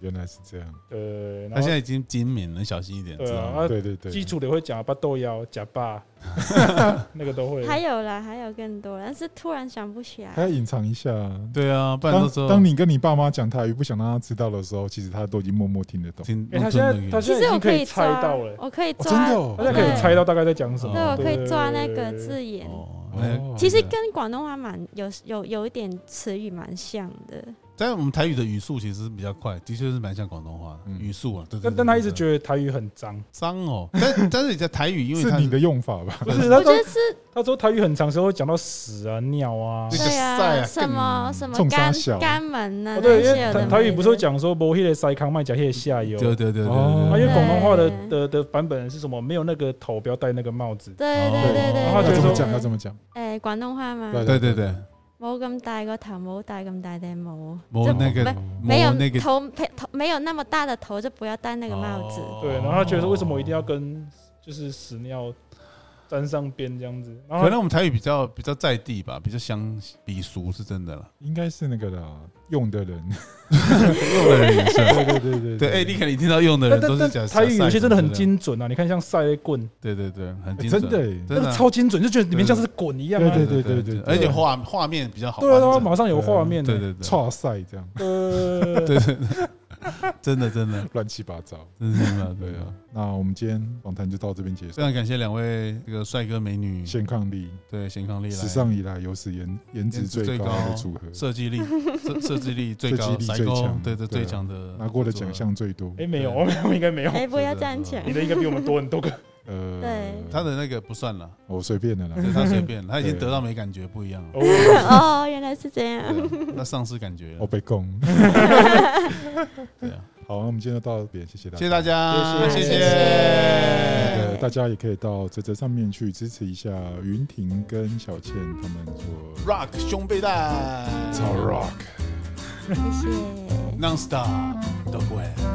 [SPEAKER 1] 原来是这样，
[SPEAKER 3] 对，
[SPEAKER 2] 他
[SPEAKER 3] 然
[SPEAKER 2] 现
[SPEAKER 3] 后
[SPEAKER 2] 在已经精明了，小心一点，知
[SPEAKER 3] 对
[SPEAKER 2] 道
[SPEAKER 3] 啊，
[SPEAKER 2] 吗？
[SPEAKER 3] 啊
[SPEAKER 1] 对对对，
[SPEAKER 3] 基础的会讲八豆腰、假 爸，那个都会。
[SPEAKER 4] 还有啦，还有更多，但是突然想不起
[SPEAKER 1] 还
[SPEAKER 3] 哎
[SPEAKER 4] 来。
[SPEAKER 1] 要隐藏一下。
[SPEAKER 2] 对啊，不然
[SPEAKER 1] 当
[SPEAKER 2] 到时候
[SPEAKER 1] 当你跟你爸妈讲台语，不想让他知道的时候，其实他都已经默默听得懂。
[SPEAKER 2] 听
[SPEAKER 3] 哎，他现在他
[SPEAKER 4] 其
[SPEAKER 3] 现
[SPEAKER 4] 实
[SPEAKER 3] 在已
[SPEAKER 4] 我
[SPEAKER 3] 经可以猜
[SPEAKER 4] 抓，
[SPEAKER 3] 到了，
[SPEAKER 4] 我可以
[SPEAKER 1] 哦真
[SPEAKER 4] 抓，
[SPEAKER 1] 的
[SPEAKER 3] 他
[SPEAKER 1] 哦，
[SPEAKER 3] 现在可以
[SPEAKER 4] 对
[SPEAKER 3] 猜到大概在讲什么。
[SPEAKER 4] 对，我可以抓那
[SPEAKER 3] 对
[SPEAKER 4] 个字眼。
[SPEAKER 2] 哦，
[SPEAKER 1] 哦
[SPEAKER 2] 那
[SPEAKER 4] 其实跟广东话蛮有有有一点词语蛮像的，
[SPEAKER 2] 但我们台语的语速其实比较快，的确是蛮像广东话
[SPEAKER 1] 嗯
[SPEAKER 2] 语速啊。对对
[SPEAKER 3] 但
[SPEAKER 2] 对
[SPEAKER 3] 但他一
[SPEAKER 2] 对
[SPEAKER 3] 直觉得台语很 脏，
[SPEAKER 2] 脏哦，但但是你在台语，因为
[SPEAKER 1] 是
[SPEAKER 2] 它
[SPEAKER 1] 你的用法吧？
[SPEAKER 3] 不是？
[SPEAKER 4] 我
[SPEAKER 3] 他
[SPEAKER 4] 觉
[SPEAKER 3] 说
[SPEAKER 4] 得是
[SPEAKER 3] 他说台语很长时候会讲到屎啊、尿啊
[SPEAKER 2] 这。个
[SPEAKER 4] 对
[SPEAKER 2] 塞啊
[SPEAKER 4] 啊，什
[SPEAKER 2] 更
[SPEAKER 4] 么什么
[SPEAKER 1] 冲
[SPEAKER 4] 肝
[SPEAKER 1] 啥小啊
[SPEAKER 4] 肝门呐
[SPEAKER 3] 嗯哦，
[SPEAKER 4] 啊那
[SPEAKER 3] 对，因
[SPEAKER 4] 些有
[SPEAKER 3] 为
[SPEAKER 4] 的
[SPEAKER 3] 台台语
[SPEAKER 4] 没
[SPEAKER 3] 不是会
[SPEAKER 4] 的
[SPEAKER 3] 讲说无迄个塞康麦讲迄个下游，
[SPEAKER 2] 对对对对
[SPEAKER 1] 哦
[SPEAKER 3] 啊，因
[SPEAKER 2] 对
[SPEAKER 3] 为
[SPEAKER 2] 对，
[SPEAKER 3] 广东话的
[SPEAKER 4] 对
[SPEAKER 3] 的的版本是什么？没有那个头，不要戴那个帽子。
[SPEAKER 4] 对
[SPEAKER 2] 哦
[SPEAKER 4] 对对对，
[SPEAKER 3] 然后
[SPEAKER 1] 要
[SPEAKER 3] 就
[SPEAKER 4] 对
[SPEAKER 1] 怎么
[SPEAKER 3] 是说
[SPEAKER 1] 讲？要怎么讲？
[SPEAKER 4] 誒廣東話嘛，
[SPEAKER 1] 對
[SPEAKER 2] 对对对，
[SPEAKER 4] 冇咁大個頭，冇戴咁大頂帽，
[SPEAKER 2] 摸
[SPEAKER 4] 就
[SPEAKER 2] 那个
[SPEAKER 1] 哦
[SPEAKER 4] 沒有
[SPEAKER 2] 摸那个
[SPEAKER 4] 頭頭沒有那麼大的頭，就不要戴那個帽子。
[SPEAKER 2] 哦
[SPEAKER 3] 对，然后他觉得说为什么我一定要跟就是屎尿沾上边这样子？然后
[SPEAKER 2] 可能我们台语比较比较在地吧，比较相比俗是真 的了。
[SPEAKER 1] 应该是那个啦，用的人。
[SPEAKER 2] 用的人也是，
[SPEAKER 1] 对对对对
[SPEAKER 2] 对，哎，你可能听到用的人
[SPEAKER 3] 但
[SPEAKER 2] 都
[SPEAKER 3] 但
[SPEAKER 2] 是讲
[SPEAKER 3] 但台语有些真的很
[SPEAKER 2] 精，
[SPEAKER 3] 精准啊！你看像塞棍，
[SPEAKER 2] 对对对，很精
[SPEAKER 1] 欸
[SPEAKER 2] 准
[SPEAKER 1] 真的，欸
[SPEAKER 3] 那
[SPEAKER 2] 真
[SPEAKER 3] 个
[SPEAKER 2] 的啊
[SPEAKER 3] 超精准，就觉得里面像是滚一样啊！
[SPEAKER 1] 对对对对
[SPEAKER 2] 而且画画面比较好
[SPEAKER 3] 对啊，
[SPEAKER 2] 完整，
[SPEAKER 3] 然后马上有画面，
[SPEAKER 2] 对对对，
[SPEAKER 1] 跨赛这样
[SPEAKER 3] 呃，
[SPEAKER 2] 对对对，真的真的
[SPEAKER 1] 乱七八糟。
[SPEAKER 2] 真的真的
[SPEAKER 1] 对
[SPEAKER 2] 对啊
[SPEAKER 1] 啊。，那我们今天访谈就到这边结束
[SPEAKER 2] 非。常感谢两位这个帅哥美女，
[SPEAKER 1] 健康力，
[SPEAKER 2] 对贤康力来
[SPEAKER 1] 史上以来有史颜颜值最高的组合，
[SPEAKER 2] 设计力、 设设计力最
[SPEAKER 1] 设、
[SPEAKER 2] 高
[SPEAKER 1] 计力
[SPEAKER 2] 赛
[SPEAKER 1] 最
[SPEAKER 2] 高
[SPEAKER 1] 强，
[SPEAKER 2] 对
[SPEAKER 1] 对
[SPEAKER 2] 对
[SPEAKER 1] 啊
[SPEAKER 2] 最强的
[SPEAKER 1] 拿过的奖。项最多。
[SPEAKER 3] 哎，没有，没有，应该没有，
[SPEAKER 4] 哎，不要
[SPEAKER 2] 真
[SPEAKER 4] 這
[SPEAKER 2] 的
[SPEAKER 4] 樣講
[SPEAKER 3] 你，的应该比我们多很多个。
[SPEAKER 1] 呃，
[SPEAKER 4] 对
[SPEAKER 2] 他的那个不 算了，
[SPEAKER 1] 我随便的啦，
[SPEAKER 2] 对他随便，他已经
[SPEAKER 1] 对
[SPEAKER 2] 得到没感觉不一样了，
[SPEAKER 3] 哦
[SPEAKER 4] 哦，原來是這樣。
[SPEAKER 2] 对啊那丧失感觉
[SPEAKER 1] 我
[SPEAKER 2] 了。
[SPEAKER 1] 被供。
[SPEAKER 2] 对啊，
[SPEAKER 1] 好，那我们今天就到这边，谢谢大
[SPEAKER 2] 谢
[SPEAKER 1] 家，
[SPEAKER 2] 谢大家，
[SPEAKER 3] 谢谢
[SPEAKER 2] 谢
[SPEAKER 4] 谢谢
[SPEAKER 1] 那个大家也可以到泽泽上面去支持一下云婷跟小倩他们做
[SPEAKER 2] Rock 胸背带，
[SPEAKER 1] 超 rock。
[SPEAKER 4] 谢谢。
[SPEAKER 2] Non Star 的鬼。